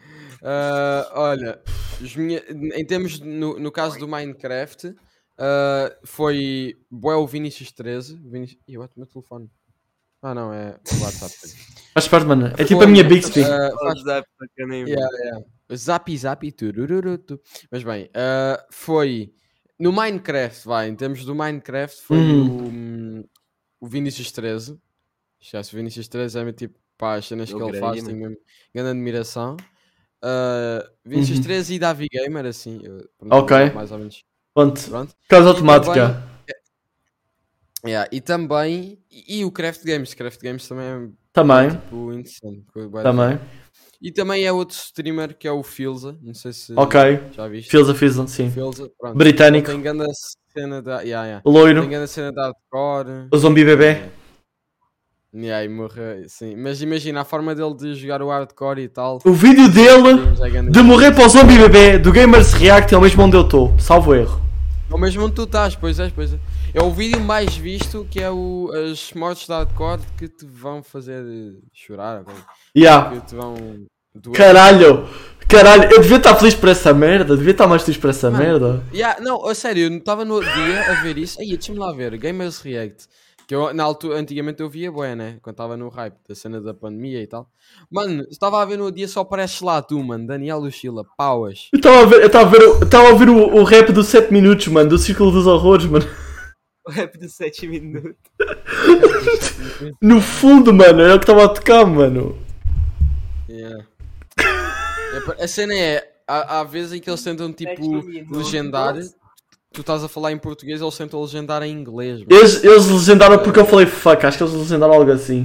Speaker 2: Ah, olha, os minha- em termos, de- no, no caso do Minecraft, ah, foi bué o Vinicius 13. Vinicius... Ih, eu bato o meu telefone. Ah, não, é o WhatsApp.
Speaker 1: Faz parte, mano. É tipo a minha Bixby.
Speaker 2: Ah, faz-
Speaker 3: WhatsApp, sacaneio.
Speaker 2: Yeah, Zap zap turururu, tu. Mas bem, ah, foi no Minecraft, vai, em termos do Minecraft, foi
Speaker 1: Hum.
Speaker 2: hum, o, o Vinícius 13. Já se o Vinícius 13 é mesmo, tipo, pá, as cenas
Speaker 3: Meu
Speaker 2: que ele
Speaker 3: grande,
Speaker 2: faz, tenho mesmo grande admiração. Ah, Vinícius
Speaker 1: Uhum.
Speaker 2: 13 e Davi Gamer, assim, eu- pronto,
Speaker 1: Ok.
Speaker 2: mais ou menos.
Speaker 1: Pronto.
Speaker 2: Pronto.
Speaker 1: Causa automática.
Speaker 2: Yeah, e também, e, e o Craft Games, Craft Games também é
Speaker 1: Também.
Speaker 2: tipo, interessante. bué da
Speaker 1: Também.
Speaker 2: E também é outro streamer que é o Filza, não sei se
Speaker 1: Ok.
Speaker 2: já viste.
Speaker 1: Fields of Island, sim.
Speaker 2: Filza, pronto.
Speaker 1: Britânico.
Speaker 2: Tem grande cena da. Yeah, yeah. Tem
Speaker 1: Loiro.
Speaker 2: grande cena da hardcore.
Speaker 1: O zombi bebê.
Speaker 2: Yeah, e morre, sim. Mas imagina a forma dele de jogar o hardcore e tal.
Speaker 1: O vídeo dele
Speaker 2: streams, é grande-
Speaker 1: de morrer para o zombi bebê do Gamers React é o mesmo onde eu estou. Salvo erro.
Speaker 2: Ao É mesmo onde tu estás, pois é, pois é. É o vídeo mais visto que é o, as mortes de hardcore que te vão fazer chorar. ou coisa,
Speaker 1: Yeah.
Speaker 2: Que te vão. doer.
Speaker 1: Caralho. Caralho. Eu devia estar feliz por essa merda. Devia estar mais feliz por essa merda.
Speaker 2: Yeah, não, a sério, eu estava no outro dia a ver isso. Aí, deixa-me lá ver, Gamers React. Que eu, na altura, antigamente eu via bué, né? Quando estava no hype da cena da pandemia e tal. Mano, estava a ver no outro dia, só apareces lá tu, mano. Daniel Lucila, Pauas.
Speaker 1: Eu estava a ver, eu estava a ver, o- eu estava a ouvir o, o rap dos 7 minutos, mano, do Círculo dos Horrores, mano.
Speaker 3: O rap dos 7 minutos.
Speaker 2: Tipo,
Speaker 1: No fundo, mano, era o que estava a tocar, mano.
Speaker 2: Yeah. É pa- a cena é, há, há vezes em que eles tentam, tipo, legendar. Tu estás a falar em português, eles tentam legendar em inglês, mano.
Speaker 1: Eles, eles legendaram porque eu falei fuck, acho que eles legendaram algo assim.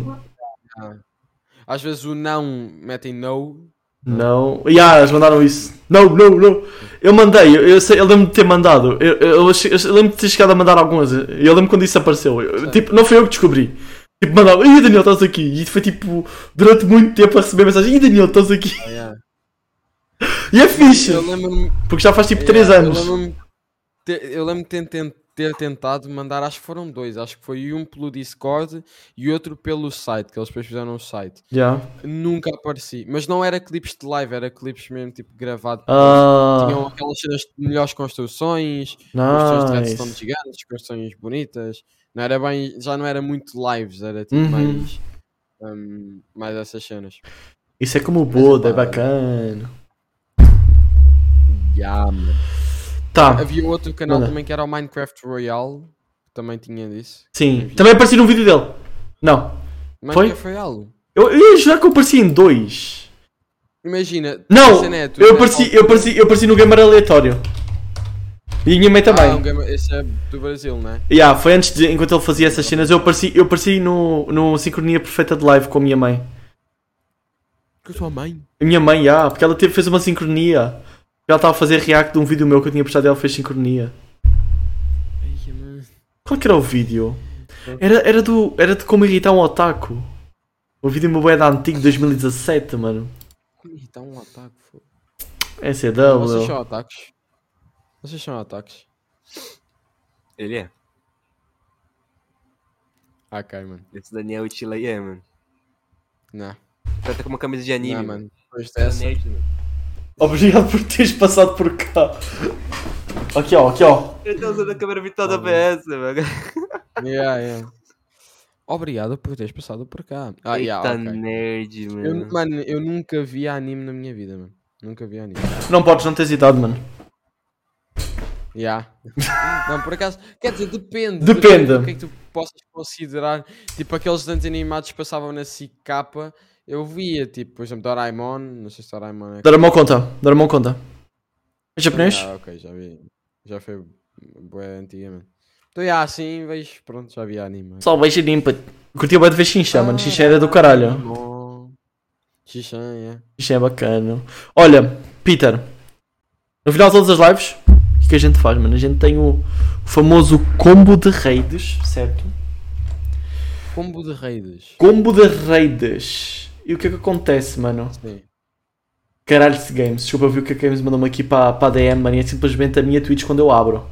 Speaker 2: Às vezes o não metem no.
Speaker 1: Não. E ah, eles mandaram isso. Não, não, não. Eu mandei, eu, eu, sei- eu lembro de ter mandado. Eu, eu, achei- eu lembro de ter chegado a mandar algumas. Eu lembro quando isso apareceu. Eu- tipo, não foi eu que descobri. Tipo, mandava, ih Daniel, estás aqui. E foi tipo, durante muito tempo a receber mensagem, ih Daniel, estás aqui.
Speaker 2: Ah, yeah.
Speaker 1: E é fixe,
Speaker 2: Eu lembro-me
Speaker 1: porque já faz tipo
Speaker 2: Yeah,
Speaker 1: 3 anos.
Speaker 2: Eu lembro-me te- eu lembro-me de ter, ter tentado mandar, acho que foram dois, acho que foi um pelo Discord e outro pelo site, que eles depois fizeram um site.
Speaker 1: Yeah.
Speaker 2: Nunca apareci, mas não era clipes de live, era clipes mesmo tipo gravado.
Speaker 1: Ah,
Speaker 2: Tinham aquelas cenas de melhores construções, construções de redstone
Speaker 1: nice.
Speaker 2: gigantes, construções bonitas. Não era bem, já não era muito lives, era tipo
Speaker 1: Uhum.
Speaker 2: mais, hum, mais essas cenas.
Speaker 1: Isso é como o Boda, é
Speaker 2: Mas, pá,
Speaker 1: bacana.
Speaker 2: Yeah, mano.
Speaker 1: Tá,
Speaker 2: Havia outro canal
Speaker 1: Manda.
Speaker 2: também que era o Minecraft Royale, que também tinha disso.
Speaker 1: sim. Também apareci num vídeo dele. Não.
Speaker 2: Minecraft Royale.
Speaker 1: Eu, eu ia jurar que eu apareci em dois.
Speaker 2: Imagina, a
Speaker 1: Não!
Speaker 2: cena é, tu
Speaker 1: eu,
Speaker 2: na
Speaker 1: apareci,
Speaker 2: altura-
Speaker 1: eu, apareci, eu apareci no gamer aleatório. E a minha mãe também.
Speaker 2: Ah, um game... esse é do Brasil, não é?
Speaker 1: Yeah, foi antes de. Enquanto ele fazia essas cenas, eu apareci, eu apareci no, no Sincronia Perfeita de Live com a minha mãe.
Speaker 2: Com a tua mãe.
Speaker 1: A minha mãe, yeah, porque ela teve, fez uma sincronia. Ela estava a fazer react de um vídeo meu que eu tinha postado e ela fez sincronia.
Speaker 2: Ai, mano.
Speaker 1: Qual que era o vídeo? Era, era, do, era de como irritar um otaku. O vídeo meu é da antigo 2017, mano. É
Speaker 2: Ih, tá um ataque. fogo. Vocês
Speaker 1: SW.
Speaker 2: são ataques. Vocês são ataques.
Speaker 3: Ele é.
Speaker 2: Ah, Ok, mano.
Speaker 3: Esse Daniel Utila aí é, mano.
Speaker 2: Não.
Speaker 3: Tá até com uma camisa de anime.
Speaker 2: Não, mano. Depois
Speaker 3: Tá
Speaker 2: dessa.
Speaker 3: nerd, mano.
Speaker 1: Obrigado por teres passado por cá. Aqui ó, aqui ó.
Speaker 3: Ele tá usando a câmera virtual da PS, mano.
Speaker 2: Yeah, yeah. Obrigado por teres passado por cá. Ah, yeah,
Speaker 3: Eita
Speaker 2: ok.
Speaker 3: nerd,
Speaker 2: Eu,
Speaker 3: mano.
Speaker 2: mano, eu nunca vi anime na minha vida, mano. Nunca vi anime.
Speaker 1: Não podes, não tens idade, mano.
Speaker 2: Yeah. não, por acaso, quer dizer, depende.
Speaker 1: Depende.
Speaker 2: do que é que tu possas considerar? Tipo, aqueles desenhos animados que passavam na SICAPA, eu via, tipo, por exemplo, Doraemon, não sei se Doraemon é.
Speaker 1: Doraemon conta, Doraemon conta. É japonês?
Speaker 2: Ah, ok, já vi. Já foi bué antigamente. Então, yeah, assim, vejo, pronto, já vi anime.
Speaker 1: Só beijo Ah. limpa. Curtia bem de ver Xinxã, mano. Xinxã era do caralho.
Speaker 2: Doraemon, Xixan, yeah.
Speaker 1: Xinxã é bacana. Olha, Peter. No final de todas as lives, o que a gente faz, mano? A gente tem o famoso combo de raids, certo?
Speaker 2: Combo de Raiders.
Speaker 1: Combo de raids. E o que é que acontece, mano?
Speaker 2: Sim.
Speaker 1: Caralho, esse Games. Desculpa, eu vi o que a Games mandou-me aqui para a DM, mano. E é simplesmente a minha Twitch quando eu abro.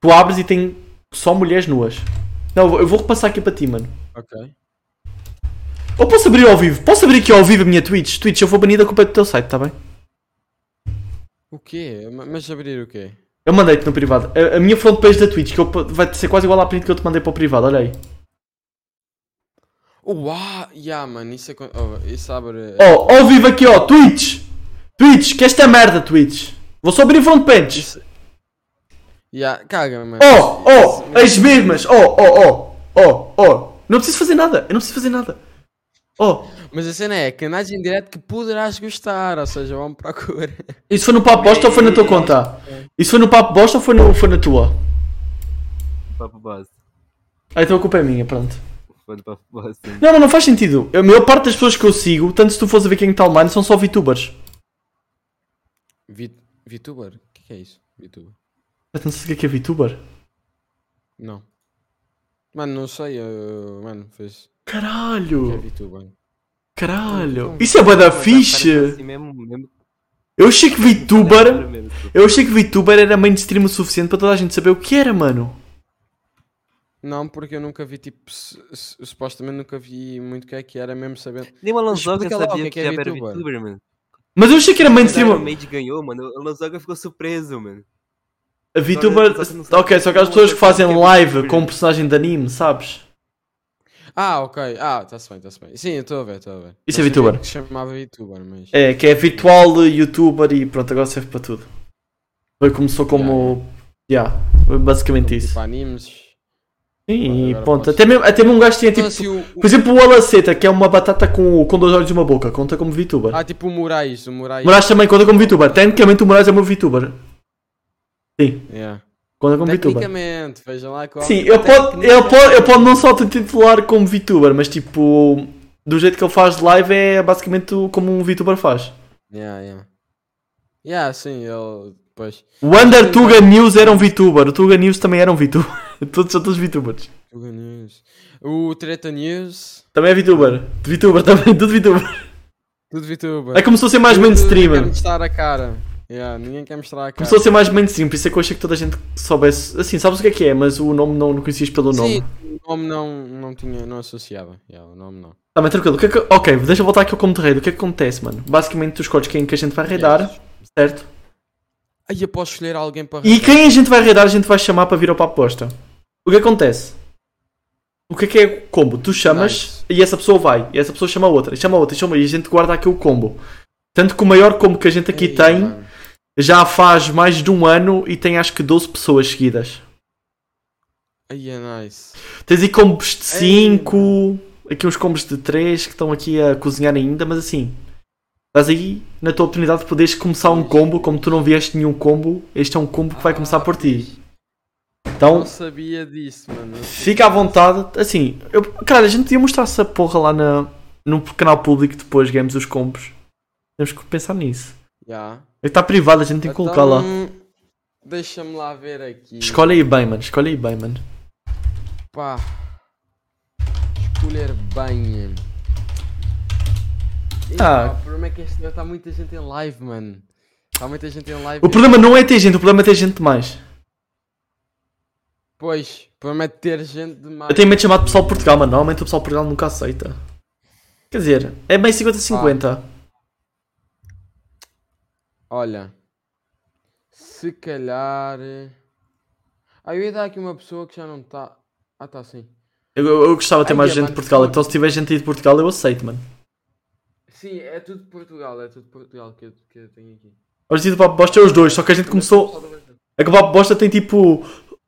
Speaker 1: Tu abres e tem só mulheres nuas. Não, eu vou- eu vou repassar aqui para ti, mano.
Speaker 2: Ok.
Speaker 1: Ou posso abrir ao vivo? Posso abrir aqui ao vivo a minha Twitch? Twitch, eu vou banir da culpa do teu site, tá bem?
Speaker 2: O quê? Ma- Mas abrir o quê?
Speaker 1: Eu mandei-te no privado. A, a minha front page da Twitch, que eu, po- vai ser quase igual à print que eu te mandei para o privado, olha aí.
Speaker 2: Uau! Yeah, mano, isso, é, co- oh, isso abre.
Speaker 1: Ó, ao vivo aqui, ó, Twitch! Twitch, que esta é merda, Twitch! Vou só abrir front page!
Speaker 2: Isso... Yeah, caga, mano.
Speaker 1: Oh, oh,
Speaker 2: Isso-
Speaker 1: as mesmas! Oh, oh, oh, oh, oh! Não preciso fazer nada, eu não preciso fazer nada! Oh,
Speaker 2: Mas a cena é canais em direto que poderás gostar, ou seja, vão procurar.
Speaker 1: isso foi no papo bosta ou foi na tua conta? Isso foi no papo bosta ou foi, no, foi na tua?
Speaker 3: Papo bosta.
Speaker 1: Ah, então a culpa é minha, pronto.
Speaker 3: Fã do papo bosta.
Speaker 1: Não, não, não faz sentido. A maior parte das pessoas que eu sigo, tanto se tu fores a ver quem está online, são só VTubers.
Speaker 2: Vi- VTuber? O que é isso? VTuber?
Speaker 1: Eu não sei o que é que é VTuber.
Speaker 2: Não. Mano, não sei. eu- Mano, fez. Que é
Speaker 1: Caralho!
Speaker 2: VTuber?
Speaker 1: Caralho! Isso é bué da fixe!
Speaker 3: Assim mesmo, mesmo tá
Speaker 1: Eu achei que VTuber.
Speaker 3: mesmo. tipo,
Speaker 1: Eu achei que VTuber era mainstream o suficiente para toda a gente saber o que era, mano.
Speaker 2: Não, porque eu nunca vi, tipo, su- su- supostamente nunca vi muito o que é que era, mesmo sabendo.
Speaker 3: Nem uma Lanzoga
Speaker 2: Explica lá o
Speaker 3: sabia
Speaker 2: que
Speaker 3: que,
Speaker 2: que é
Speaker 3: já era
Speaker 2: VTuber.
Speaker 3: VTuber, mano.
Speaker 1: Mas eu achei que era
Speaker 3: Quando a Iron
Speaker 1: mainstream.
Speaker 3: Maid ganhou, mano, o Lanzoga ficou surpreso, mano.
Speaker 1: A VTuber.
Speaker 3: Só que não sabe
Speaker 1: Ok, só que as pessoas que fazem live com um personagem de anime, sabes?
Speaker 2: Ah, ok. Ah, está-se bem, está-se bem. Sim, eu estou a ver, estou a ver.
Speaker 1: Isso é
Speaker 2: Não sabia
Speaker 1: VTuber.
Speaker 2: Que se chamava VTuber, mas.
Speaker 1: É, que é virtual youtuber e pronto, agora serve para tudo. Foi- Começou como. Yeah, foi basicamente
Speaker 2: Tipo,
Speaker 1: isso.
Speaker 2: animes.
Speaker 1: Sim, e
Speaker 2: Agora
Speaker 1: pronto.
Speaker 2: podes-
Speaker 1: Até mesmo, até mesmo um gajo tinha
Speaker 2: Então,
Speaker 1: tipo.
Speaker 2: assim, o, o-
Speaker 1: Por exemplo, o Alaceta, que é uma batata com, com dois olhos e uma boca, conta como VTuber.
Speaker 2: Ah, tipo o Moraes, o Moraes.
Speaker 1: O Moraes também conta como VTuber. Tecnicamente o Moraes é meu VTuber.
Speaker 2: Yeah.
Speaker 1: Conta como VTuber.
Speaker 2: Tecnicamente, é vejam lá qual.
Speaker 1: Sim, ele pode, ele, pode, ele pode não só te titular como VTuber, mas tipo, do jeito que ele faz live é basicamente o- como um VTuber faz.
Speaker 2: Yeah, yeah. Yeah, sim, ele. Pois.
Speaker 1: O Under Tuga News era um VTuber, o Tuga News também era um VTuber. todos são todos VTubers.
Speaker 2: Tuga News. O Treta News.
Speaker 1: Também é VTuber. VTuber também, tudo VTuber.
Speaker 2: Tudo VTuber.
Speaker 1: É como se fosse mais
Speaker 2: Tudo Quer
Speaker 1: mainstream.
Speaker 2: mostrar a cara. Yeah, ninguém quer mostrar a cara.
Speaker 1: Começou a ser mais mainstream, por isso é que eu achei que toda a gente soubesse. Assim, sabes o que é que é, mas o nome não, não conhecias pelo nome.
Speaker 2: Sim, o nome não, não tinha, não associava. Yeah, o nome não.
Speaker 1: Tá, mas tranquilo. O que é que- Ok, deixa eu voltar aqui ao como de raid. O que é que acontece, mano? Basicamente, tu escolhes quem que a gente vai raidar, certo?
Speaker 2: Aí eu posso escolher alguém para.
Speaker 1: E quem a gente vai raidar, a gente vai chamar para vir ao papo posta. O que acontece? O que é que é o combo? Tu chamas
Speaker 2: Nice.
Speaker 1: e essa pessoa vai. E essa pessoa chama outra, e chama outra, e chama E a gente guarda aqui o combo. Tanto que o maior combo que a gente aqui
Speaker 2: Ei,
Speaker 1: tem
Speaker 2: mano.
Speaker 1: já faz mais de um ano e tem acho que 12 pessoas seguidas.
Speaker 2: Aí é nice.
Speaker 1: Tens aí combos de
Speaker 2: Ei,
Speaker 1: 5, aqui uns combos de 3 que estão aqui a cozinhar ainda, mas assim, estás aí na tua oportunidade de poderes começar um combo, como tu não vieste nenhum combo, este é um combo que vai começar por ti. Então,
Speaker 2: Ah, Não sabia disso, mano. Não sabia.
Speaker 1: fica à vontade, assim, eu, caralho, a gente podia mostrar essa porra lá na, no canal público depois, games os combos. Temos que pensar nisso.
Speaker 2: Yeah.
Speaker 1: É que está privado, a gente tem que colocar lá.
Speaker 2: Então, Deixa-me lá ver aqui.
Speaker 1: Escolhe aí bem, mano, escolhe aí bem, mano.
Speaker 2: Pá. Escolher bem.
Speaker 1: Ah.
Speaker 2: Ah. O problema é que este está muita gente em live, mano. Está muita gente em live.
Speaker 1: O problema não é ter gente, o problema é ter gente demais.
Speaker 2: Pois, o problema é ter gente demais.
Speaker 1: Eu tenho medo de chamar de pessoal de Portugal, mano. Normalmente o pessoal de Portugal nunca aceita. Quer dizer, é bem 50-50.
Speaker 2: Olha. Se calhar. eh, Ah, eu ia dar aqui uma pessoa que já não está. Ah, está sim.
Speaker 1: Eu, eu- eu gostava de ter
Speaker 2: Ai,
Speaker 1: mais
Speaker 2: é,
Speaker 1: gente de
Speaker 2: mano,
Speaker 1: Portugal,
Speaker 2: foda-se.
Speaker 1: então se tiver gente aí de Portugal eu aceito, mano.
Speaker 2: Sim, é tudo Portugal, é tudo Portugal que eu, que eu tenho aqui.
Speaker 1: Hoje dia do Papo Bosta é os dois, só que a gente começou. É que o Papo Bosta tem tipo.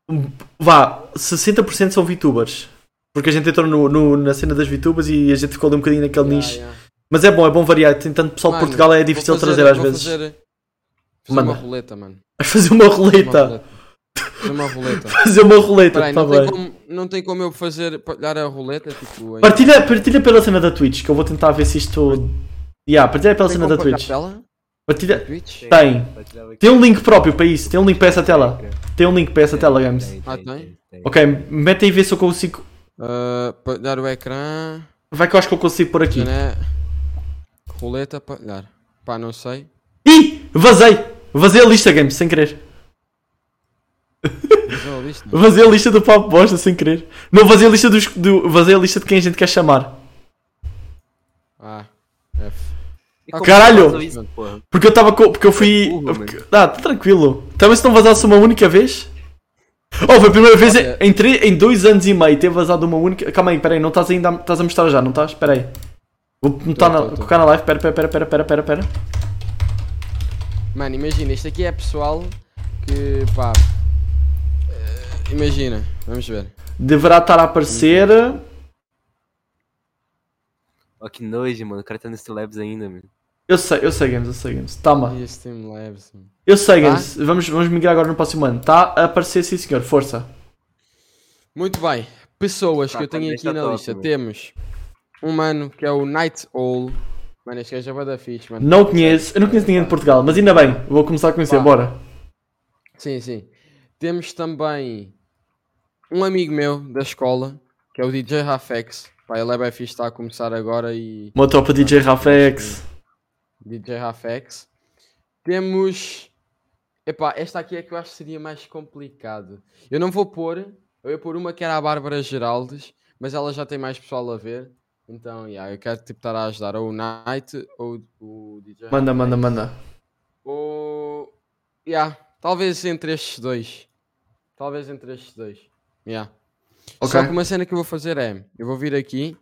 Speaker 1: um, Vá, 60% são VTubers. Porque a gente entrou no, no- na cena das VTubers e a gente ficou ali um bocadinho naquele
Speaker 2: Yeah,
Speaker 1: nicho.
Speaker 2: yeah.
Speaker 1: Mas é bom, é bom variar. Tem tanto pessoal de
Speaker 2: Mano,
Speaker 1: Portugal, é difícil
Speaker 2: vou fazer-
Speaker 1: trazer às
Speaker 2: vou
Speaker 1: vezes.
Speaker 2: Fazer, eh, fazer
Speaker 1: Manda.
Speaker 2: uma roleta, mano.
Speaker 1: Vais fazer uma
Speaker 2: Fazer uma
Speaker 1: roleta.
Speaker 2: roleta. Fazer uma roleta.
Speaker 1: Fazer uma roleta,
Speaker 2: Peraí,
Speaker 1: tá
Speaker 2: não, tem
Speaker 1: bem.
Speaker 2: como, não tem como eu fazer partilhar a roleta? Tipo, em-
Speaker 1: Partilha, partilha pela cena da Twitch, que eu vou tentar ver se isto. Yeah, partilha pela
Speaker 2: tem
Speaker 1: cena
Speaker 2: como
Speaker 1: da
Speaker 2: pagar
Speaker 1: Twitch.
Speaker 2: Tela?
Speaker 1: Partilha.
Speaker 2: Twitch?
Speaker 1: Tem.
Speaker 3: Partilhava aqui.
Speaker 1: Tem um link próprio para isso, tem um link para essa tela. Tem um link para essa tela, Games.
Speaker 3: Tem,
Speaker 2: Ah,
Speaker 3: tem,
Speaker 2: tem?
Speaker 3: tem.
Speaker 1: Ok, mete aí e vê se eu consigo.
Speaker 2: Ah, partilhar o ecrã.
Speaker 1: Vai que eu acho que eu consigo pôr aqui.
Speaker 2: Né? Roleta, partilhar. Pá, não sei.
Speaker 1: Ih! Vazei! Vazei a lista, Games, sem querer.
Speaker 2: Mas eu lista.
Speaker 1: Vazei a lista do Papo Bosta, sem querer. Não, vazei a lista dos. Do, vazei a lista de quem a gente quer chamar.
Speaker 2: Ah, F.
Speaker 3: E como
Speaker 1: Caralho!
Speaker 3: que vazou isso, porra?
Speaker 1: Porque eu tava com. Porque
Speaker 2: Tá
Speaker 1: eu fui.
Speaker 3: Burro,
Speaker 1: eu-
Speaker 3: mano.
Speaker 1: Ah, tá tranquilo. Talvez se não vazasse uma única vez. Oh, foi a primeira vez em,
Speaker 2: Olha.
Speaker 1: em, tre- em dois anos e meio ter vazado uma única. Calma aí, pera aí, não estás ainda. a- Estás a mostrar já, não estás? Espera aí. Vou botar
Speaker 2: Tô,
Speaker 1: na,
Speaker 2: tô, tô.
Speaker 1: colocar na live, pera, pera, pera, pera, pera, pera, pera.
Speaker 2: Mano, imagina, isto aqui é pessoal que pá. eh, Imagina, vamos ver.
Speaker 1: Deverá estar a aparecer.
Speaker 3: Ó, que nojo, mano. O cara tá nesse labs ainda, mano.
Speaker 1: Eu sei, eu sei games, eu sei games. Toma.
Speaker 2: E esse Team Labs. mano.
Speaker 1: Eu sei
Speaker 2: Tá?
Speaker 1: games. Vamos, vamos migrar agora no próximo ano. Está a aparecer sim senhor, força.
Speaker 2: Muito bem, pessoas
Speaker 3: Tá,
Speaker 2: que eu tenho
Speaker 3: pode
Speaker 2: aqui
Speaker 3: deixar
Speaker 2: na
Speaker 3: top,
Speaker 2: lista.
Speaker 3: mano.
Speaker 2: Temos um mano que é o Night Owl. Mano, este gajo é bué da fixe, mano.
Speaker 1: Não conheço, eu não conheço ninguém de Portugal, mas ainda bem, vou começar a conhecer,
Speaker 2: Pá.
Speaker 1: bora.
Speaker 2: Sim, sim. Temos também um amigo meu da escola, que é o DJ Rafex. Pá, ele é bem fixe, está a começar agora e
Speaker 1: Uma tropa DJ Rafex.
Speaker 2: DJ Rafex. Temos. Epá, esta aqui é que eu acho que seria mais complicado. Eu não vou pôr. Eu ia pôr uma que era a Bárbara Geraldes, mas ela já tem mais pessoal a ver. Então, yeah, eu quero tipo, estar a ajudar ou o Knight ou o DJ.
Speaker 1: Manda,
Speaker 2: Rafex,
Speaker 1: manda, manda.
Speaker 2: Ou. Yeah, talvez entre estes dois. Talvez entre estes dois. Yeah.
Speaker 1: Ok.
Speaker 2: Só que uma cena que eu vou fazer é: eu vou vir aqui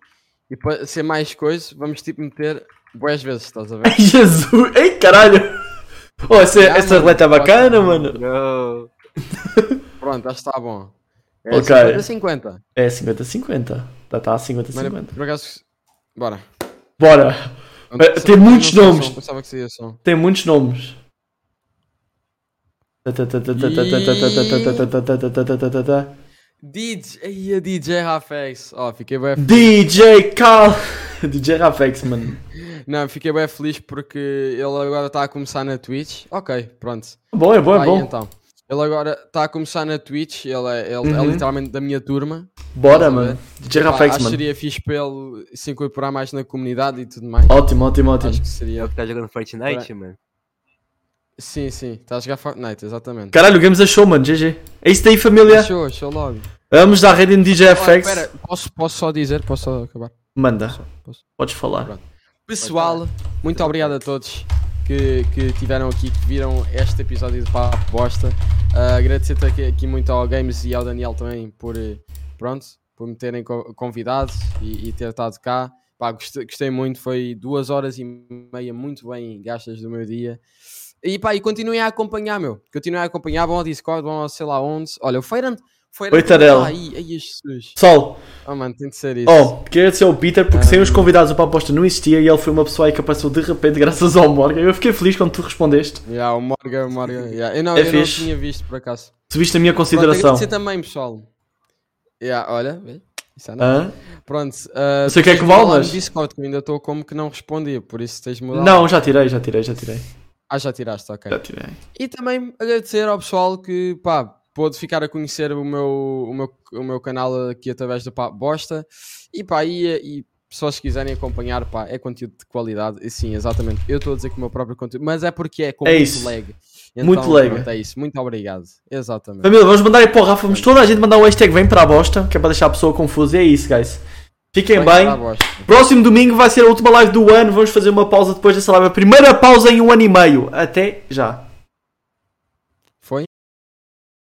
Speaker 2: e para ser mais coisa, vamos tipo meter boas vezes, estás a ver?
Speaker 1: Ai, Jesus! Ei, caralho! Oh, essa,
Speaker 2: Yeah,
Speaker 1: essa
Speaker 2: Ah, mano,
Speaker 1: roleta é
Speaker 2: pode,
Speaker 1: bacana,
Speaker 2: mano.
Speaker 1: mano.
Speaker 3: Não.
Speaker 2: Pronto, acho que está bom. É
Speaker 1: Ok.
Speaker 2: 50-50.
Speaker 1: É 50-50. Tá, tá, 50-50.
Speaker 2: Mano, é por acaso. Bora.
Speaker 1: Bora! Eh, É, tem muitos
Speaker 2: Não sei o
Speaker 1: nomes.
Speaker 2: som, Pensava que seria som.
Speaker 1: Tem muitos nomes. Tá, tá, tá, tá, tá, tá, tá, tá, tá, tá, tá, tá, tá, tá, tá, tá, tá, tá.
Speaker 2: DJ. Aí a DJ Rafex. Ó, Oh, fiquei bem.
Speaker 1: DJ Cal! DJ Rafex, mano.
Speaker 2: Não, fiquei bem feliz porque ele agora está a começar na Twitch. Ok, pronto.
Speaker 1: Bom, é bom,
Speaker 2: Vai
Speaker 1: é bom.
Speaker 2: então. Ele agora está a começar na Twitch. Ele, é, ele é
Speaker 1: Uhum.
Speaker 2: literalmente da minha turma.
Speaker 1: Bora,
Speaker 2: Estás a
Speaker 1: mano.
Speaker 2: ver?
Speaker 1: DJ
Speaker 2: Pá,
Speaker 1: Rafex,
Speaker 2: acho que
Speaker 1: mano.
Speaker 2: seria fixe para ele se incorporar mais na comunidade e tudo mais.
Speaker 1: Ótimo, ótimo, ótimo.
Speaker 2: Acho que seria.
Speaker 3: Tá jogando Fortnite, mano?
Speaker 2: Sim, sim. Está a jogar Fortnite, exatamente.
Speaker 1: Caralho, o Games achou, mano. GG. É isso daí, família.
Speaker 2: Show, show logo.
Speaker 1: Vamos dar rede no DJ
Speaker 2: Olha,
Speaker 1: Rafex.
Speaker 2: pera, posso, posso só dizer, posso só acabar.
Speaker 1: Manda.
Speaker 2: Posso?
Speaker 1: Podes falar.
Speaker 2: Pessoal, muito obrigado a todos que, que tiveram aqui, que viram este episódio de Papo Bosta. Ah, agradecer aqui, aqui muito ao Games e ao Daniel também por, eh, pronto, por me terem co- convidado e, e ter estado cá. Pá, gostei, gostei muito, foi duas horas e meia muito bem gastas do meu dia. E pá, e continuem a acompanhar, meu. Continuem a acompanhar, vão ao Discord, vão ao sei lá onde. Olha, o Feirant.
Speaker 1: Oi, Tarela.
Speaker 2: Ai, ai, Jesus.
Speaker 1: Pessoal,
Speaker 2: Oh, mano, tem de ser isso.
Speaker 1: Oh, quero agradecer ao Peter porque sem os convidados o Papo Bosta não existia e ele foi uma pessoa aí que apareceu de repente graças ao Morgan. Eu fiquei feliz quando tu respondeste.
Speaker 2: Yeah, o Morgan, o Morgan. yeah. Eu, não,
Speaker 1: É
Speaker 2: eu não
Speaker 1: fixe.
Speaker 2: tinha visto por acaso.
Speaker 1: Subiste a minha
Speaker 2: Pronto,
Speaker 1: consideração.
Speaker 2: agradecer também, pessoal. Yeah, olha, vê, isso é nada.
Speaker 1: Hã?
Speaker 2: Pronto. ah,
Speaker 1: Eu sei o que é que
Speaker 2: tens de mudar
Speaker 1: vale,
Speaker 2: lá no
Speaker 1: mas-
Speaker 2: Discord, que eu ainda estou como que não respondi, por isso tens de mudar.
Speaker 1: Não, É. já tirei, já tirei, já tirei.
Speaker 2: Ah, já tiraste, ok.
Speaker 1: Já tirei.
Speaker 2: E também agradecer ao pessoal que, pá, pôde ficar a conhecer o meu, o meu, o meu canal aqui através do Papo Bosta. E pá, e, e pessoas que quiserem acompanhar, pá, é conteúdo de qualidade. E sim, exatamente. Eu estou a dizer que o meu próprio conteúdo, mas é porque é com
Speaker 1: É
Speaker 2: muito
Speaker 1: isso.
Speaker 2: lag.
Speaker 1: Muito lag.
Speaker 2: pronto, É isso. Muito obrigado. Exatamente.
Speaker 1: Família, vamos mandar aí para o Rafa, vamos toda a gente mandar o hashtag vem para a bosta, que é para deixar a pessoa confusa e é isso, guys. Fiquem
Speaker 2: Vai
Speaker 1: bem.
Speaker 2: para a bosta.
Speaker 1: Próximo domingo vai ser a última live do ano, vamos fazer uma pausa depois dessa live. A primeira pausa em um ano e meio. Até já.